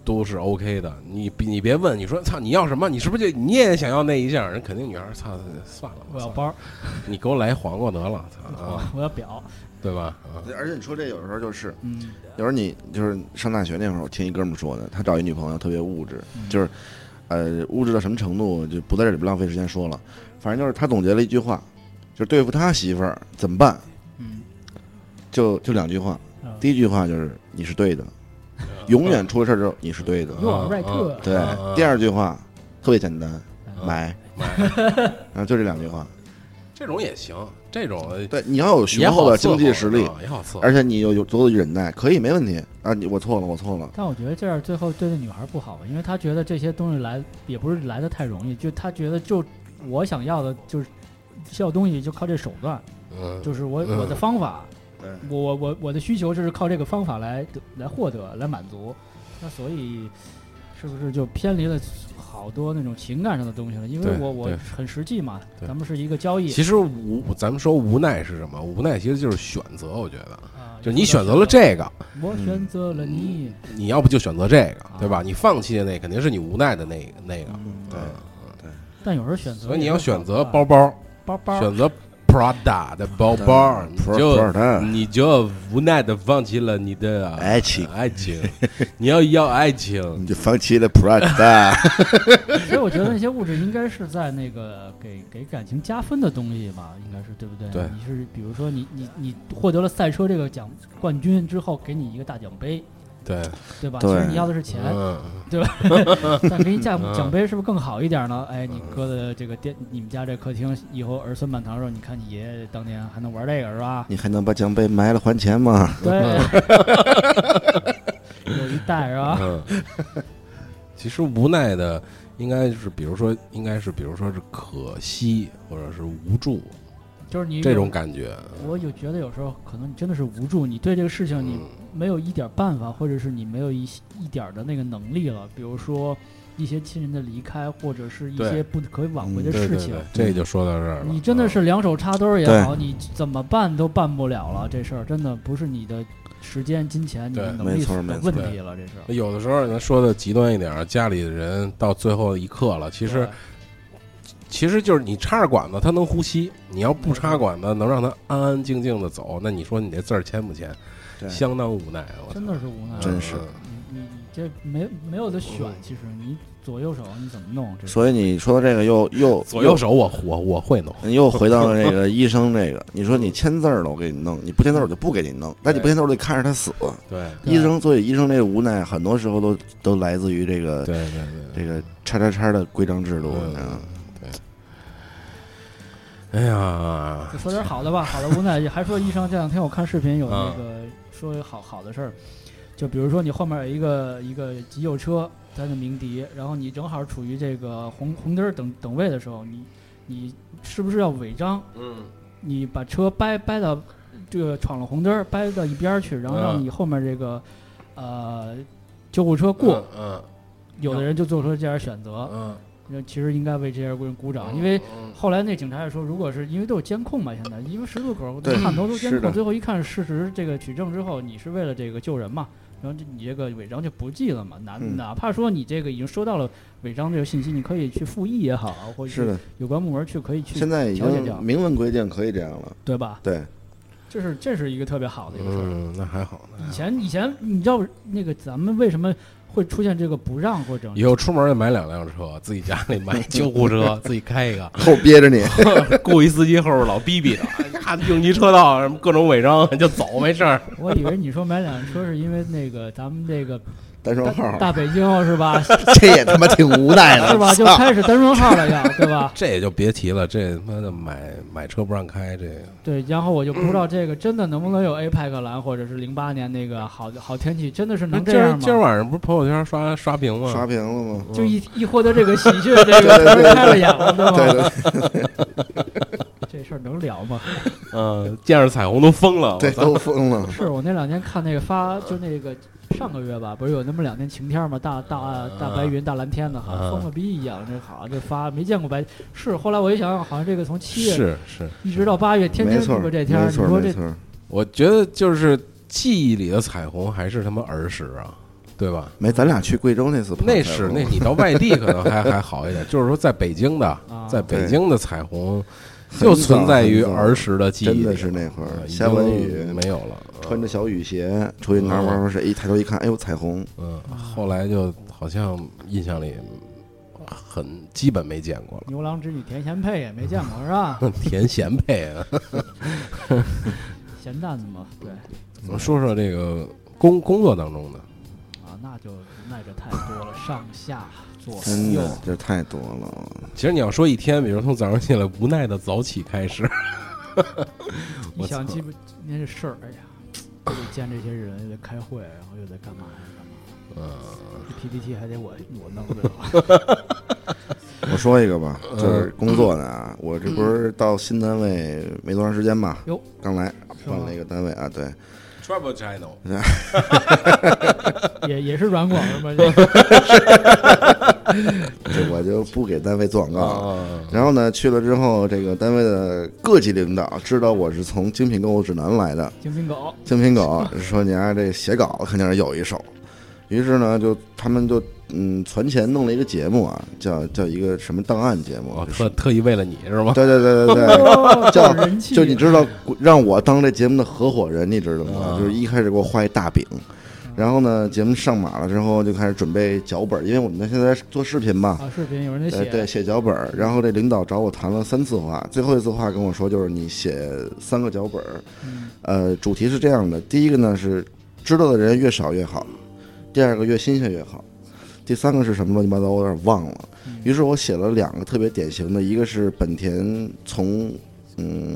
[SPEAKER 1] 都是 OK 的，你别你别问，你说操你要什么？你是不是就你也想要那一下儿？人肯定女孩儿操算了吧，
[SPEAKER 2] 我要
[SPEAKER 1] 算了
[SPEAKER 2] 包，
[SPEAKER 1] 你给我来黄瓜得了，操啊！
[SPEAKER 2] 我要表，
[SPEAKER 1] 对吧？啊，
[SPEAKER 3] 而且你说这有时候就是，
[SPEAKER 2] 嗯，
[SPEAKER 3] 有时候你就是上大学那会儿，我听一哥们儿说的，他找一女朋友特别物质，就是，呃，物质到什么程度就不在这里浪费时间说了。反正就是他总结了一句话，就是对付他媳妇儿怎么办？
[SPEAKER 2] 嗯，
[SPEAKER 3] 就就两句话
[SPEAKER 2] 嗯，
[SPEAKER 3] 第一句话就是你是对的，嗯永远出了事儿之后你是对的。
[SPEAKER 1] 啊
[SPEAKER 3] 啊
[SPEAKER 2] You are right，
[SPEAKER 3] 对
[SPEAKER 1] 嗯嗯，
[SPEAKER 3] 第二句话特别简单，
[SPEAKER 2] 嗯
[SPEAKER 3] 买
[SPEAKER 1] 啊 买，
[SPEAKER 3] 然后就这两句话。
[SPEAKER 1] 这种也行，这种
[SPEAKER 3] 对，你要有
[SPEAKER 1] 也
[SPEAKER 3] 雄
[SPEAKER 1] 好
[SPEAKER 3] 厚的
[SPEAKER 1] 伺候
[SPEAKER 3] 经济实力，
[SPEAKER 1] 啊也好伺候。
[SPEAKER 3] 而且你有有足够的忍耐，可以没问题啊！你我错了，我错了。
[SPEAKER 2] 但我觉得这样最后对这女孩不好吧，因为她觉得这些东西来也不是来的太容易，就她觉得就我想要的就是要东西就靠这手段，
[SPEAKER 1] 嗯，
[SPEAKER 2] 就是我
[SPEAKER 1] 嗯
[SPEAKER 2] 我的方法，
[SPEAKER 3] 对
[SPEAKER 2] 我我我我的需求就是靠这个方法来得来获得来满足，那所以是不是就偏离了好多那种情感上的东西了？因为
[SPEAKER 1] 对
[SPEAKER 2] 我我
[SPEAKER 1] 对
[SPEAKER 2] 很实际嘛，
[SPEAKER 1] 对
[SPEAKER 2] 咱们是一个交易
[SPEAKER 1] 其实无，咱们说无奈是什么？无奈其实就是选择，我觉得，
[SPEAKER 2] 啊，
[SPEAKER 1] 就是你选择了，这嗯个，
[SPEAKER 2] 我选择了你，
[SPEAKER 1] 你要不就选择这个，对吧？
[SPEAKER 2] 啊
[SPEAKER 1] 你放弃的那肯定是你无奈的那那个，嗯
[SPEAKER 3] 对，
[SPEAKER 2] 但有时候选择，
[SPEAKER 1] 所以你要选择包包，
[SPEAKER 2] 包包，
[SPEAKER 1] 选择 Prada 的包包，你就
[SPEAKER 3] Prada
[SPEAKER 1] 你就无奈的放弃了你的
[SPEAKER 3] 爱情嗯
[SPEAKER 1] 爱情，你要要爱情，
[SPEAKER 3] 你就放弃了啊 Prada。
[SPEAKER 2] 所以我觉得那些物质应该是在那个给给感情加分的东西吧，应该是对不对？
[SPEAKER 1] 对
[SPEAKER 2] 你是比如说你你你获得了赛车这个奖冠军之后，给你一个大奖杯，
[SPEAKER 1] 对，
[SPEAKER 2] 对吧？
[SPEAKER 3] 对
[SPEAKER 2] 其实你要的是钱，
[SPEAKER 1] 嗯，
[SPEAKER 2] 但给你奖
[SPEAKER 1] 嗯
[SPEAKER 2] 奖杯是不是更好一点呢？哎，你哥的这个店，你们家这客厅，以后儿孙满堂的时候，你看你爷爷当年还能玩这个是吧？
[SPEAKER 3] 你还能把奖杯埋了还钱吗？
[SPEAKER 2] 对， 有一代是吧？
[SPEAKER 1] 嗯，其实无奈的应该是，比如说，应该是，比如说是可惜或者是无助
[SPEAKER 2] 就是你有
[SPEAKER 1] 这种，感觉。
[SPEAKER 2] 我有觉得有时候可能你真的是无助，你对这个事情你
[SPEAKER 1] 嗯
[SPEAKER 2] 没有一点办法，或者是你没有一一点儿的那个能力了，比如说一些亲人的离开，或者是一
[SPEAKER 1] 对
[SPEAKER 2] 些不可以挽
[SPEAKER 3] 嗯
[SPEAKER 2] 回的
[SPEAKER 1] 对对
[SPEAKER 2] 事
[SPEAKER 1] 对
[SPEAKER 2] 情。，
[SPEAKER 1] 这就说到这儿了。
[SPEAKER 2] 你真的是两手插兜儿也
[SPEAKER 3] 对
[SPEAKER 2] 好，你怎么办都办不了了。这事儿真的不是你的时间、金钱、你的
[SPEAKER 1] 对
[SPEAKER 2] 能力
[SPEAKER 3] 没错
[SPEAKER 2] 的
[SPEAKER 3] 没错
[SPEAKER 2] 问题了。这是
[SPEAKER 1] 嗯有的时候，咱说的极端一点儿，家里的人到最后一刻了，其实其实就是你插着管子，他能呼吸；你要不插管子，能让他安安静静的走，那你说你这字儿签不签？
[SPEAKER 3] 对
[SPEAKER 1] 相当无奈，嗯我操
[SPEAKER 2] 对真的是无奈，
[SPEAKER 3] 真是
[SPEAKER 2] 你你你这没没有的选，其实你左右手你怎么弄？这是
[SPEAKER 3] 所以你说到这个又又
[SPEAKER 1] 左右手我我我会弄，
[SPEAKER 3] 又又回到了这个医 生这个，你说你签字儿了，我给你弄；你不签字儿，我就不给你弄。但你不签字儿，我得看着他死。
[SPEAKER 1] 对
[SPEAKER 2] 对
[SPEAKER 3] 医生，所以医生这个无奈，很多时候都都来自于这个
[SPEAKER 1] 对对对。
[SPEAKER 3] 这个叉叉叉的规章制度，
[SPEAKER 1] 嗯
[SPEAKER 3] 你知道吗？
[SPEAKER 1] 哎呀
[SPEAKER 2] 就，说点好的吧，好的无奈。还说医生这两天我看视频有那个
[SPEAKER 1] 嗯
[SPEAKER 2] 说有好好的事儿，就比如说你后面有一个一个急救车，它的鸣笛，然后你正好处于这个红红灯儿等等位的时候，你你是不是要违章？
[SPEAKER 1] 嗯，
[SPEAKER 2] 你把车掰掰到这个闯了红灯儿，掰到一边儿去，然后让
[SPEAKER 1] 嗯
[SPEAKER 2] 你后面这个呃救护车过。
[SPEAKER 1] 嗯
[SPEAKER 2] 有的人就做出了这样的选择，
[SPEAKER 1] 嗯，
[SPEAKER 2] 那其实应该为这些人鼓掌，
[SPEAKER 1] 嗯
[SPEAKER 2] 因为后来那警察也说，如果是因为都有监控嘛，现在因为十字口
[SPEAKER 3] 对
[SPEAKER 2] 探头都监
[SPEAKER 3] 是的
[SPEAKER 2] 控，最后一看事实这个取证之后，你是为了这个救人嘛，然后就你这个违章就不记了嘛，哪
[SPEAKER 3] 嗯
[SPEAKER 2] 哪怕说你这个已经收到了违章这个信息，你可以去复议也好，或者
[SPEAKER 3] 是的，
[SPEAKER 2] 有关部门去可以去
[SPEAKER 3] 现在已
[SPEAKER 2] 调解掉
[SPEAKER 3] 经明文规定可以这样了。
[SPEAKER 2] 对吧？
[SPEAKER 3] 对，嗯
[SPEAKER 2] 这是这是一个特别好的一个事儿。
[SPEAKER 1] 嗯，那还好呢。
[SPEAKER 2] 以前以前你知道那个咱们为什么会出现这个不让或者
[SPEAKER 1] 以后出门也买两辆车， 自己家里买救护车，自己开一个，
[SPEAKER 3] 后憋着你，
[SPEAKER 1] 雇一司机后边老逼逼的，哎呀，应急车道什么各种违章就走，没事儿。
[SPEAKER 2] 我以为你说买辆车是因为那个咱们这个
[SPEAKER 3] 单双
[SPEAKER 2] 大
[SPEAKER 3] 号，
[SPEAKER 2] 大北京是吧？
[SPEAKER 3] 哦 这也他妈挺无奈的，
[SPEAKER 2] 是吧？就
[SPEAKER 3] 操
[SPEAKER 2] 开始单双号了要， 对吧？
[SPEAKER 1] 这也就别提了，这他妈的买买车不让开，这个
[SPEAKER 2] 对，然后我就不知道这个真的能不能有 APEC 蓝，或者是零八年那个好好天气，真的是能
[SPEAKER 1] 今
[SPEAKER 2] 这
[SPEAKER 1] 儿
[SPEAKER 2] 样
[SPEAKER 1] 今儿
[SPEAKER 2] 吗？
[SPEAKER 1] 晚上不是朋友圈刷刷屏吗？
[SPEAKER 3] 刷屏了吗？
[SPEAKER 2] 就一一获得这个喜 讯，这个咱们开了眼了，对
[SPEAKER 3] 对
[SPEAKER 2] 吗？
[SPEAKER 3] 对
[SPEAKER 2] 这事儿能聊吗？
[SPEAKER 1] 嗯，见着彩虹都疯了。
[SPEAKER 3] 对，
[SPEAKER 1] 我操
[SPEAKER 3] 都疯了，
[SPEAKER 2] 是我那两天看那个发，就那个上个月吧，不是有那么两天晴天嘛，大大大白云、大蓝天的，好像疯了逼一样。这好，这发没见过白是。后来我一想，好像这个从七月
[SPEAKER 1] 是是，
[SPEAKER 2] 一直到八月， 天
[SPEAKER 3] 没
[SPEAKER 2] 天
[SPEAKER 3] 错
[SPEAKER 2] 就
[SPEAKER 3] 儿，
[SPEAKER 2] 是这天儿，
[SPEAKER 3] 没
[SPEAKER 2] 你
[SPEAKER 3] 错儿，
[SPEAKER 2] 说
[SPEAKER 3] 没
[SPEAKER 2] 这
[SPEAKER 3] 错儿，
[SPEAKER 1] 我觉得就是记忆里的彩虹还是他妈儿时啊，对吧？
[SPEAKER 3] 没，咱俩去贵州那次碰
[SPEAKER 1] 那
[SPEAKER 3] 彩
[SPEAKER 1] 是
[SPEAKER 3] 虹
[SPEAKER 1] 那你到外地可能还还好一点，就是说在北京的，在北京的彩虹就存在于儿时的记忆里
[SPEAKER 3] 真
[SPEAKER 1] 了，
[SPEAKER 3] 的是那会儿
[SPEAKER 1] 嗯已
[SPEAKER 3] 下完
[SPEAKER 1] 经
[SPEAKER 3] 雨，
[SPEAKER 1] 没有了，嗯
[SPEAKER 3] 穿着小雨鞋出去拿玩玩水，一抬头一看，哎呦彩虹，
[SPEAKER 1] 嗯，后来就好像印象里很基本没见过了。
[SPEAKER 2] 牛郎织女田贤配也没见过是吧？
[SPEAKER 1] 甜咸配啊，
[SPEAKER 2] 咸蛋子嘛，对
[SPEAKER 1] 我们说说这个工工作当中的，
[SPEAKER 2] 啊，那就那个太多了， 上下左
[SPEAKER 3] 真
[SPEAKER 2] 右。
[SPEAKER 3] 的这太多了，
[SPEAKER 1] 其实你要说一天，比如从早上起来无奈的早起开始，
[SPEAKER 2] 一
[SPEAKER 1] 我
[SPEAKER 2] 想
[SPEAKER 1] 操
[SPEAKER 2] 基本今天这事儿，哎呀，又得见这些人，又得开会，然后又得干嘛呀干嘛呀？
[SPEAKER 3] 呃
[SPEAKER 2] 这 PPT 还得我我弄对吧？
[SPEAKER 3] 我说一个吧，
[SPEAKER 1] 嗯
[SPEAKER 3] 就是工作的啊，我这不是到新单位没多长时间嘛，
[SPEAKER 2] 哟，
[SPEAKER 3] 刚来
[SPEAKER 2] 吗
[SPEAKER 3] 换了一个单位啊，对，
[SPEAKER 1] Travel Channel，
[SPEAKER 2] 也也是软广是吧？这个
[SPEAKER 3] 这我就不给单位做广告了。
[SPEAKER 1] 啊，
[SPEAKER 3] 然后呢，去了之后，这个单位的各级领导知道我是从精品购物指南来的，
[SPEAKER 2] 精品狗
[SPEAKER 3] 精品狗说你啊，这写稿肯定是有一手。于是呢，就他们就嗯存钱弄了一个节目啊，叫叫一个什么档案节目
[SPEAKER 1] 我，哦特特意为了你是吗？
[SPEAKER 3] 对对对对对。
[SPEAKER 2] 哦
[SPEAKER 3] 叫
[SPEAKER 2] 有人气，
[SPEAKER 3] 就你知道，让我当这节目的合伙人，你知道吗？就是一开始给我画一大饼，然后呢，节目上马了之后就开始准备脚本，因为我们现在做视频嘛，
[SPEAKER 2] 啊，视频有人在
[SPEAKER 3] 呃，
[SPEAKER 2] 写，
[SPEAKER 3] 对，写脚本儿。然后这领导找我谈了三次话，最后一次话跟我说就是你写三个脚本儿，
[SPEAKER 2] 嗯
[SPEAKER 3] 呃，主题是这样的：第一个呢是知道的人越少越好，第二个越新鲜越好，第三个是什么乱七八糟，我有点忘了。于是我写了两个特别典型的，一个是本田从嗯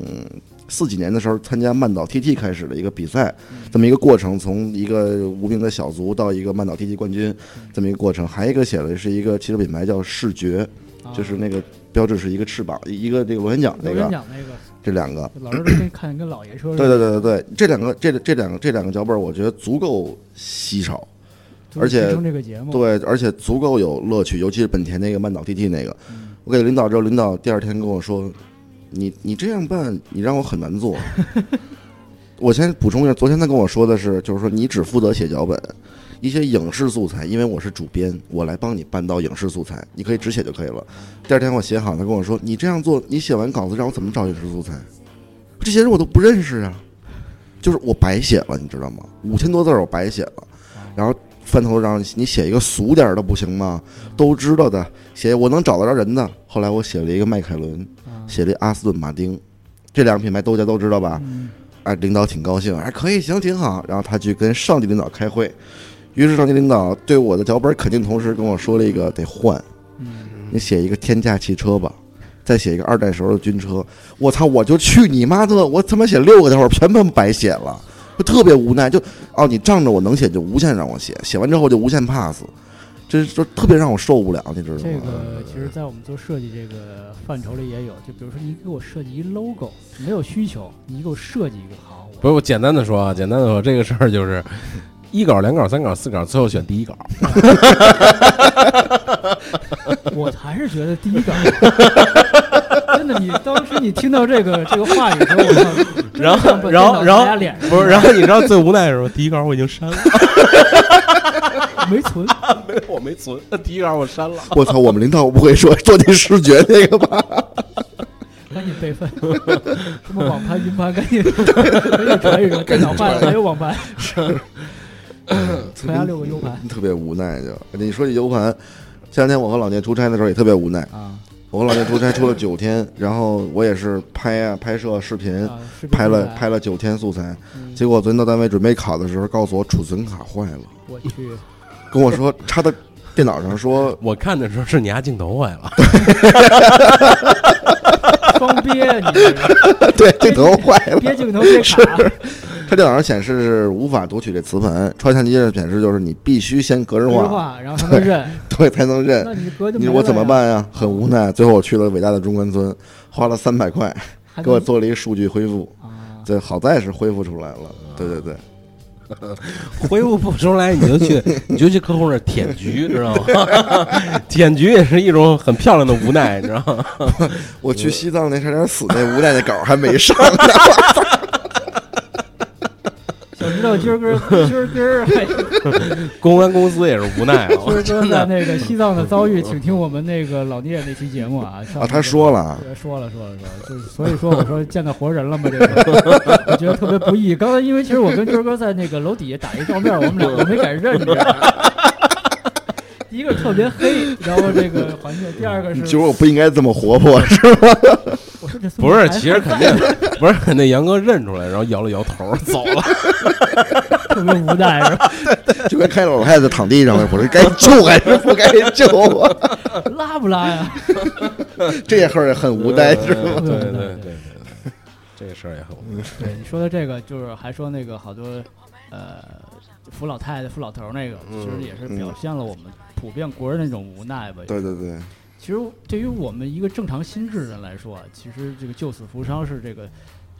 [SPEAKER 3] 四几年的时候参加曼岛 TT 开始的一个比赛，这么一个过程，从一个无名的小卒到一个曼岛 TT 冠军，这么一个过程。还有一个写的是一个汽车品牌叫视觉，就是那个标志是一个翅膀，一一个这个螺旋桨那
[SPEAKER 2] 啊有人
[SPEAKER 3] 个，
[SPEAKER 2] 讲那个，
[SPEAKER 3] 这两个。
[SPEAKER 2] 老是跟看跟老爷说似
[SPEAKER 3] 对
[SPEAKER 2] 的，
[SPEAKER 3] 对对对对，这两个这这两个这两个脚本，我觉得足够稀少，
[SPEAKER 2] 就
[SPEAKER 3] 而
[SPEAKER 2] 是
[SPEAKER 3] 且
[SPEAKER 2] 支撑这个节目，
[SPEAKER 3] 对，而且足够有乐趣，尤其是本田那个曼岛 TT 那个，我给领导之后，领导第二天跟我说，你你这样办，你让我很难做。我先补充一下，昨天他跟我说的是，就是说你只负责写脚本，一些影视素材，因为我是主编，我来帮你搬到影视素材，你可以只写就可以了。第二天我写好，他跟我说，你这样做，你写完稿子让我怎么找影视素材？这些人我都不认识啊，就是我白写了，你知道吗？五千多字儿我白写了，然后翻头让你写一个俗点儿的不行吗？都知道的，写我能找得着人的。后来我写了一个迈凯伦，
[SPEAKER 2] 啊，
[SPEAKER 3] 写了一阿斯顿马丁，这两个品牌大家都知道吧？
[SPEAKER 2] 嗯
[SPEAKER 3] 哎，领导挺高兴，哎，可以，行，挺好。然后他去跟上级领导开会，于是上级领导对我的脚本肯定，同时跟我说了一个得换，
[SPEAKER 2] 嗯，
[SPEAKER 3] 你写一个天价汽车吧，再写一个二战时候的军车。我操，我就去你妈的！我他妈写六个小时，全他妈白写了，就特别无奈。就哦，你仗着我能写，就无限让我写，写完之后就无限 pass，这就特别让我受不了，你知道吗？
[SPEAKER 2] 这个其实，在我们做设计这个范畴里也有，就比如说你给我设计一 logo，没有需求，你给我设计一个好，
[SPEAKER 1] 不
[SPEAKER 2] 我
[SPEAKER 1] 是，我简单的说啊，简单的说，这个事儿 就是一稿、两稿、三稿、四稿，最后选第一稿。
[SPEAKER 2] 我还是觉得第 一个，真的，你当时你听到这个这个话语的时 候，我操，真的
[SPEAKER 1] 然
[SPEAKER 2] 想
[SPEAKER 1] 后，然
[SPEAKER 2] 把电脑
[SPEAKER 1] 后，然
[SPEAKER 2] 砸
[SPEAKER 1] 后
[SPEAKER 2] 俩脸上
[SPEAKER 1] 不是，然后你知道最无奈的时候，第一稿我已经 删了，
[SPEAKER 2] 没存，
[SPEAKER 1] 没有我没存，第一稿我删了。
[SPEAKER 3] 我操，我们领导不会说做那视觉那个吧？
[SPEAKER 2] 赶紧备份，什么网盘、云盘，赶紧 赶紧传一传，电脑坏了没有网盘，推压六个 U 盘
[SPEAKER 3] 特别无奈就。你说起 U 盘，前两天我和老聂出差的时候也特别无奈。
[SPEAKER 2] 啊
[SPEAKER 3] 我和老聂出差出了九天，然后我也是拍啊拍摄视频，
[SPEAKER 2] 啊，视频
[SPEAKER 3] 拍了
[SPEAKER 2] 平台
[SPEAKER 3] 拍了九天素材。
[SPEAKER 2] 嗯
[SPEAKER 3] 结果昨天到单位准备考的时候，告诉我储存卡坏了，
[SPEAKER 2] 我 去，
[SPEAKER 3] 跟我 说插到电脑上说
[SPEAKER 1] 我看的时候是你家镜头坏 了，
[SPEAKER 2] 双憋你这是
[SPEAKER 3] 对镜头坏了，
[SPEAKER 2] 憋镜头憋卡，
[SPEAKER 3] 它电脑上显示是无法读取这磁盘，传相机上显示就是你必须先格式
[SPEAKER 2] 实
[SPEAKER 3] 化，
[SPEAKER 2] 话，然后他们认，
[SPEAKER 3] 对才能认。
[SPEAKER 2] 那你隔就
[SPEAKER 3] 你
[SPEAKER 2] 没
[SPEAKER 3] 说我
[SPEAKER 2] 了
[SPEAKER 3] 怎么
[SPEAKER 2] 呀？
[SPEAKER 3] 办呀？很无奈，最后我去了伟大的中关村，花了三百块
[SPEAKER 2] 还
[SPEAKER 3] 给我
[SPEAKER 2] 能
[SPEAKER 3] 做了一个数据恢复。
[SPEAKER 2] 啊，
[SPEAKER 3] 这好在是恢复出来了，对对对，
[SPEAKER 1] 恢复不出来你就去，你就去客户那儿舔局，知道 吗？舔局也是一种很漂亮的无奈，你知道吗？
[SPEAKER 3] 我去西藏那差点死那无奈那稿还没上呢，
[SPEAKER 2] 小知道今儿个今儿啊根儿还。
[SPEAKER 1] 公关公司也是无奈
[SPEAKER 2] 说
[SPEAKER 1] 了，
[SPEAKER 2] 真的那个西藏的遭遇，请听我们那个老聂那期节目啊。上
[SPEAKER 3] 啊，他
[SPEAKER 2] 次
[SPEAKER 3] 说了，
[SPEAKER 2] 对说了说了说了，就是所以说我说见到活人了嘛，这个我觉得特别不易。刚才因为其实我跟军哥在那个楼底下打一照面，我们俩都没敢认你知道吗。 一个是特别黑，然后这个环境；第二个，
[SPEAKER 3] 就是是我不应该这么活泼， 是吧
[SPEAKER 2] 我说这孙
[SPEAKER 1] 不是，
[SPEAKER 2] 子还
[SPEAKER 1] 其实肯定 不是，那杨哥认出来，然后摇了摇头儿走了。
[SPEAKER 2] 特别无奈，是吧？
[SPEAKER 3] 就跟开老太太躺地上了，我说该救还是不该救啊？
[SPEAKER 2] 拉不拉呀？
[SPEAKER 3] 这事儿也很无奈，是吧？
[SPEAKER 1] 对
[SPEAKER 2] 对
[SPEAKER 1] 对对
[SPEAKER 2] 对对
[SPEAKER 1] 对， 这事儿也很无奈。
[SPEAKER 3] 嗯
[SPEAKER 2] 对你说的这个，就是还说那个好多呃扶老太太、扶老头儿那个，
[SPEAKER 3] 嗯
[SPEAKER 2] 其实也是表现了我们普遍国人那种无奈吧。
[SPEAKER 3] 对对对，
[SPEAKER 2] 其实对于我们一个正常心智人来说啊，其实这个救死扶伤是这个，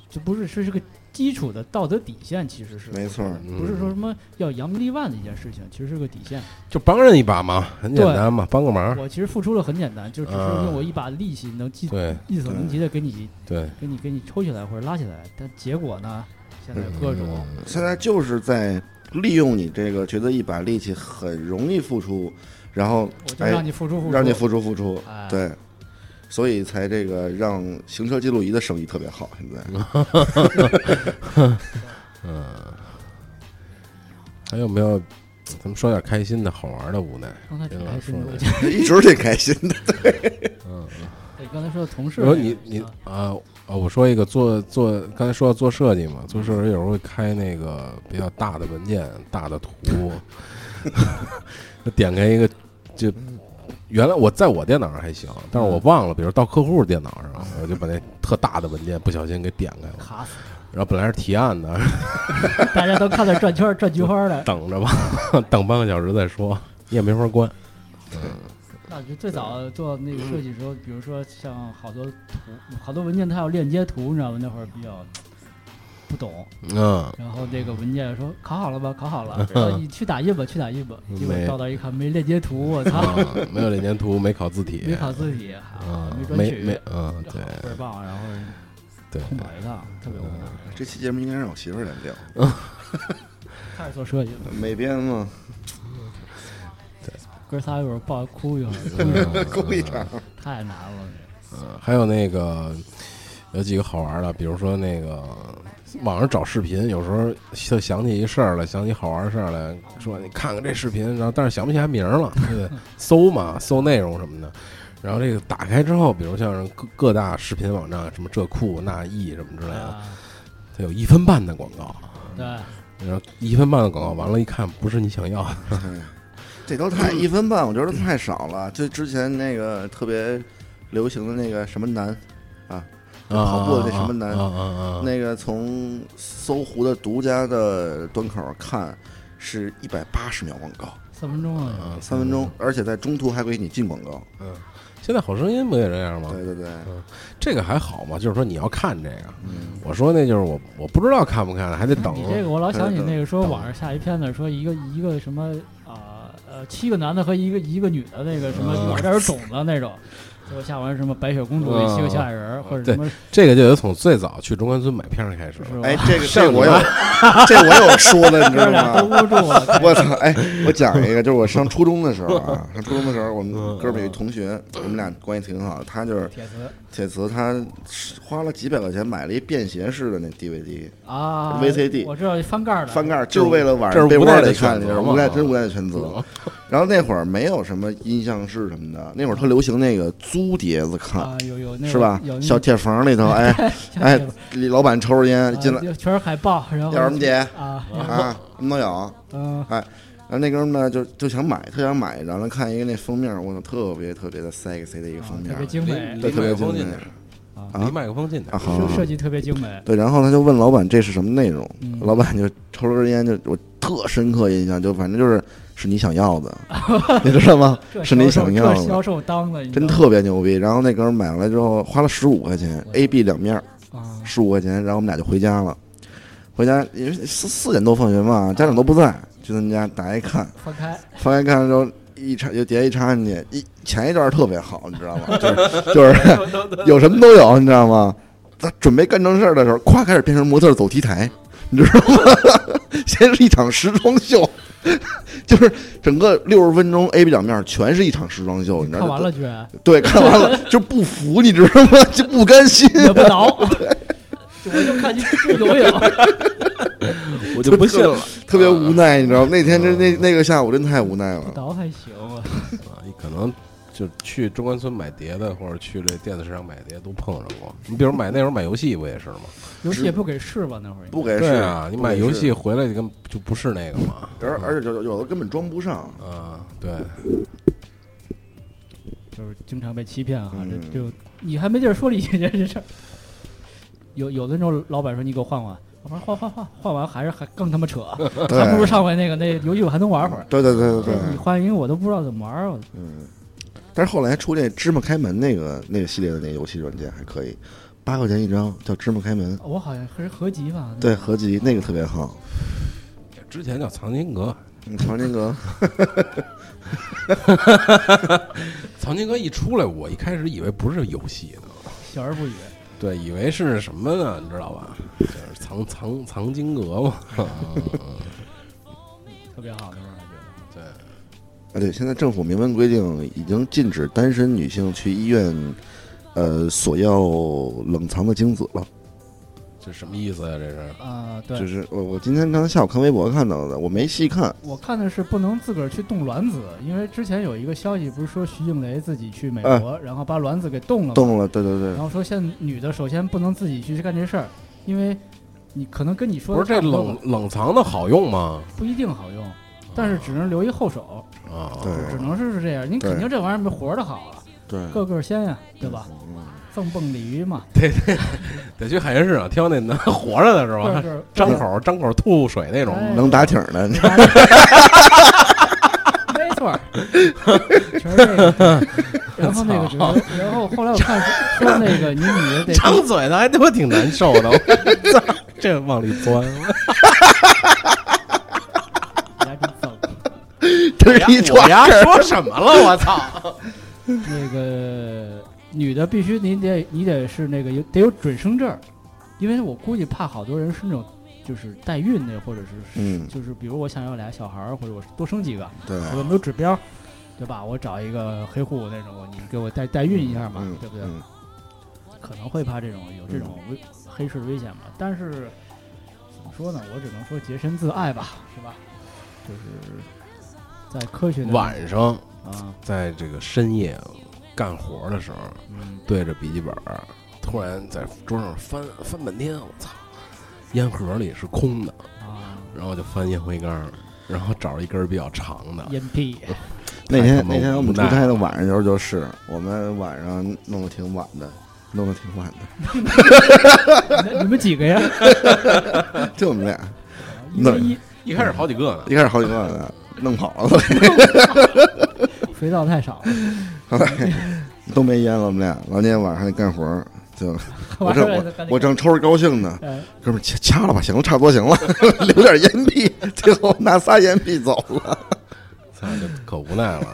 [SPEAKER 2] 这不是是这个基础的道德底线，其实是
[SPEAKER 3] 没错儿，
[SPEAKER 1] 嗯
[SPEAKER 2] 不是说什么要扬名立万的一件事情，其实是个底线。
[SPEAKER 1] 就帮人一把嘛，很简单嘛，帮个
[SPEAKER 3] 啊
[SPEAKER 1] 忙。
[SPEAKER 2] 我其实付出了很简单，就只是
[SPEAKER 1] 嗯
[SPEAKER 2] 用我一把力气能
[SPEAKER 3] 啊
[SPEAKER 2] 尽
[SPEAKER 1] 对
[SPEAKER 2] 力所能及的给你
[SPEAKER 1] 对，
[SPEAKER 2] 给你给你抽起来或者拉起来，但结果呢，现在各种。
[SPEAKER 3] 现在就是在利用你这个觉得一把力气很容易付出，然后
[SPEAKER 2] 我就
[SPEAKER 3] 哎
[SPEAKER 2] 让你付出付出，
[SPEAKER 3] 让你付出付出，
[SPEAKER 2] 哎
[SPEAKER 3] 对，所以才这个让行车记录仪的生意特别好。现在
[SPEAKER 1] 还有没有？咱们说点开心的、好玩的无奈。
[SPEAKER 2] 刚才挺
[SPEAKER 1] 别老
[SPEAKER 2] 开
[SPEAKER 3] 嗯
[SPEAKER 2] 心的，
[SPEAKER 1] 说
[SPEAKER 2] 我
[SPEAKER 1] 了
[SPEAKER 2] 觉得。
[SPEAKER 3] 一直挺开心的，
[SPEAKER 2] 对刚才说的同事
[SPEAKER 1] 然后
[SPEAKER 2] 那个，
[SPEAKER 1] 你你
[SPEAKER 2] 啊
[SPEAKER 1] 啊啊！我说一个做做，刚才说到做设计嘛，做设计有时候会开那个比较大的文件、大的图，点开一个就。原来我在我电脑上还行，但是我忘了，比如到客户电脑上，我就把那特大的文件不小心给点开了，
[SPEAKER 2] 卡死，
[SPEAKER 1] 然后本来是提案的，
[SPEAKER 2] 大家都看那转圈儿转菊花儿的。
[SPEAKER 1] 等着吧， 等半个小时再说，你也没法关。
[SPEAKER 2] 那就最早做那个设计的时候，比如说像好多图、好多文件，它有链接图，你知道吗？那会儿比较不懂，
[SPEAKER 1] 嗯，
[SPEAKER 2] 然后这个文件说考好了吧，考 好了，然后你去打印吧，去打印吧，结果
[SPEAKER 1] 没
[SPEAKER 2] 到那儿一看没链接图，我操，
[SPEAKER 1] 啊，没有这年图，没考字体，
[SPEAKER 2] 没考字体，啊
[SPEAKER 1] 啊，没
[SPEAKER 2] 没转取，
[SPEAKER 1] 没，嗯，对
[SPEAKER 2] 倍儿棒，啊然后
[SPEAKER 1] 对，
[SPEAKER 2] 空白的，特别无奈。
[SPEAKER 1] 嗯
[SPEAKER 3] 这期节目应该让我媳妇儿来聊，
[SPEAKER 2] 开始做设计了，
[SPEAKER 3] 美编嘛，
[SPEAKER 2] 哥仨一会儿抱着哭一会儿，
[SPEAKER 3] 故意场。
[SPEAKER 2] 太难了。
[SPEAKER 1] 嗯还有那个有几个好玩的，比如说那个网上找视频，有时候就想起一事儿来，想起好玩的事儿来，说你看看这视频，然后但是想不起来名儿了，对得搜嘛，搜内容什么的。然后这个打开之后，比如像各各大视频网站，什么这酷那艺什么之类的，
[SPEAKER 2] 啊，
[SPEAKER 1] 它有一分半的广告，
[SPEAKER 2] 对，
[SPEAKER 1] 然后一分半的广告完了，一看不是你想要的，
[SPEAKER 3] 这都 太一分半，我觉得太少了。就之前那个特别流行的那个什么男，啊跑步的那什么男
[SPEAKER 1] 啊啊啊啊，
[SPEAKER 3] 那个从搜狐的独家的端口看，是一百八十秒广告，
[SPEAKER 2] 三分钟了。
[SPEAKER 1] 啊
[SPEAKER 3] 三分钟，。而且在中途还给你进广告。
[SPEAKER 1] 现在好声音不也这样吗？
[SPEAKER 3] 对对对，
[SPEAKER 1] 嗯这个还好嘛，就是说你要看这个，我说那就是我我不知道看不看，还得等
[SPEAKER 2] 你。这个我老想起那个
[SPEAKER 3] 哦
[SPEAKER 2] 说网上下一片子说一个一个什么啊呃七个男的和一个一个女的那个什么
[SPEAKER 3] 哦
[SPEAKER 1] 嗯
[SPEAKER 2] 有点种子那种，最后下完什么白雪公主里
[SPEAKER 3] 哦
[SPEAKER 2] 七个小矮人儿，或者什么，
[SPEAKER 1] 这个就得从最早去中关村买票开始
[SPEAKER 2] 是
[SPEAKER 1] 了。
[SPEAKER 2] 吧？
[SPEAKER 3] 哎，这个
[SPEAKER 1] 上
[SPEAKER 3] 这
[SPEAKER 1] 你
[SPEAKER 3] 我有， 这我有说的，你知
[SPEAKER 2] 哥
[SPEAKER 3] 道
[SPEAKER 2] 俩都
[SPEAKER 3] 吗？
[SPEAKER 2] 捂住了，
[SPEAKER 3] 我操！哎，我讲一个，就是我上初中的时候 啊，上初中的时候，我们
[SPEAKER 1] 嗯
[SPEAKER 3] 哥们儿有一同学，我们俩关系挺好的，他就是
[SPEAKER 2] 铁磁
[SPEAKER 3] 铁磁，他花了几百块钱买了一便携式的那 DVD
[SPEAKER 2] 啊
[SPEAKER 3] VCD
[SPEAKER 2] 我知道翻盖儿的
[SPEAKER 3] 翻盖，就是为了晚
[SPEAKER 1] 哎这
[SPEAKER 3] 上
[SPEAKER 1] 是
[SPEAKER 3] 被
[SPEAKER 1] 无
[SPEAKER 3] 窝
[SPEAKER 1] 奈的
[SPEAKER 3] 里看，
[SPEAKER 1] 选
[SPEAKER 3] 你
[SPEAKER 1] 择
[SPEAKER 3] 知道
[SPEAKER 1] 嘛哦
[SPEAKER 3] 吗？无奈，真无奈的选择。 然后那会儿没有什么音像室什么的，那会儿特流行那个租碟子看，
[SPEAKER 2] 啊，有有那个
[SPEAKER 3] 是吧
[SPEAKER 2] 有？那
[SPEAKER 3] 小
[SPEAKER 2] 个
[SPEAKER 3] 铁房 里头，哎哎，李老板抽着烟
[SPEAKER 2] 啊
[SPEAKER 3] 进来，
[SPEAKER 2] 就全是海报，然后
[SPEAKER 3] 要什么碟
[SPEAKER 2] 啊，
[SPEAKER 3] 啊，什么都有。 哎
[SPEAKER 2] 嗯，
[SPEAKER 3] 然后那哥们儿呢，就就想买，特想买，然后看一个那封面，我操，特别特别的 sexy 的一个封面
[SPEAKER 2] 啊特，别精美，
[SPEAKER 3] 对，
[SPEAKER 1] 离
[SPEAKER 3] 特别
[SPEAKER 1] 麦克
[SPEAKER 3] 精
[SPEAKER 1] 风
[SPEAKER 3] 美
[SPEAKER 1] 近点儿，
[SPEAKER 3] 啊
[SPEAKER 1] 离麦克风近点
[SPEAKER 3] 啊，
[SPEAKER 1] 儿。
[SPEAKER 3] 好，好
[SPEAKER 2] 设
[SPEAKER 3] 好
[SPEAKER 2] 设计特别精美，
[SPEAKER 3] 对，然后他就问老板这是什么内容，
[SPEAKER 2] 嗯
[SPEAKER 3] 老板就抽了根烟，就我特深刻印象，就反正就是是你想要的，你知道吗？
[SPEAKER 2] 这
[SPEAKER 3] 是你
[SPEAKER 2] 销售
[SPEAKER 3] 想要
[SPEAKER 2] 这销
[SPEAKER 3] 的，
[SPEAKER 2] 售当的，你知
[SPEAKER 3] 真
[SPEAKER 2] 道
[SPEAKER 3] 特别牛逼。然后那哥们儿买回来之后花了十五块钱，A、B 两面
[SPEAKER 2] 啊，
[SPEAKER 3] 十五块钱，然后我们俩就回家了。回家因为四四点多放学嘛，家长都不在，去他们家打开看，
[SPEAKER 2] 翻开
[SPEAKER 3] 翻开看的时候，一插有碟一插进去，一前一段特别好，你知道 吗？就是就是 有什么都有，你知道吗？他准备干正事儿的时候，咵开始变成模特走 T 台，你知道吗？ 先是一场时装秀，就是整个六十分钟 A B 两面全是一场时装秀，你知道
[SPEAKER 2] 看
[SPEAKER 3] 吗？
[SPEAKER 2] 完了居然
[SPEAKER 3] 对，看完了就不服，你知道吗？就不甘心。
[SPEAKER 2] 也不 挠，我就看你游泳，
[SPEAKER 1] 我就不信 了，
[SPEAKER 3] 特别无奈，你知道吗？那天真那那个下午真太无奈
[SPEAKER 2] 不
[SPEAKER 3] 了。
[SPEAKER 2] 挠还行啊，
[SPEAKER 1] 啊你可能就去中关村买碟的，或者去这电子市场买碟都碰上过。你比如买那时候买游戏不也是吗？
[SPEAKER 2] 游戏也不给试吧那会儿，
[SPEAKER 3] 不给
[SPEAKER 1] 对
[SPEAKER 3] 试
[SPEAKER 1] 啊，你
[SPEAKER 3] 不
[SPEAKER 1] 买
[SPEAKER 3] 给
[SPEAKER 1] 游
[SPEAKER 3] 试
[SPEAKER 1] 戏回来就跟就不是那个嘛。
[SPEAKER 3] 而而且有有的根本装不上，
[SPEAKER 1] 啊，对，
[SPEAKER 2] 就是经常被欺骗啊，这
[SPEAKER 3] 嗯
[SPEAKER 2] 就你还没地儿说理去这这事儿。有有的那种老板说你给我换换，我说换换换，换完还是还更他妈扯，
[SPEAKER 3] 对
[SPEAKER 2] 还不如上回那个那游戏我还能玩会儿。
[SPEAKER 3] 对对对对对。
[SPEAKER 2] 你换音我都不知道怎么玩儿，我
[SPEAKER 3] 但是后来出那芝麻开门那个那个系列的那个游戏软件还可以，八块钱一张，叫芝麻开门，
[SPEAKER 2] 我好像是合集吧？
[SPEAKER 3] 对，合集那个特别好。
[SPEAKER 1] 之前叫藏经阁，
[SPEAKER 3] 你瞧那个，
[SPEAKER 1] 藏经阁一出来，我一开始以为不是游戏呢，
[SPEAKER 2] 小而不语，
[SPEAKER 1] 对，以为是什么呢？你知道吧？就是藏藏藏经阁嘛。
[SPEAKER 2] 特别好那会儿感觉。
[SPEAKER 3] 啊对，现在政府明文规定已经禁止单身女性去医院，呃，索要冷藏的精子了。
[SPEAKER 1] 这什么意思呀、这是
[SPEAKER 2] 啊，
[SPEAKER 3] 就
[SPEAKER 2] 对，
[SPEAKER 3] 是我我今天刚才下午看微博看到的，我没细看。
[SPEAKER 2] 我看的是不能自个儿去冻卵子，因为之前有一个消息不是说徐静蕾自己去美
[SPEAKER 3] 哎
[SPEAKER 2] 国，然后把卵子给嗯冻了嘛，
[SPEAKER 3] 动了，对对对
[SPEAKER 2] 然，后说现在女的首先不能自己去干这事儿，因为你可能跟你说
[SPEAKER 1] 不
[SPEAKER 2] 的
[SPEAKER 1] 是这
[SPEAKER 2] 差多
[SPEAKER 1] 冷冷藏的好用吗？
[SPEAKER 2] 不一定好用，但是只能留一后手，
[SPEAKER 1] 啊，
[SPEAKER 3] 对
[SPEAKER 2] 只能是是这样。您
[SPEAKER 3] 对
[SPEAKER 2] 肯定这玩意儿没活的好啊，
[SPEAKER 3] 对
[SPEAKER 2] 个个鲜呀，对吧？赠蹦鲤鱼嘛，
[SPEAKER 1] 得去海鲜市场啊挑那能活着的是
[SPEAKER 2] 个
[SPEAKER 1] 吧？
[SPEAKER 2] 个
[SPEAKER 1] 张口张口吐水那种，
[SPEAKER 2] 哎
[SPEAKER 3] 能打挺儿的，
[SPEAKER 2] 没错 儿，全是这个。然 后那个什么，然后后来我看说说那个你女的得
[SPEAKER 1] 张嘴的还他妈挺难受的，我 操，这往里钻，
[SPEAKER 2] 牙给赠
[SPEAKER 3] 真是一
[SPEAKER 1] 我
[SPEAKER 3] 串
[SPEAKER 1] 呀
[SPEAKER 3] 儿。
[SPEAKER 1] 说什么了？我操！
[SPEAKER 2] 那个女的必须你得你得是那个有得有准生证儿，因为我估计怕好多人是那种就是代孕的，或者是
[SPEAKER 3] 嗯，啊
[SPEAKER 2] 就是比如我想要俩小孩儿，或者我多生几个，
[SPEAKER 3] 对，
[SPEAKER 2] 我有没有指标，对吧？我找一个黑户那种，你给我代代孕一下嘛，
[SPEAKER 3] 嗯
[SPEAKER 2] 对不对？
[SPEAKER 3] 嗯
[SPEAKER 2] 可能会怕这种有这种危黑市的危险吧。但是怎么说呢，我只能说洁身自爱吧，是吧？就是在科学 的
[SPEAKER 1] 晚上
[SPEAKER 2] 啊，
[SPEAKER 1] 在这个深夜啊干活的时候，
[SPEAKER 2] 嗯，
[SPEAKER 1] 对着笔记本儿，突然在桌上翻翻半天，我操，烟盒里是空的，
[SPEAKER 2] 啊，
[SPEAKER 1] 然后就翻烟灰缸儿，然后找一根儿比较长的，
[SPEAKER 2] 烟屁，
[SPEAKER 3] 那
[SPEAKER 1] 太
[SPEAKER 3] 天
[SPEAKER 1] 他妈
[SPEAKER 3] 那天我
[SPEAKER 1] 无
[SPEAKER 3] 们出
[SPEAKER 1] 奈
[SPEAKER 3] 差
[SPEAKER 1] 了
[SPEAKER 3] 的晚上的时候就是，我们晚上弄得挺晚的，弄得挺晚的，
[SPEAKER 2] 那 你们几个呀？
[SPEAKER 3] 就我们俩，
[SPEAKER 2] 一
[SPEAKER 3] 那
[SPEAKER 2] 对一，
[SPEAKER 1] 一开始好几个呢，
[SPEAKER 3] 一开始好几个呢，弄跑了，
[SPEAKER 2] 肥皂太少了，
[SPEAKER 3] 后来都没烟了，我们俩，然后那天晚上还得干活儿，就我
[SPEAKER 2] 完事
[SPEAKER 3] 正
[SPEAKER 2] 儿了
[SPEAKER 3] 我我正抽着高兴呢，
[SPEAKER 2] 哎
[SPEAKER 3] 哥们儿掐掐了吧，行了，差不多行了， 留点烟币，最后拿仨烟币走了，
[SPEAKER 1] 操，就可无奈了。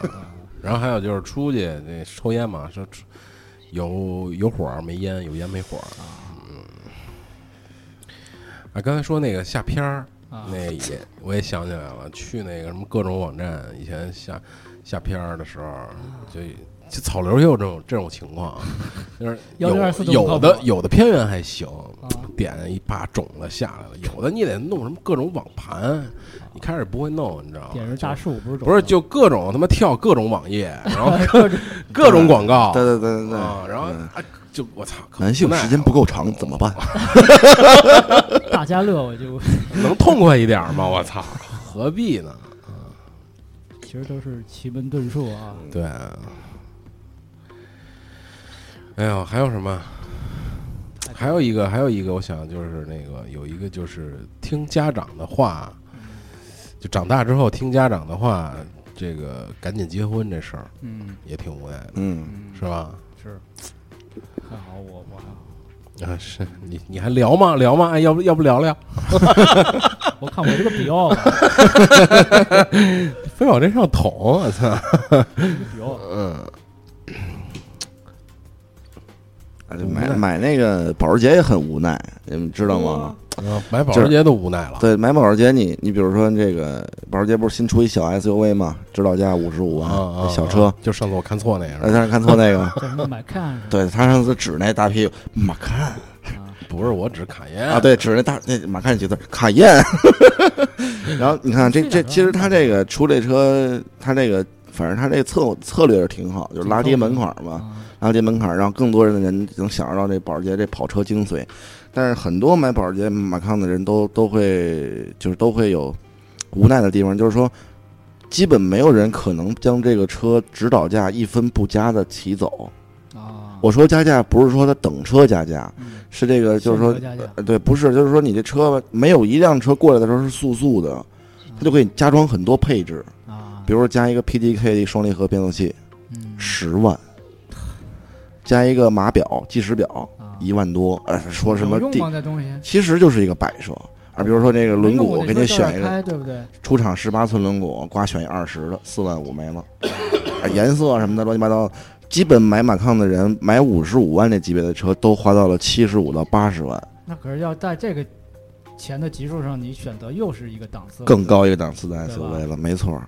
[SPEAKER 1] 然后还有就是出去那抽烟嘛，说出有有火儿没烟，有烟没火儿。
[SPEAKER 2] 啊
[SPEAKER 1] 嗯，啊，刚才说那个下片儿，
[SPEAKER 2] 啊，
[SPEAKER 1] 那也我也想起来了，去那个什么各种网站，以前下下片儿的时候，
[SPEAKER 2] 啊
[SPEAKER 1] 就就草榴也有这种这种情 况，就是有
[SPEAKER 2] 124都不靠
[SPEAKER 1] 有
[SPEAKER 2] 谱
[SPEAKER 1] 的有的片源还行
[SPEAKER 2] 啊，
[SPEAKER 1] 点一把种子下来了，有的你得弄什么各种网盘，你开始不会弄，你知道吗？
[SPEAKER 2] 啊点是大树，不是种
[SPEAKER 1] 不是就各种他妈跳各种网页，然 后各各种广告，
[SPEAKER 3] 对对对对对，
[SPEAKER 1] 啊，然后
[SPEAKER 3] 嗯
[SPEAKER 1] 啊就我操，可
[SPEAKER 3] 男性
[SPEAKER 1] 耐
[SPEAKER 3] 时间
[SPEAKER 1] 了
[SPEAKER 3] 不够长怎么办？
[SPEAKER 2] 大家乐，我就
[SPEAKER 1] 能痛快一点吗？我操，何必呢？
[SPEAKER 2] 其实都是奇门遁术啊。
[SPEAKER 1] 对。哎呦，还有什么？还有一个，还有一个，我想就是那个有一个就是听家长的话，就长大之后听家长的话，这个赶紧结婚这事儿
[SPEAKER 2] 嗯
[SPEAKER 1] 也挺无奈的，
[SPEAKER 3] 嗯，
[SPEAKER 2] 嗯，
[SPEAKER 1] 是吧？
[SPEAKER 2] 是，还好我我还好，
[SPEAKER 1] 啊，是你你还聊吗？聊吗？哎，要不要不聊聊？
[SPEAKER 2] 我看我这个比奥吧，
[SPEAKER 1] 非往这上捅，我操！
[SPEAKER 2] 这个比奥
[SPEAKER 3] 啊就买买那个保时捷也很无奈，你们知道吗？
[SPEAKER 1] 嗯买保时捷都无奈了，
[SPEAKER 3] 对，买保时捷你你比如说这个保时捷不是新出一小 SUV 嘛，指导价五十五万
[SPEAKER 1] 啊啊，
[SPEAKER 3] 小车，
[SPEAKER 1] 就上次我看错那
[SPEAKER 3] 哎，
[SPEAKER 1] 个，
[SPEAKER 3] 但是看错那 个，
[SPEAKER 2] 叫什么买看是吧
[SPEAKER 3] 对他上次指那大屁股马看
[SPEAKER 2] 啊，
[SPEAKER 1] 不是我只卡宴
[SPEAKER 3] 啊，，对，指那大那马看几个字卡宴， 然后你看这这其实他这个出这车，他这个反正他这个策策略是挺好，就是拉低门槛嘛，
[SPEAKER 2] 啊
[SPEAKER 3] 然后这门槛儿，让更多人的人能享受到这保时捷这跑车精髓。但是很多买保时捷、马康的人都都会就是都会有无奈的地方，就是说，基本没有人可能将这个车指导价一分不加的骑走。
[SPEAKER 2] 啊，
[SPEAKER 3] 我说加价不是说它等车加价，
[SPEAKER 2] 嗯
[SPEAKER 3] 是这个就是说
[SPEAKER 2] 现车加价
[SPEAKER 3] 呃对，不是就是说你这车吧，没有一辆车过来的时候是速速的，它就可以加装很多配置，
[SPEAKER 2] 啊，
[SPEAKER 3] 比如说加一个 PDK 的双离合变速器，
[SPEAKER 2] 嗯
[SPEAKER 3] 十万，加一个码表、计时表
[SPEAKER 2] 啊
[SPEAKER 3] 一万多，呃，说什么
[SPEAKER 2] 有用
[SPEAKER 3] 地
[SPEAKER 2] 吗？，哎这东西
[SPEAKER 3] 其实就是一个摆设。啊，比如说这个轮毂，我给你选一
[SPEAKER 2] 个，
[SPEAKER 3] 个
[SPEAKER 2] 开对不对？
[SPEAKER 3] 出厂十八寸轮毂，瓜选一二十的，四万五没了。啊颜色什么的乱七八糟，基本买马抗的人买五十五万这级别的车，都花到了七十五到八十万，
[SPEAKER 2] 那可是要在这个钱的级数上，你选择又是一个档次，
[SPEAKER 3] 更高一个档次的
[SPEAKER 2] 对吧
[SPEAKER 3] SUV 了，没错儿。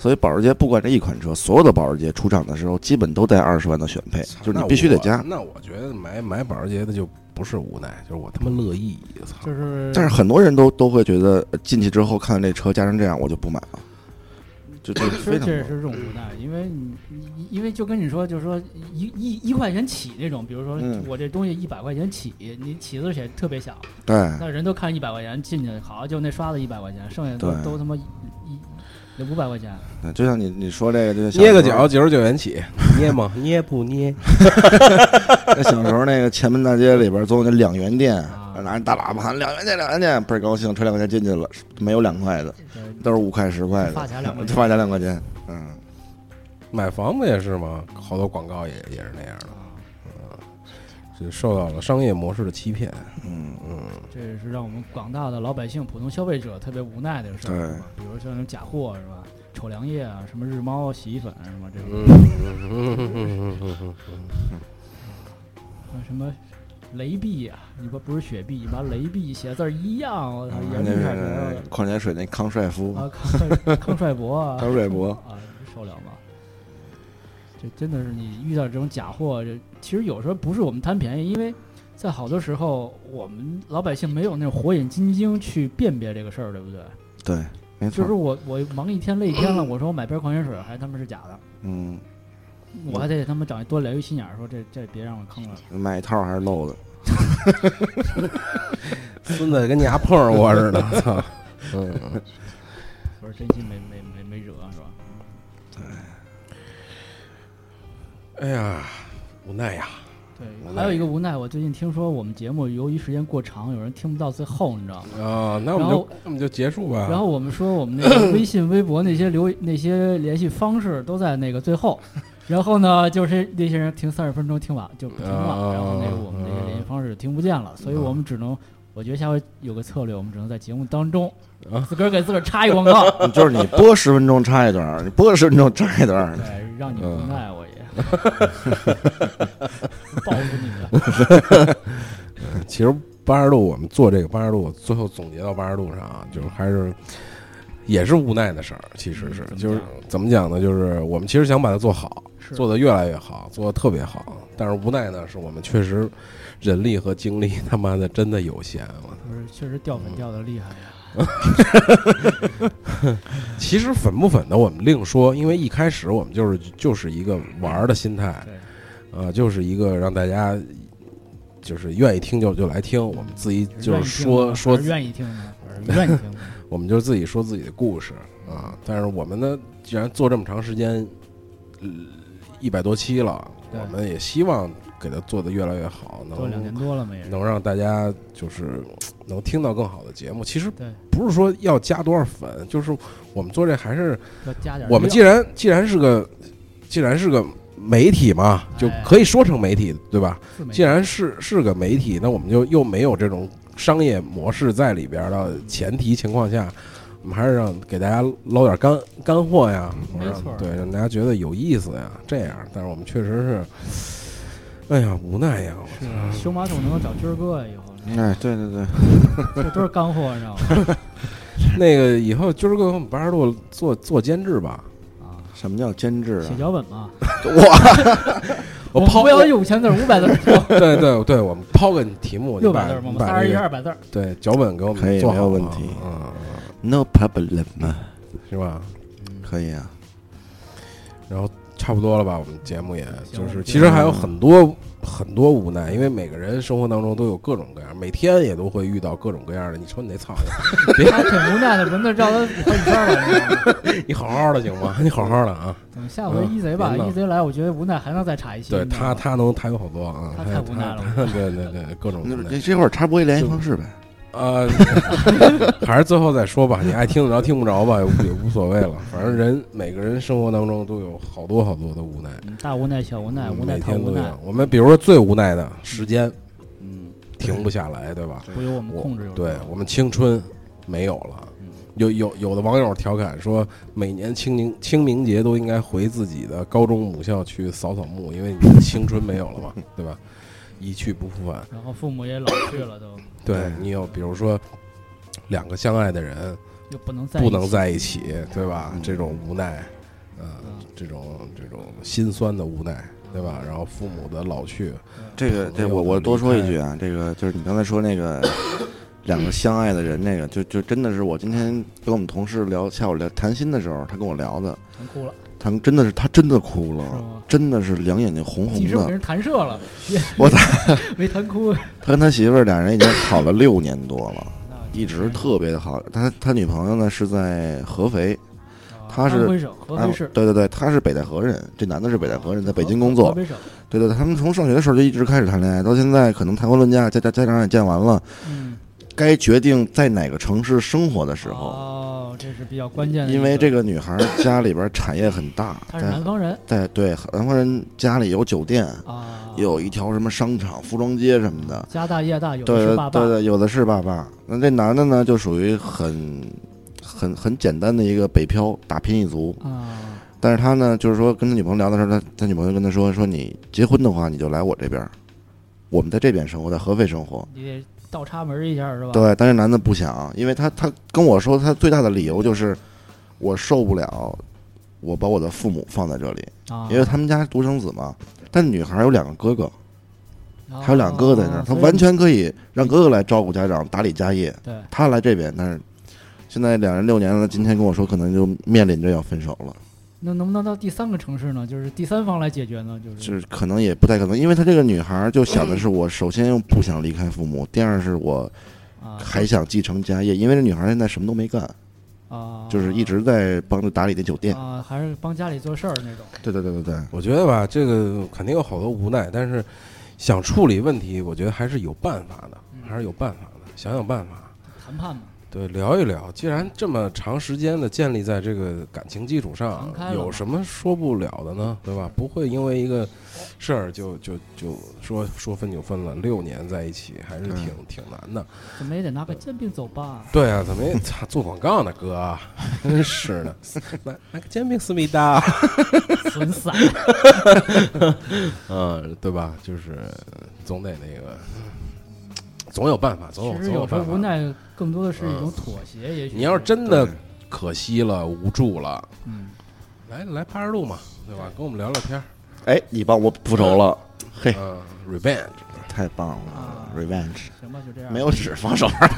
[SPEAKER 3] 所以保时捷不管这一款车，所有的保时捷出厂的时候，基本都带二十万的选配，就是你必须得加。
[SPEAKER 1] 那我觉得买买保时捷的就不是无奈，就是我他妈乐意，操！
[SPEAKER 2] 就是
[SPEAKER 3] 但是很多人都都会觉得呃进去之后看到这车加成这样，我就不买了，就就
[SPEAKER 2] 其
[SPEAKER 3] 非
[SPEAKER 2] 实
[SPEAKER 3] 常
[SPEAKER 2] 这也是这种无奈，因为你你因为就跟你说，就是说一一一块钱起那种，比如说
[SPEAKER 3] 嗯
[SPEAKER 2] 我这东西一百块钱起，你起子写特别小，
[SPEAKER 3] 对
[SPEAKER 2] 那人都看一百块钱进去，好就那刷子一百块钱，剩下都
[SPEAKER 3] 对
[SPEAKER 2] 都他妈一一那五百块钱，
[SPEAKER 3] 对，就像你你说这个，就像
[SPEAKER 1] 捏个
[SPEAKER 3] 小时
[SPEAKER 1] 脚
[SPEAKER 3] 候，
[SPEAKER 1] 九十九元 起，捏吗？捏不捏？
[SPEAKER 3] 那小时候那个前门大街里边总有那两元店
[SPEAKER 2] 啊，
[SPEAKER 3] 拿着大喇叭喊两元店两元店，倍儿高兴，揣两块钱进去了，没有两块的，
[SPEAKER 2] 对
[SPEAKER 3] 都是五块十块的，
[SPEAKER 2] 发卡两块钱啊
[SPEAKER 3] 发卡两块钱，嗯，
[SPEAKER 1] 买房不也是吗？好多广告也也是那样的，嗯就受到了商业模式的欺骗。
[SPEAKER 2] 这也是让我们广大的老百姓、普通消费者特别无奈的事儿，
[SPEAKER 3] 对
[SPEAKER 2] 是吧比如像那种假货是吧？丑凉液啊，什么日猫洗衣粉啊，什么这种，
[SPEAKER 1] 嗯，
[SPEAKER 2] 啊什么雷碧啊，你不不是雪碧，你把雷碧写字儿一样，我操，
[SPEAKER 3] 啊那
[SPEAKER 2] 也是啥
[SPEAKER 3] 个矿泉水那康帅夫，
[SPEAKER 2] 啊，康康帅博啊，
[SPEAKER 3] 康帅博
[SPEAKER 2] 啊，受了吗？这真的是你遇到这种假货，这其实有时候不是我们贪便宜，因为在好多时候我们老百姓没有那种火眼金睛去辨别这个事儿，对不对？
[SPEAKER 3] 对，没
[SPEAKER 2] 就是
[SPEAKER 3] 错，
[SPEAKER 2] 我我忙一天累一天了，我说我买瓶矿泉水还他妈是假的，
[SPEAKER 3] 嗯，
[SPEAKER 2] 我还得他妈找多留一心眼儿，说这这别让我坑了。
[SPEAKER 3] 买一套还是漏的，
[SPEAKER 1] 孙子跟你牙碰上我似的，操！嗯，
[SPEAKER 2] 不是真心没没没没惹是吧？
[SPEAKER 1] 哎呀，无奈呀，
[SPEAKER 2] 对，
[SPEAKER 1] 无
[SPEAKER 2] 还有
[SPEAKER 1] 奈
[SPEAKER 2] 一个无奈，我最近听说我们节目由于时间过长，有人听不到最后，你知道吗？
[SPEAKER 1] 啊，那我们
[SPEAKER 2] 然后
[SPEAKER 1] 就那我们就结束吧。
[SPEAKER 2] 然后我们说我们那个微信、微博那些 留那些联系方式都在那个最后，然后呢，就是那
[SPEAKER 1] 啊
[SPEAKER 2] 些人听三十分钟听完就不听了，然后那个我们那些联系方式听不见了，所以我们只能。我觉得下回有个策略，我们只能在节目当中
[SPEAKER 1] 啊
[SPEAKER 2] 自个儿给自个儿插一广 告，
[SPEAKER 3] 就是你播十分钟插一段儿，你播十分钟插一段儿，
[SPEAKER 2] 对，让你
[SPEAKER 1] 嗯
[SPEAKER 2] 无奈我也 报复你们。
[SPEAKER 1] 其实八十度我们做这个八十度，我最后总结到八十度上啊，就是还是也是无奈的事儿，其实是
[SPEAKER 2] 嗯怎么讲
[SPEAKER 1] 就是怎么讲呢？就是我们其实想把它做好，
[SPEAKER 2] 是
[SPEAKER 1] 做得越来越好，做得特别好，但是无奈呢，是我们确实人力和精力 他妈的真的有限。我
[SPEAKER 2] 不是，确实掉粉掉的厉害啊呀。
[SPEAKER 1] 其实粉不粉的我们另说，因为一开始我们就是就是一个玩儿的心态，
[SPEAKER 2] 对，
[SPEAKER 1] 呃，就是一个让大家就是愿意听就就来听，我们自己就是说说
[SPEAKER 2] 还是愿意听 的，还是愿意听的。
[SPEAKER 1] 我们就是自己说自己的故事啊。但是我们呢，既然做这么长时间，一百多期了，
[SPEAKER 2] 对
[SPEAKER 1] 我们也希望给它做得越来越好，
[SPEAKER 2] 做两年
[SPEAKER 1] 能
[SPEAKER 2] 多了嘛也 是。
[SPEAKER 1] 能让大家就是能听到更好的节目。其实
[SPEAKER 2] 对，
[SPEAKER 1] 不是说要加多少粉，就是我们做这还是
[SPEAKER 2] 要加点料。
[SPEAKER 1] 我们既然既然是个既然是个媒体嘛，就
[SPEAKER 2] 哎
[SPEAKER 1] 可以说成媒体，对吧？
[SPEAKER 2] 自媒体
[SPEAKER 1] 既然是是个媒体，那我们就又没有这种商业模式在里边儿的前提情况下，我们还是让给大家捞点干干货呀，
[SPEAKER 2] 没
[SPEAKER 1] 让
[SPEAKER 2] 错儿
[SPEAKER 1] 对，让大家觉得有意思呀，这样。但是我们确实是，哎呀，无奈呀，我
[SPEAKER 2] 是啊修马桶能够找军儿哥呀以后，
[SPEAKER 3] 哎，对对对，
[SPEAKER 2] 这都是干货，你知道 吗？
[SPEAKER 1] 那个以后军儿哥给我们八十度做做监制吧，
[SPEAKER 2] 啊，
[SPEAKER 3] 什么叫监制
[SPEAKER 2] 写
[SPEAKER 3] 啊？
[SPEAKER 2] 脚本嘛，
[SPEAKER 3] 我
[SPEAKER 1] 我
[SPEAKER 2] 们
[SPEAKER 1] 抛
[SPEAKER 2] 不要一五千字儿，五百字儿就
[SPEAKER 1] 对对对，我们抛个题目，
[SPEAKER 2] 六
[SPEAKER 1] 你把
[SPEAKER 2] 百字儿嘛，我
[SPEAKER 1] 你
[SPEAKER 2] 们
[SPEAKER 1] 把
[SPEAKER 2] 仨人
[SPEAKER 1] 这
[SPEAKER 2] 一
[SPEAKER 1] 个
[SPEAKER 2] 二百字儿，
[SPEAKER 1] 对脚本给我
[SPEAKER 3] 可
[SPEAKER 1] 们
[SPEAKER 3] 以
[SPEAKER 1] 做
[SPEAKER 3] 没
[SPEAKER 1] 好
[SPEAKER 3] 有问
[SPEAKER 1] 了
[SPEAKER 3] 题
[SPEAKER 1] 嗯，
[SPEAKER 3] no problem，
[SPEAKER 1] 是吧？
[SPEAKER 3] 可以啊，
[SPEAKER 1] 然后差不多了吧？我们节目也
[SPEAKER 2] 行
[SPEAKER 1] 就是，
[SPEAKER 2] 我们
[SPEAKER 1] 其实还有很多很多无奈，因为每个人生活当中都有各种各样，每天也都会遇到各种各样的。你说你那 操的，
[SPEAKER 2] 还挺无奈的，蚊子绕了好几圈儿了你知道吗。
[SPEAKER 1] 你好好的行 吗？你好好的啊！
[SPEAKER 2] 等下回
[SPEAKER 1] 嗯
[SPEAKER 2] 一贼 吧，
[SPEAKER 1] 别闹
[SPEAKER 2] 一贼来，我觉得无奈还能再查一期。
[SPEAKER 1] 对
[SPEAKER 2] 你知道
[SPEAKER 1] 他，
[SPEAKER 2] 吗
[SPEAKER 1] 他能，他有好多啊，
[SPEAKER 2] 啊他
[SPEAKER 1] 有
[SPEAKER 2] 太无奈了
[SPEAKER 1] 他对对对，各种无
[SPEAKER 3] 那
[SPEAKER 1] 奈
[SPEAKER 3] 这这会儿插播一联系方式呗。
[SPEAKER 1] 啊， 还是最后再说吧。你爱听得着听不着吧，也无也无所谓了。反正人每个人生活当中都有好多好多的无奈，
[SPEAKER 2] 嗯大无奈小无奈，无奈
[SPEAKER 1] 每
[SPEAKER 2] 套
[SPEAKER 1] 天
[SPEAKER 2] 无
[SPEAKER 1] 都
[SPEAKER 2] 奈
[SPEAKER 1] 有，。我们比如说最无奈的时间
[SPEAKER 3] 嗯，
[SPEAKER 1] 停不下来，对吧？
[SPEAKER 2] 不由我们
[SPEAKER 1] 我
[SPEAKER 2] 控制有时候。
[SPEAKER 1] 对我们青春没有了。有有有的网友调侃说，每年清明清明节都应该回自己的高中母校去扫扫墓，因为你的青春没有了嘛，对吧？一去不复返。
[SPEAKER 2] 然后父母也老去了，都
[SPEAKER 1] 对你有，比如说两个相爱的人
[SPEAKER 2] 又不能再
[SPEAKER 1] 不能
[SPEAKER 2] 再
[SPEAKER 1] 在一起，对吧？
[SPEAKER 3] 嗯
[SPEAKER 1] 这种无奈，呃，这种这种心酸的无奈，对吧？然后父母的老去，
[SPEAKER 3] 这个这我我多说一句啊，这个就是你刚才说那个两个相爱的人，那个就就真的是我今天跟我们同事聊下午聊谈心的时候，他跟我聊的，
[SPEAKER 2] 全哭了，
[SPEAKER 3] 他们真的是他真的哭
[SPEAKER 2] 是
[SPEAKER 3] 了，
[SPEAKER 2] 吗？
[SPEAKER 3] 真的是两眼睛红红
[SPEAKER 2] 几十给
[SPEAKER 3] 的。
[SPEAKER 2] 人弹射了，
[SPEAKER 3] 我操！
[SPEAKER 2] 没弹哭。
[SPEAKER 3] 他跟他媳妇儿俩人已经好了六年多了，
[SPEAKER 2] 那
[SPEAKER 3] 一直特别的好。他他女朋友呢是在合肥，
[SPEAKER 2] 啊
[SPEAKER 3] 他是
[SPEAKER 2] 安徽省合
[SPEAKER 3] 啊
[SPEAKER 2] 肥市，
[SPEAKER 3] 对对对，他是北戴河人，这男的是北戴河人，在北京工
[SPEAKER 2] 合
[SPEAKER 3] 作。
[SPEAKER 2] 肥省，
[SPEAKER 3] 对对，对他们从上学的时候就一直开始谈恋爱，到现在可能谈婚论嫁，家家家长也见完了。
[SPEAKER 2] 嗯，
[SPEAKER 3] 该决定在哪个城市生活的时候，
[SPEAKER 2] 哦，这是比较关键的一，
[SPEAKER 3] 因为这
[SPEAKER 2] 个
[SPEAKER 3] 个女孩家里边产业很大，
[SPEAKER 2] 他是
[SPEAKER 3] 在
[SPEAKER 2] 南方人
[SPEAKER 3] 在对南方人家里有酒店，
[SPEAKER 2] 啊，
[SPEAKER 3] 有一条什么商场、服装街什么的，
[SPEAKER 2] 家大业大，有的
[SPEAKER 3] 对
[SPEAKER 2] 是
[SPEAKER 3] 对
[SPEAKER 2] 爸爸
[SPEAKER 3] 对，对，有的是爸爸。那这男的呢，就属于很很很简单的一个北漂打拼一族，
[SPEAKER 2] 啊，
[SPEAKER 3] 但是他呢，就是说跟他女朋友聊的时候，他他女朋友跟他说说你结婚的话，你就来我这边儿，我们在这边生活，在合肥生活。
[SPEAKER 2] 你得倒插门一下是吧？
[SPEAKER 3] 对，但是男的不想，啊因为他他跟我说他最大的理由就是我受不了，我把我的父母放在这里，
[SPEAKER 2] 啊，
[SPEAKER 3] 因为他们家独生子嘛。但女孩有两个哥哥，
[SPEAKER 2] 啊
[SPEAKER 3] 还有两个哥哥在那儿，她
[SPEAKER 2] 所以
[SPEAKER 3] 完全可以让哥哥来照顾家长、打理家业，
[SPEAKER 2] 对
[SPEAKER 3] 她来这边。但是现在两人六年了，今天跟我说可能就面临着要分手了，
[SPEAKER 2] 那能不能到第三个城市呢？就是第三方来解决呢？就是
[SPEAKER 3] 就是可能也不太可能，因为她这个女孩就 想的是我首先又不想离开父母，第二是我
[SPEAKER 2] 啊，
[SPEAKER 3] 还想继承家业，因为这女孩现在什么都没干，
[SPEAKER 2] 啊，
[SPEAKER 3] 就是一直在帮着打理那酒店。
[SPEAKER 2] 啊，还是帮家里做事儿那种。
[SPEAKER 3] 对对对对对，
[SPEAKER 1] 我觉得吧，这个肯定有好多无奈，但是
[SPEAKER 2] 嗯
[SPEAKER 1] 想处理问题，我觉得还是有办法的，还是有办法的，想想办法。
[SPEAKER 2] 谈判嘛，
[SPEAKER 1] 对，聊一聊。既然这么长时间的建立在这个感情基础上
[SPEAKER 2] 敞开，了
[SPEAKER 1] 有什么说不了的呢？对吧？不会因为一个事儿就就就说说分就分了。六年在一起还是挺、挺难的。
[SPEAKER 2] 怎么也得拿个煎饼 走吧？
[SPEAKER 1] 对啊，怎么也操做广告呢，哥，啊 真是的。 来来个煎饼思密达，啊
[SPEAKER 2] 损散，
[SPEAKER 1] 嗯，对吧？就是总得那个，总有办法，
[SPEAKER 3] 哦
[SPEAKER 1] 总
[SPEAKER 2] 其
[SPEAKER 1] 有
[SPEAKER 2] 实
[SPEAKER 1] 总
[SPEAKER 2] 有时候
[SPEAKER 1] 办法。
[SPEAKER 2] 无奈更多的是
[SPEAKER 3] 呃
[SPEAKER 2] 一种妥协，也许
[SPEAKER 1] 你要是真的
[SPEAKER 3] 对
[SPEAKER 1] 可惜了、无助了，
[SPEAKER 2] 嗯，
[SPEAKER 1] 来来八十度嘛，对吧？跟我们聊聊天儿。
[SPEAKER 3] 哎，你帮我复仇了，嘿，
[SPEAKER 1] 嗯，revenge，
[SPEAKER 3] 太棒
[SPEAKER 2] 啊
[SPEAKER 3] 了，revenge。
[SPEAKER 2] 行吧，就这样，
[SPEAKER 3] 没有纸放手上，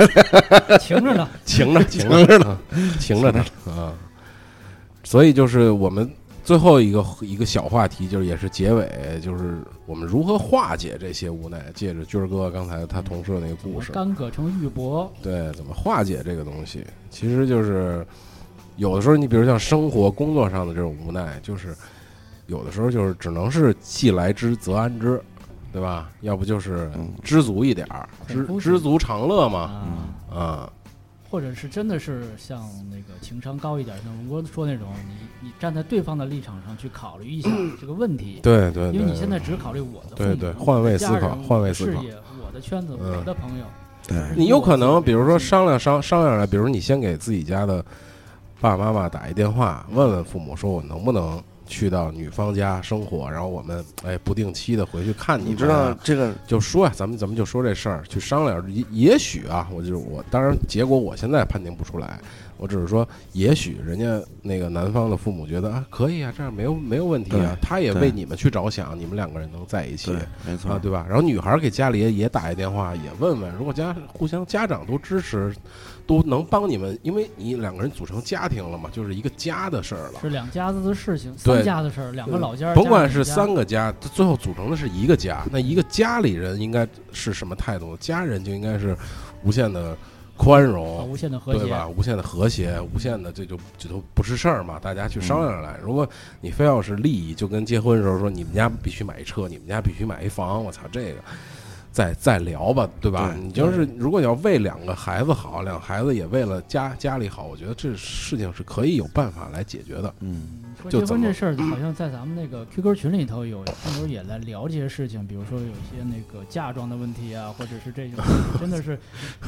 [SPEAKER 2] 停着呢，
[SPEAKER 1] 情 着情着呢，情着呢啊。所以就是我们最后一个一个小话题，就是也是结尾，就是我们如何化解这些无奈。借着军儿哥刚才他同事的那个故事，
[SPEAKER 2] 干戈成玉帛，
[SPEAKER 1] 对，怎么化解这个东西，其实就是有的时候，你比如像生活、工作上的这种无奈，就是有的时候就是只能是既来之则安之，对吧？要不就是
[SPEAKER 3] 嗯
[SPEAKER 1] 知足一点儿，知
[SPEAKER 2] 很丰富
[SPEAKER 1] 知足常乐嘛，
[SPEAKER 2] 啊，
[SPEAKER 1] 啊，
[SPEAKER 2] 或者是真的是像那个情商高一点，像龙哥说那种，你你站在对方的立场上去考虑一下这个问题，
[SPEAKER 1] 对对对，
[SPEAKER 2] 因为你现在只考虑我的父
[SPEAKER 1] 对
[SPEAKER 2] 母
[SPEAKER 1] 对换位
[SPEAKER 2] 家
[SPEAKER 1] 思考
[SPEAKER 2] 人
[SPEAKER 1] 换位思
[SPEAKER 2] 事
[SPEAKER 1] 考
[SPEAKER 2] 业我的圈子，
[SPEAKER 1] 嗯
[SPEAKER 2] 我的朋友，
[SPEAKER 3] 对，
[SPEAKER 1] 你有可能，比如说商量商商量了，比如你先给自己家的爸爸妈妈打一电话，
[SPEAKER 2] 嗯
[SPEAKER 1] 问问父母，说我能不能去到女方家生活，然后我们哎不定期的回去看你们
[SPEAKER 3] 你
[SPEAKER 1] 啊。
[SPEAKER 3] 知道这个
[SPEAKER 1] 就说呀、咱们咱们就说这事儿，去商量。也也许啊，我就是我，当然结果我现在判定不出来，我只是说，也许人家那个男方的父母觉得啊，可以啊，这样没有没有问题啊
[SPEAKER 3] 对，
[SPEAKER 1] 他也
[SPEAKER 3] 对
[SPEAKER 1] 为你们去着想，你们两个人能在一起
[SPEAKER 3] 对，没错
[SPEAKER 1] 啊，对吧？然后女孩给家里也也打一电话，也问问，如果家互相家长都支持，都能帮你们，因为你两个人组成家庭了嘛，就是一个家的事儿了。
[SPEAKER 2] 是两家子的事情，
[SPEAKER 1] 对
[SPEAKER 2] 三家的事儿，两个老家，
[SPEAKER 1] 甭管
[SPEAKER 2] 加
[SPEAKER 1] 是
[SPEAKER 2] 上
[SPEAKER 1] 三个家，最后组成的是一个家。那一个家里人应该是什么态度？家人就应该是无限的宽
[SPEAKER 2] 一家啊
[SPEAKER 1] 容，
[SPEAKER 2] 无限的和
[SPEAKER 1] 对
[SPEAKER 2] 谐，
[SPEAKER 1] 吧？无限的和谐，无限的这就这都不是事儿嘛，大家去商量
[SPEAKER 3] 嗯
[SPEAKER 1] 着来。如果你非要是利益，就跟结婚的时候说你们家必须买一车，你们家必须买一房，我操这个。再再聊吧，对吧？
[SPEAKER 3] 对
[SPEAKER 1] 你就是如果你要为两个孩子好，两个孩子也为了家家里好，我觉得这事情是可以有办法来解决的。
[SPEAKER 3] 嗯，
[SPEAKER 2] 说
[SPEAKER 1] 就
[SPEAKER 2] 结
[SPEAKER 1] 怎
[SPEAKER 2] 婚
[SPEAKER 1] 么
[SPEAKER 2] 这事儿，好像在咱们那个 QQ 群里头有听友也在聊这些事情，比如说有一些那个嫁妆的问题啊，或者是这种， 真的是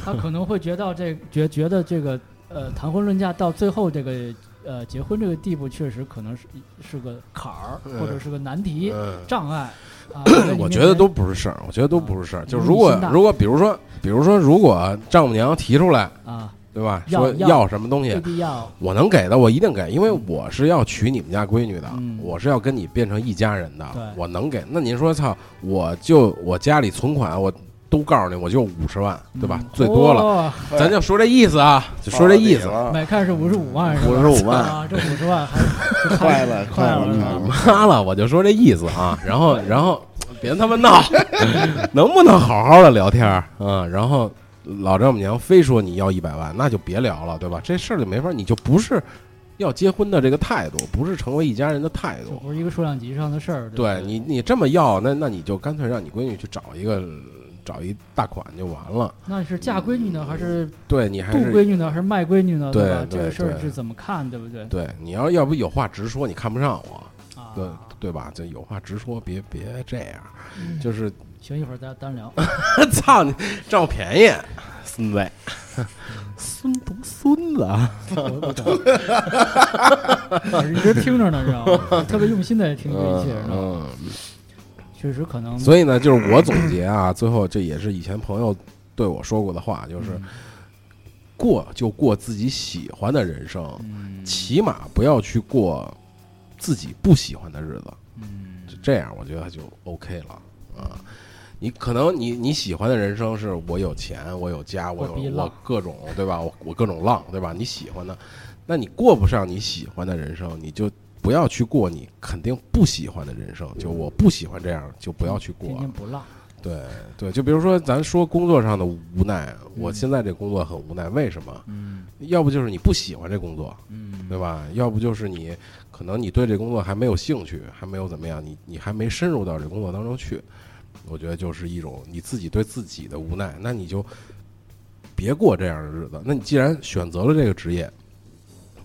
[SPEAKER 2] 他可能会觉得这觉觉得这个呃谈婚论嫁到最后这个呃结婚这个地步，确实可能是是个坎儿，
[SPEAKER 1] 嗯
[SPEAKER 2] 或者是个难题、
[SPEAKER 1] 嗯，，
[SPEAKER 2] 障碍。啊
[SPEAKER 1] 我觉得都不是事儿，我觉得都不是事儿。
[SPEAKER 2] 啊
[SPEAKER 1] 就是如果
[SPEAKER 2] 心大
[SPEAKER 1] 如果比如说比如说如果丈母娘提出来，
[SPEAKER 2] 啊，
[SPEAKER 1] 对吧？
[SPEAKER 2] 要
[SPEAKER 1] 说
[SPEAKER 2] 要
[SPEAKER 1] 要什么东
[SPEAKER 2] 必
[SPEAKER 1] 西，
[SPEAKER 2] 必要
[SPEAKER 1] 我能给的我一定给，因为我是要娶你们家闺女的
[SPEAKER 2] 嗯，
[SPEAKER 1] 我是要跟你变成一家人的
[SPEAKER 2] 对，
[SPEAKER 1] 我能给。那您说操，我就我家里存款我。都告诉你，我就五十万，对吧？
[SPEAKER 2] 嗯
[SPEAKER 1] 最多了，
[SPEAKER 2] 哦
[SPEAKER 1] 咱就说这意思啊，就说这意思。
[SPEAKER 2] 买看是五十五万是吧？
[SPEAKER 3] 55万
[SPEAKER 2] 啊，这五十万还还
[SPEAKER 3] 快了
[SPEAKER 2] 快
[SPEAKER 3] 快了
[SPEAKER 2] 了是
[SPEAKER 3] 嗯
[SPEAKER 2] 吧？
[SPEAKER 1] 妈了，我就说这意思啊。然后，然后别他妈闹， 能不能好好的聊天儿啊？然后老丈母娘非说你要一百万，那就别聊了，对吧？这事儿就没法，你就不是要结婚的这个态度，不是成为一家人的态
[SPEAKER 2] 这
[SPEAKER 1] 度。
[SPEAKER 2] 不是一个数量级上的事儿，
[SPEAKER 1] 对
[SPEAKER 2] 对
[SPEAKER 1] 你，你这么要，那那你就干脆让你闺女去找一个找一大款就完了。
[SPEAKER 2] 那是嫁闺女呢，还是
[SPEAKER 1] 对你还
[SPEAKER 2] 度
[SPEAKER 1] 是
[SPEAKER 2] 闺女呢，还是卖闺女呢？
[SPEAKER 1] 对
[SPEAKER 2] 吧？
[SPEAKER 1] 对
[SPEAKER 2] 这个事儿
[SPEAKER 1] 对
[SPEAKER 2] 是怎么看，对不对？
[SPEAKER 1] 对你要要不有话直说，你看不上我，
[SPEAKER 2] 啊，
[SPEAKER 1] 对对吧？这有话直说，别别这样，
[SPEAKER 2] 嗯
[SPEAKER 1] 就是
[SPEAKER 2] 行，一会儿咱单聊。
[SPEAKER 1] 操你，占我便宜，孙子，孙不孙子啊？
[SPEAKER 2] 我我懂 我一直听着呢，知道吗？特别用心的听这一切，知道吗？
[SPEAKER 1] 嗯，
[SPEAKER 2] 确实可能，
[SPEAKER 1] 所以呢，就是我总结啊，最后这也是以前朋友对我说过的话，就是过就过自己喜欢的人生，
[SPEAKER 2] 嗯
[SPEAKER 1] 起码不要去过自己不喜欢的日子。
[SPEAKER 2] 嗯
[SPEAKER 1] 就这样，我觉得就 OK 了啊。你可能你你喜欢的人生是我有钱，我有家，我
[SPEAKER 2] 我逼
[SPEAKER 1] 有
[SPEAKER 2] 浪
[SPEAKER 1] 我各种对吧？我我各种浪对吧？你喜欢的，那你过不上你喜欢的人生，你就不要去过你肯定不喜欢的人生。就我不喜欢这样，就不要去过啊
[SPEAKER 2] 天。天不浪，
[SPEAKER 1] 对对，就比如说咱说工作上的无奈，我现在这工作很无奈，为什么？
[SPEAKER 2] 嗯
[SPEAKER 1] 要不就是你不喜欢这工作，
[SPEAKER 2] 嗯，
[SPEAKER 1] 对吧？要不就是你可能你对这工作还没有兴趣，还没有怎么样，你你还没深入到这工作当中去，我觉得就是一种你自己对自己的无奈，那你就。别过这样的日子。那你既然选择了这个职业，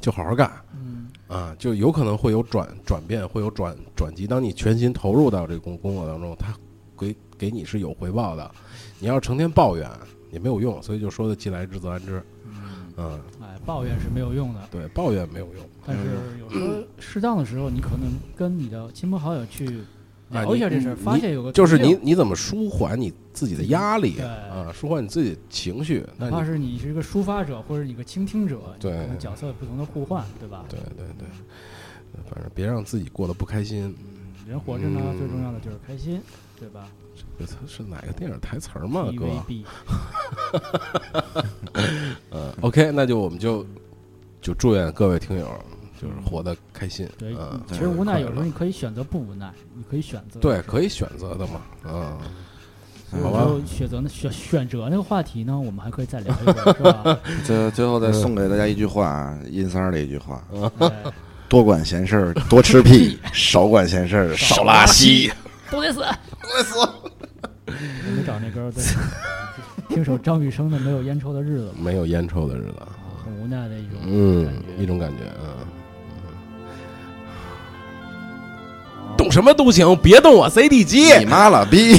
[SPEAKER 1] 就好好干
[SPEAKER 2] 嗯
[SPEAKER 1] 啊，就有可能会有转转变，会有转转机。当你全心投入到这个工工作当中，它给给你是有回报的。你要是成天抱怨也没有用，所以就说的既来之则安之。
[SPEAKER 2] 嗯，
[SPEAKER 1] 嗯，
[SPEAKER 2] 哎，抱怨是没有用的，
[SPEAKER 1] 对，抱怨没有用。
[SPEAKER 2] 但
[SPEAKER 1] 嗯
[SPEAKER 2] 是有时候适当的时候，你可能跟你的亲朋好友去
[SPEAKER 1] 啊
[SPEAKER 2] 聊一下
[SPEAKER 1] 你
[SPEAKER 2] 这事儿，
[SPEAKER 1] 你
[SPEAKER 2] 发现有个
[SPEAKER 1] 就是
[SPEAKER 2] 途
[SPEAKER 1] 你
[SPEAKER 2] 径，
[SPEAKER 1] 你怎么舒缓你自己的压力
[SPEAKER 2] 对
[SPEAKER 1] 啊？舒缓你自己的情绪？那
[SPEAKER 2] 哪
[SPEAKER 1] 你
[SPEAKER 2] 怕是你是一个抒发者或者你个倾听者，
[SPEAKER 1] 对
[SPEAKER 2] 你可能角色不同的互换，对吧？
[SPEAKER 1] 对对对，反正别让自己过得不开心。
[SPEAKER 2] 人活着呢，
[SPEAKER 1] 嗯
[SPEAKER 2] 最重要的就是开心，对吧
[SPEAKER 1] 这他是哪个电影台词儿吗？哥啊
[SPEAKER 2] ？TVB，
[SPEAKER 1] ，OK，那就我们就就祝愿各位听友就是活得开心。
[SPEAKER 2] 对，
[SPEAKER 1] 嗯
[SPEAKER 2] 你其实无奈有时候
[SPEAKER 1] 快乐
[SPEAKER 2] 你可以选择不无奈，你可以选择
[SPEAKER 1] 对可以选择的嘛，嗯，
[SPEAKER 2] 所以
[SPEAKER 1] 好
[SPEAKER 2] 我
[SPEAKER 1] 吧
[SPEAKER 2] 就选择那选选择那个话题呢，我们还可以再聊一聊，是 吧？
[SPEAKER 3] 最最后再送给大家一句话啊，殷三儿的一句话：
[SPEAKER 2] 哎
[SPEAKER 3] 多管闲事儿，多吃 屁；少管闲事儿，少拉稀。
[SPEAKER 2] 都得死，都得死。我们找那歌，对，听首张雨生的《没有烟抽的日子》吧，
[SPEAKER 1] 没有烟抽的日子，啊
[SPEAKER 2] 很无奈的一种
[SPEAKER 1] 嗯
[SPEAKER 2] 感，觉
[SPEAKER 1] 一种感觉，嗯。动什么都行，别动我 CD 机。
[SPEAKER 3] 你妈了逼！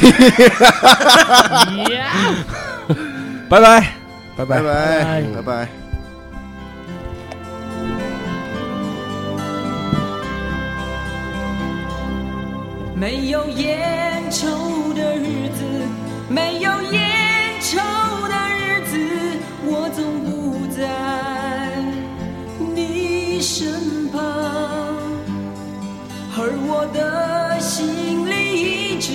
[SPEAKER 1] 拜拜，拜拜
[SPEAKER 3] 拜拜，
[SPEAKER 2] 拜
[SPEAKER 3] 拜拜。
[SPEAKER 6] 没有烟抽的日子，没有烟抽的日子，我总不在你身旁，而我的心里一直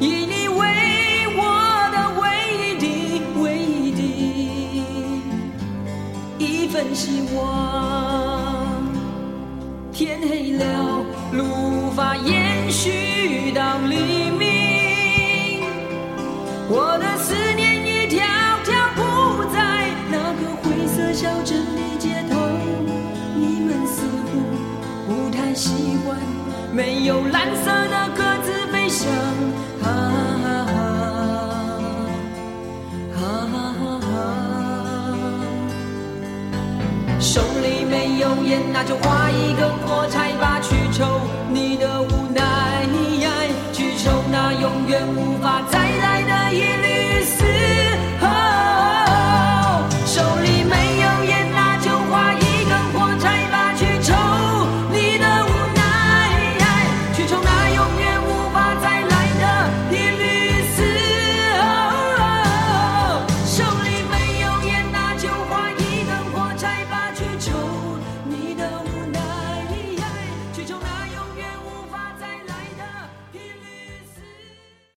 [SPEAKER 6] 以你为我的唯一的、唯一的一份希望。天黑了，路无法延续到黎明。我的思念一条条铺在那个灰色小镇的街头，你们似乎不太习惯没有蓝色的鸽子飞翔。啊啊啊啊啊手里没有烟，那就划一根火柴吧，去抽你的无奈，去抽那永远无法再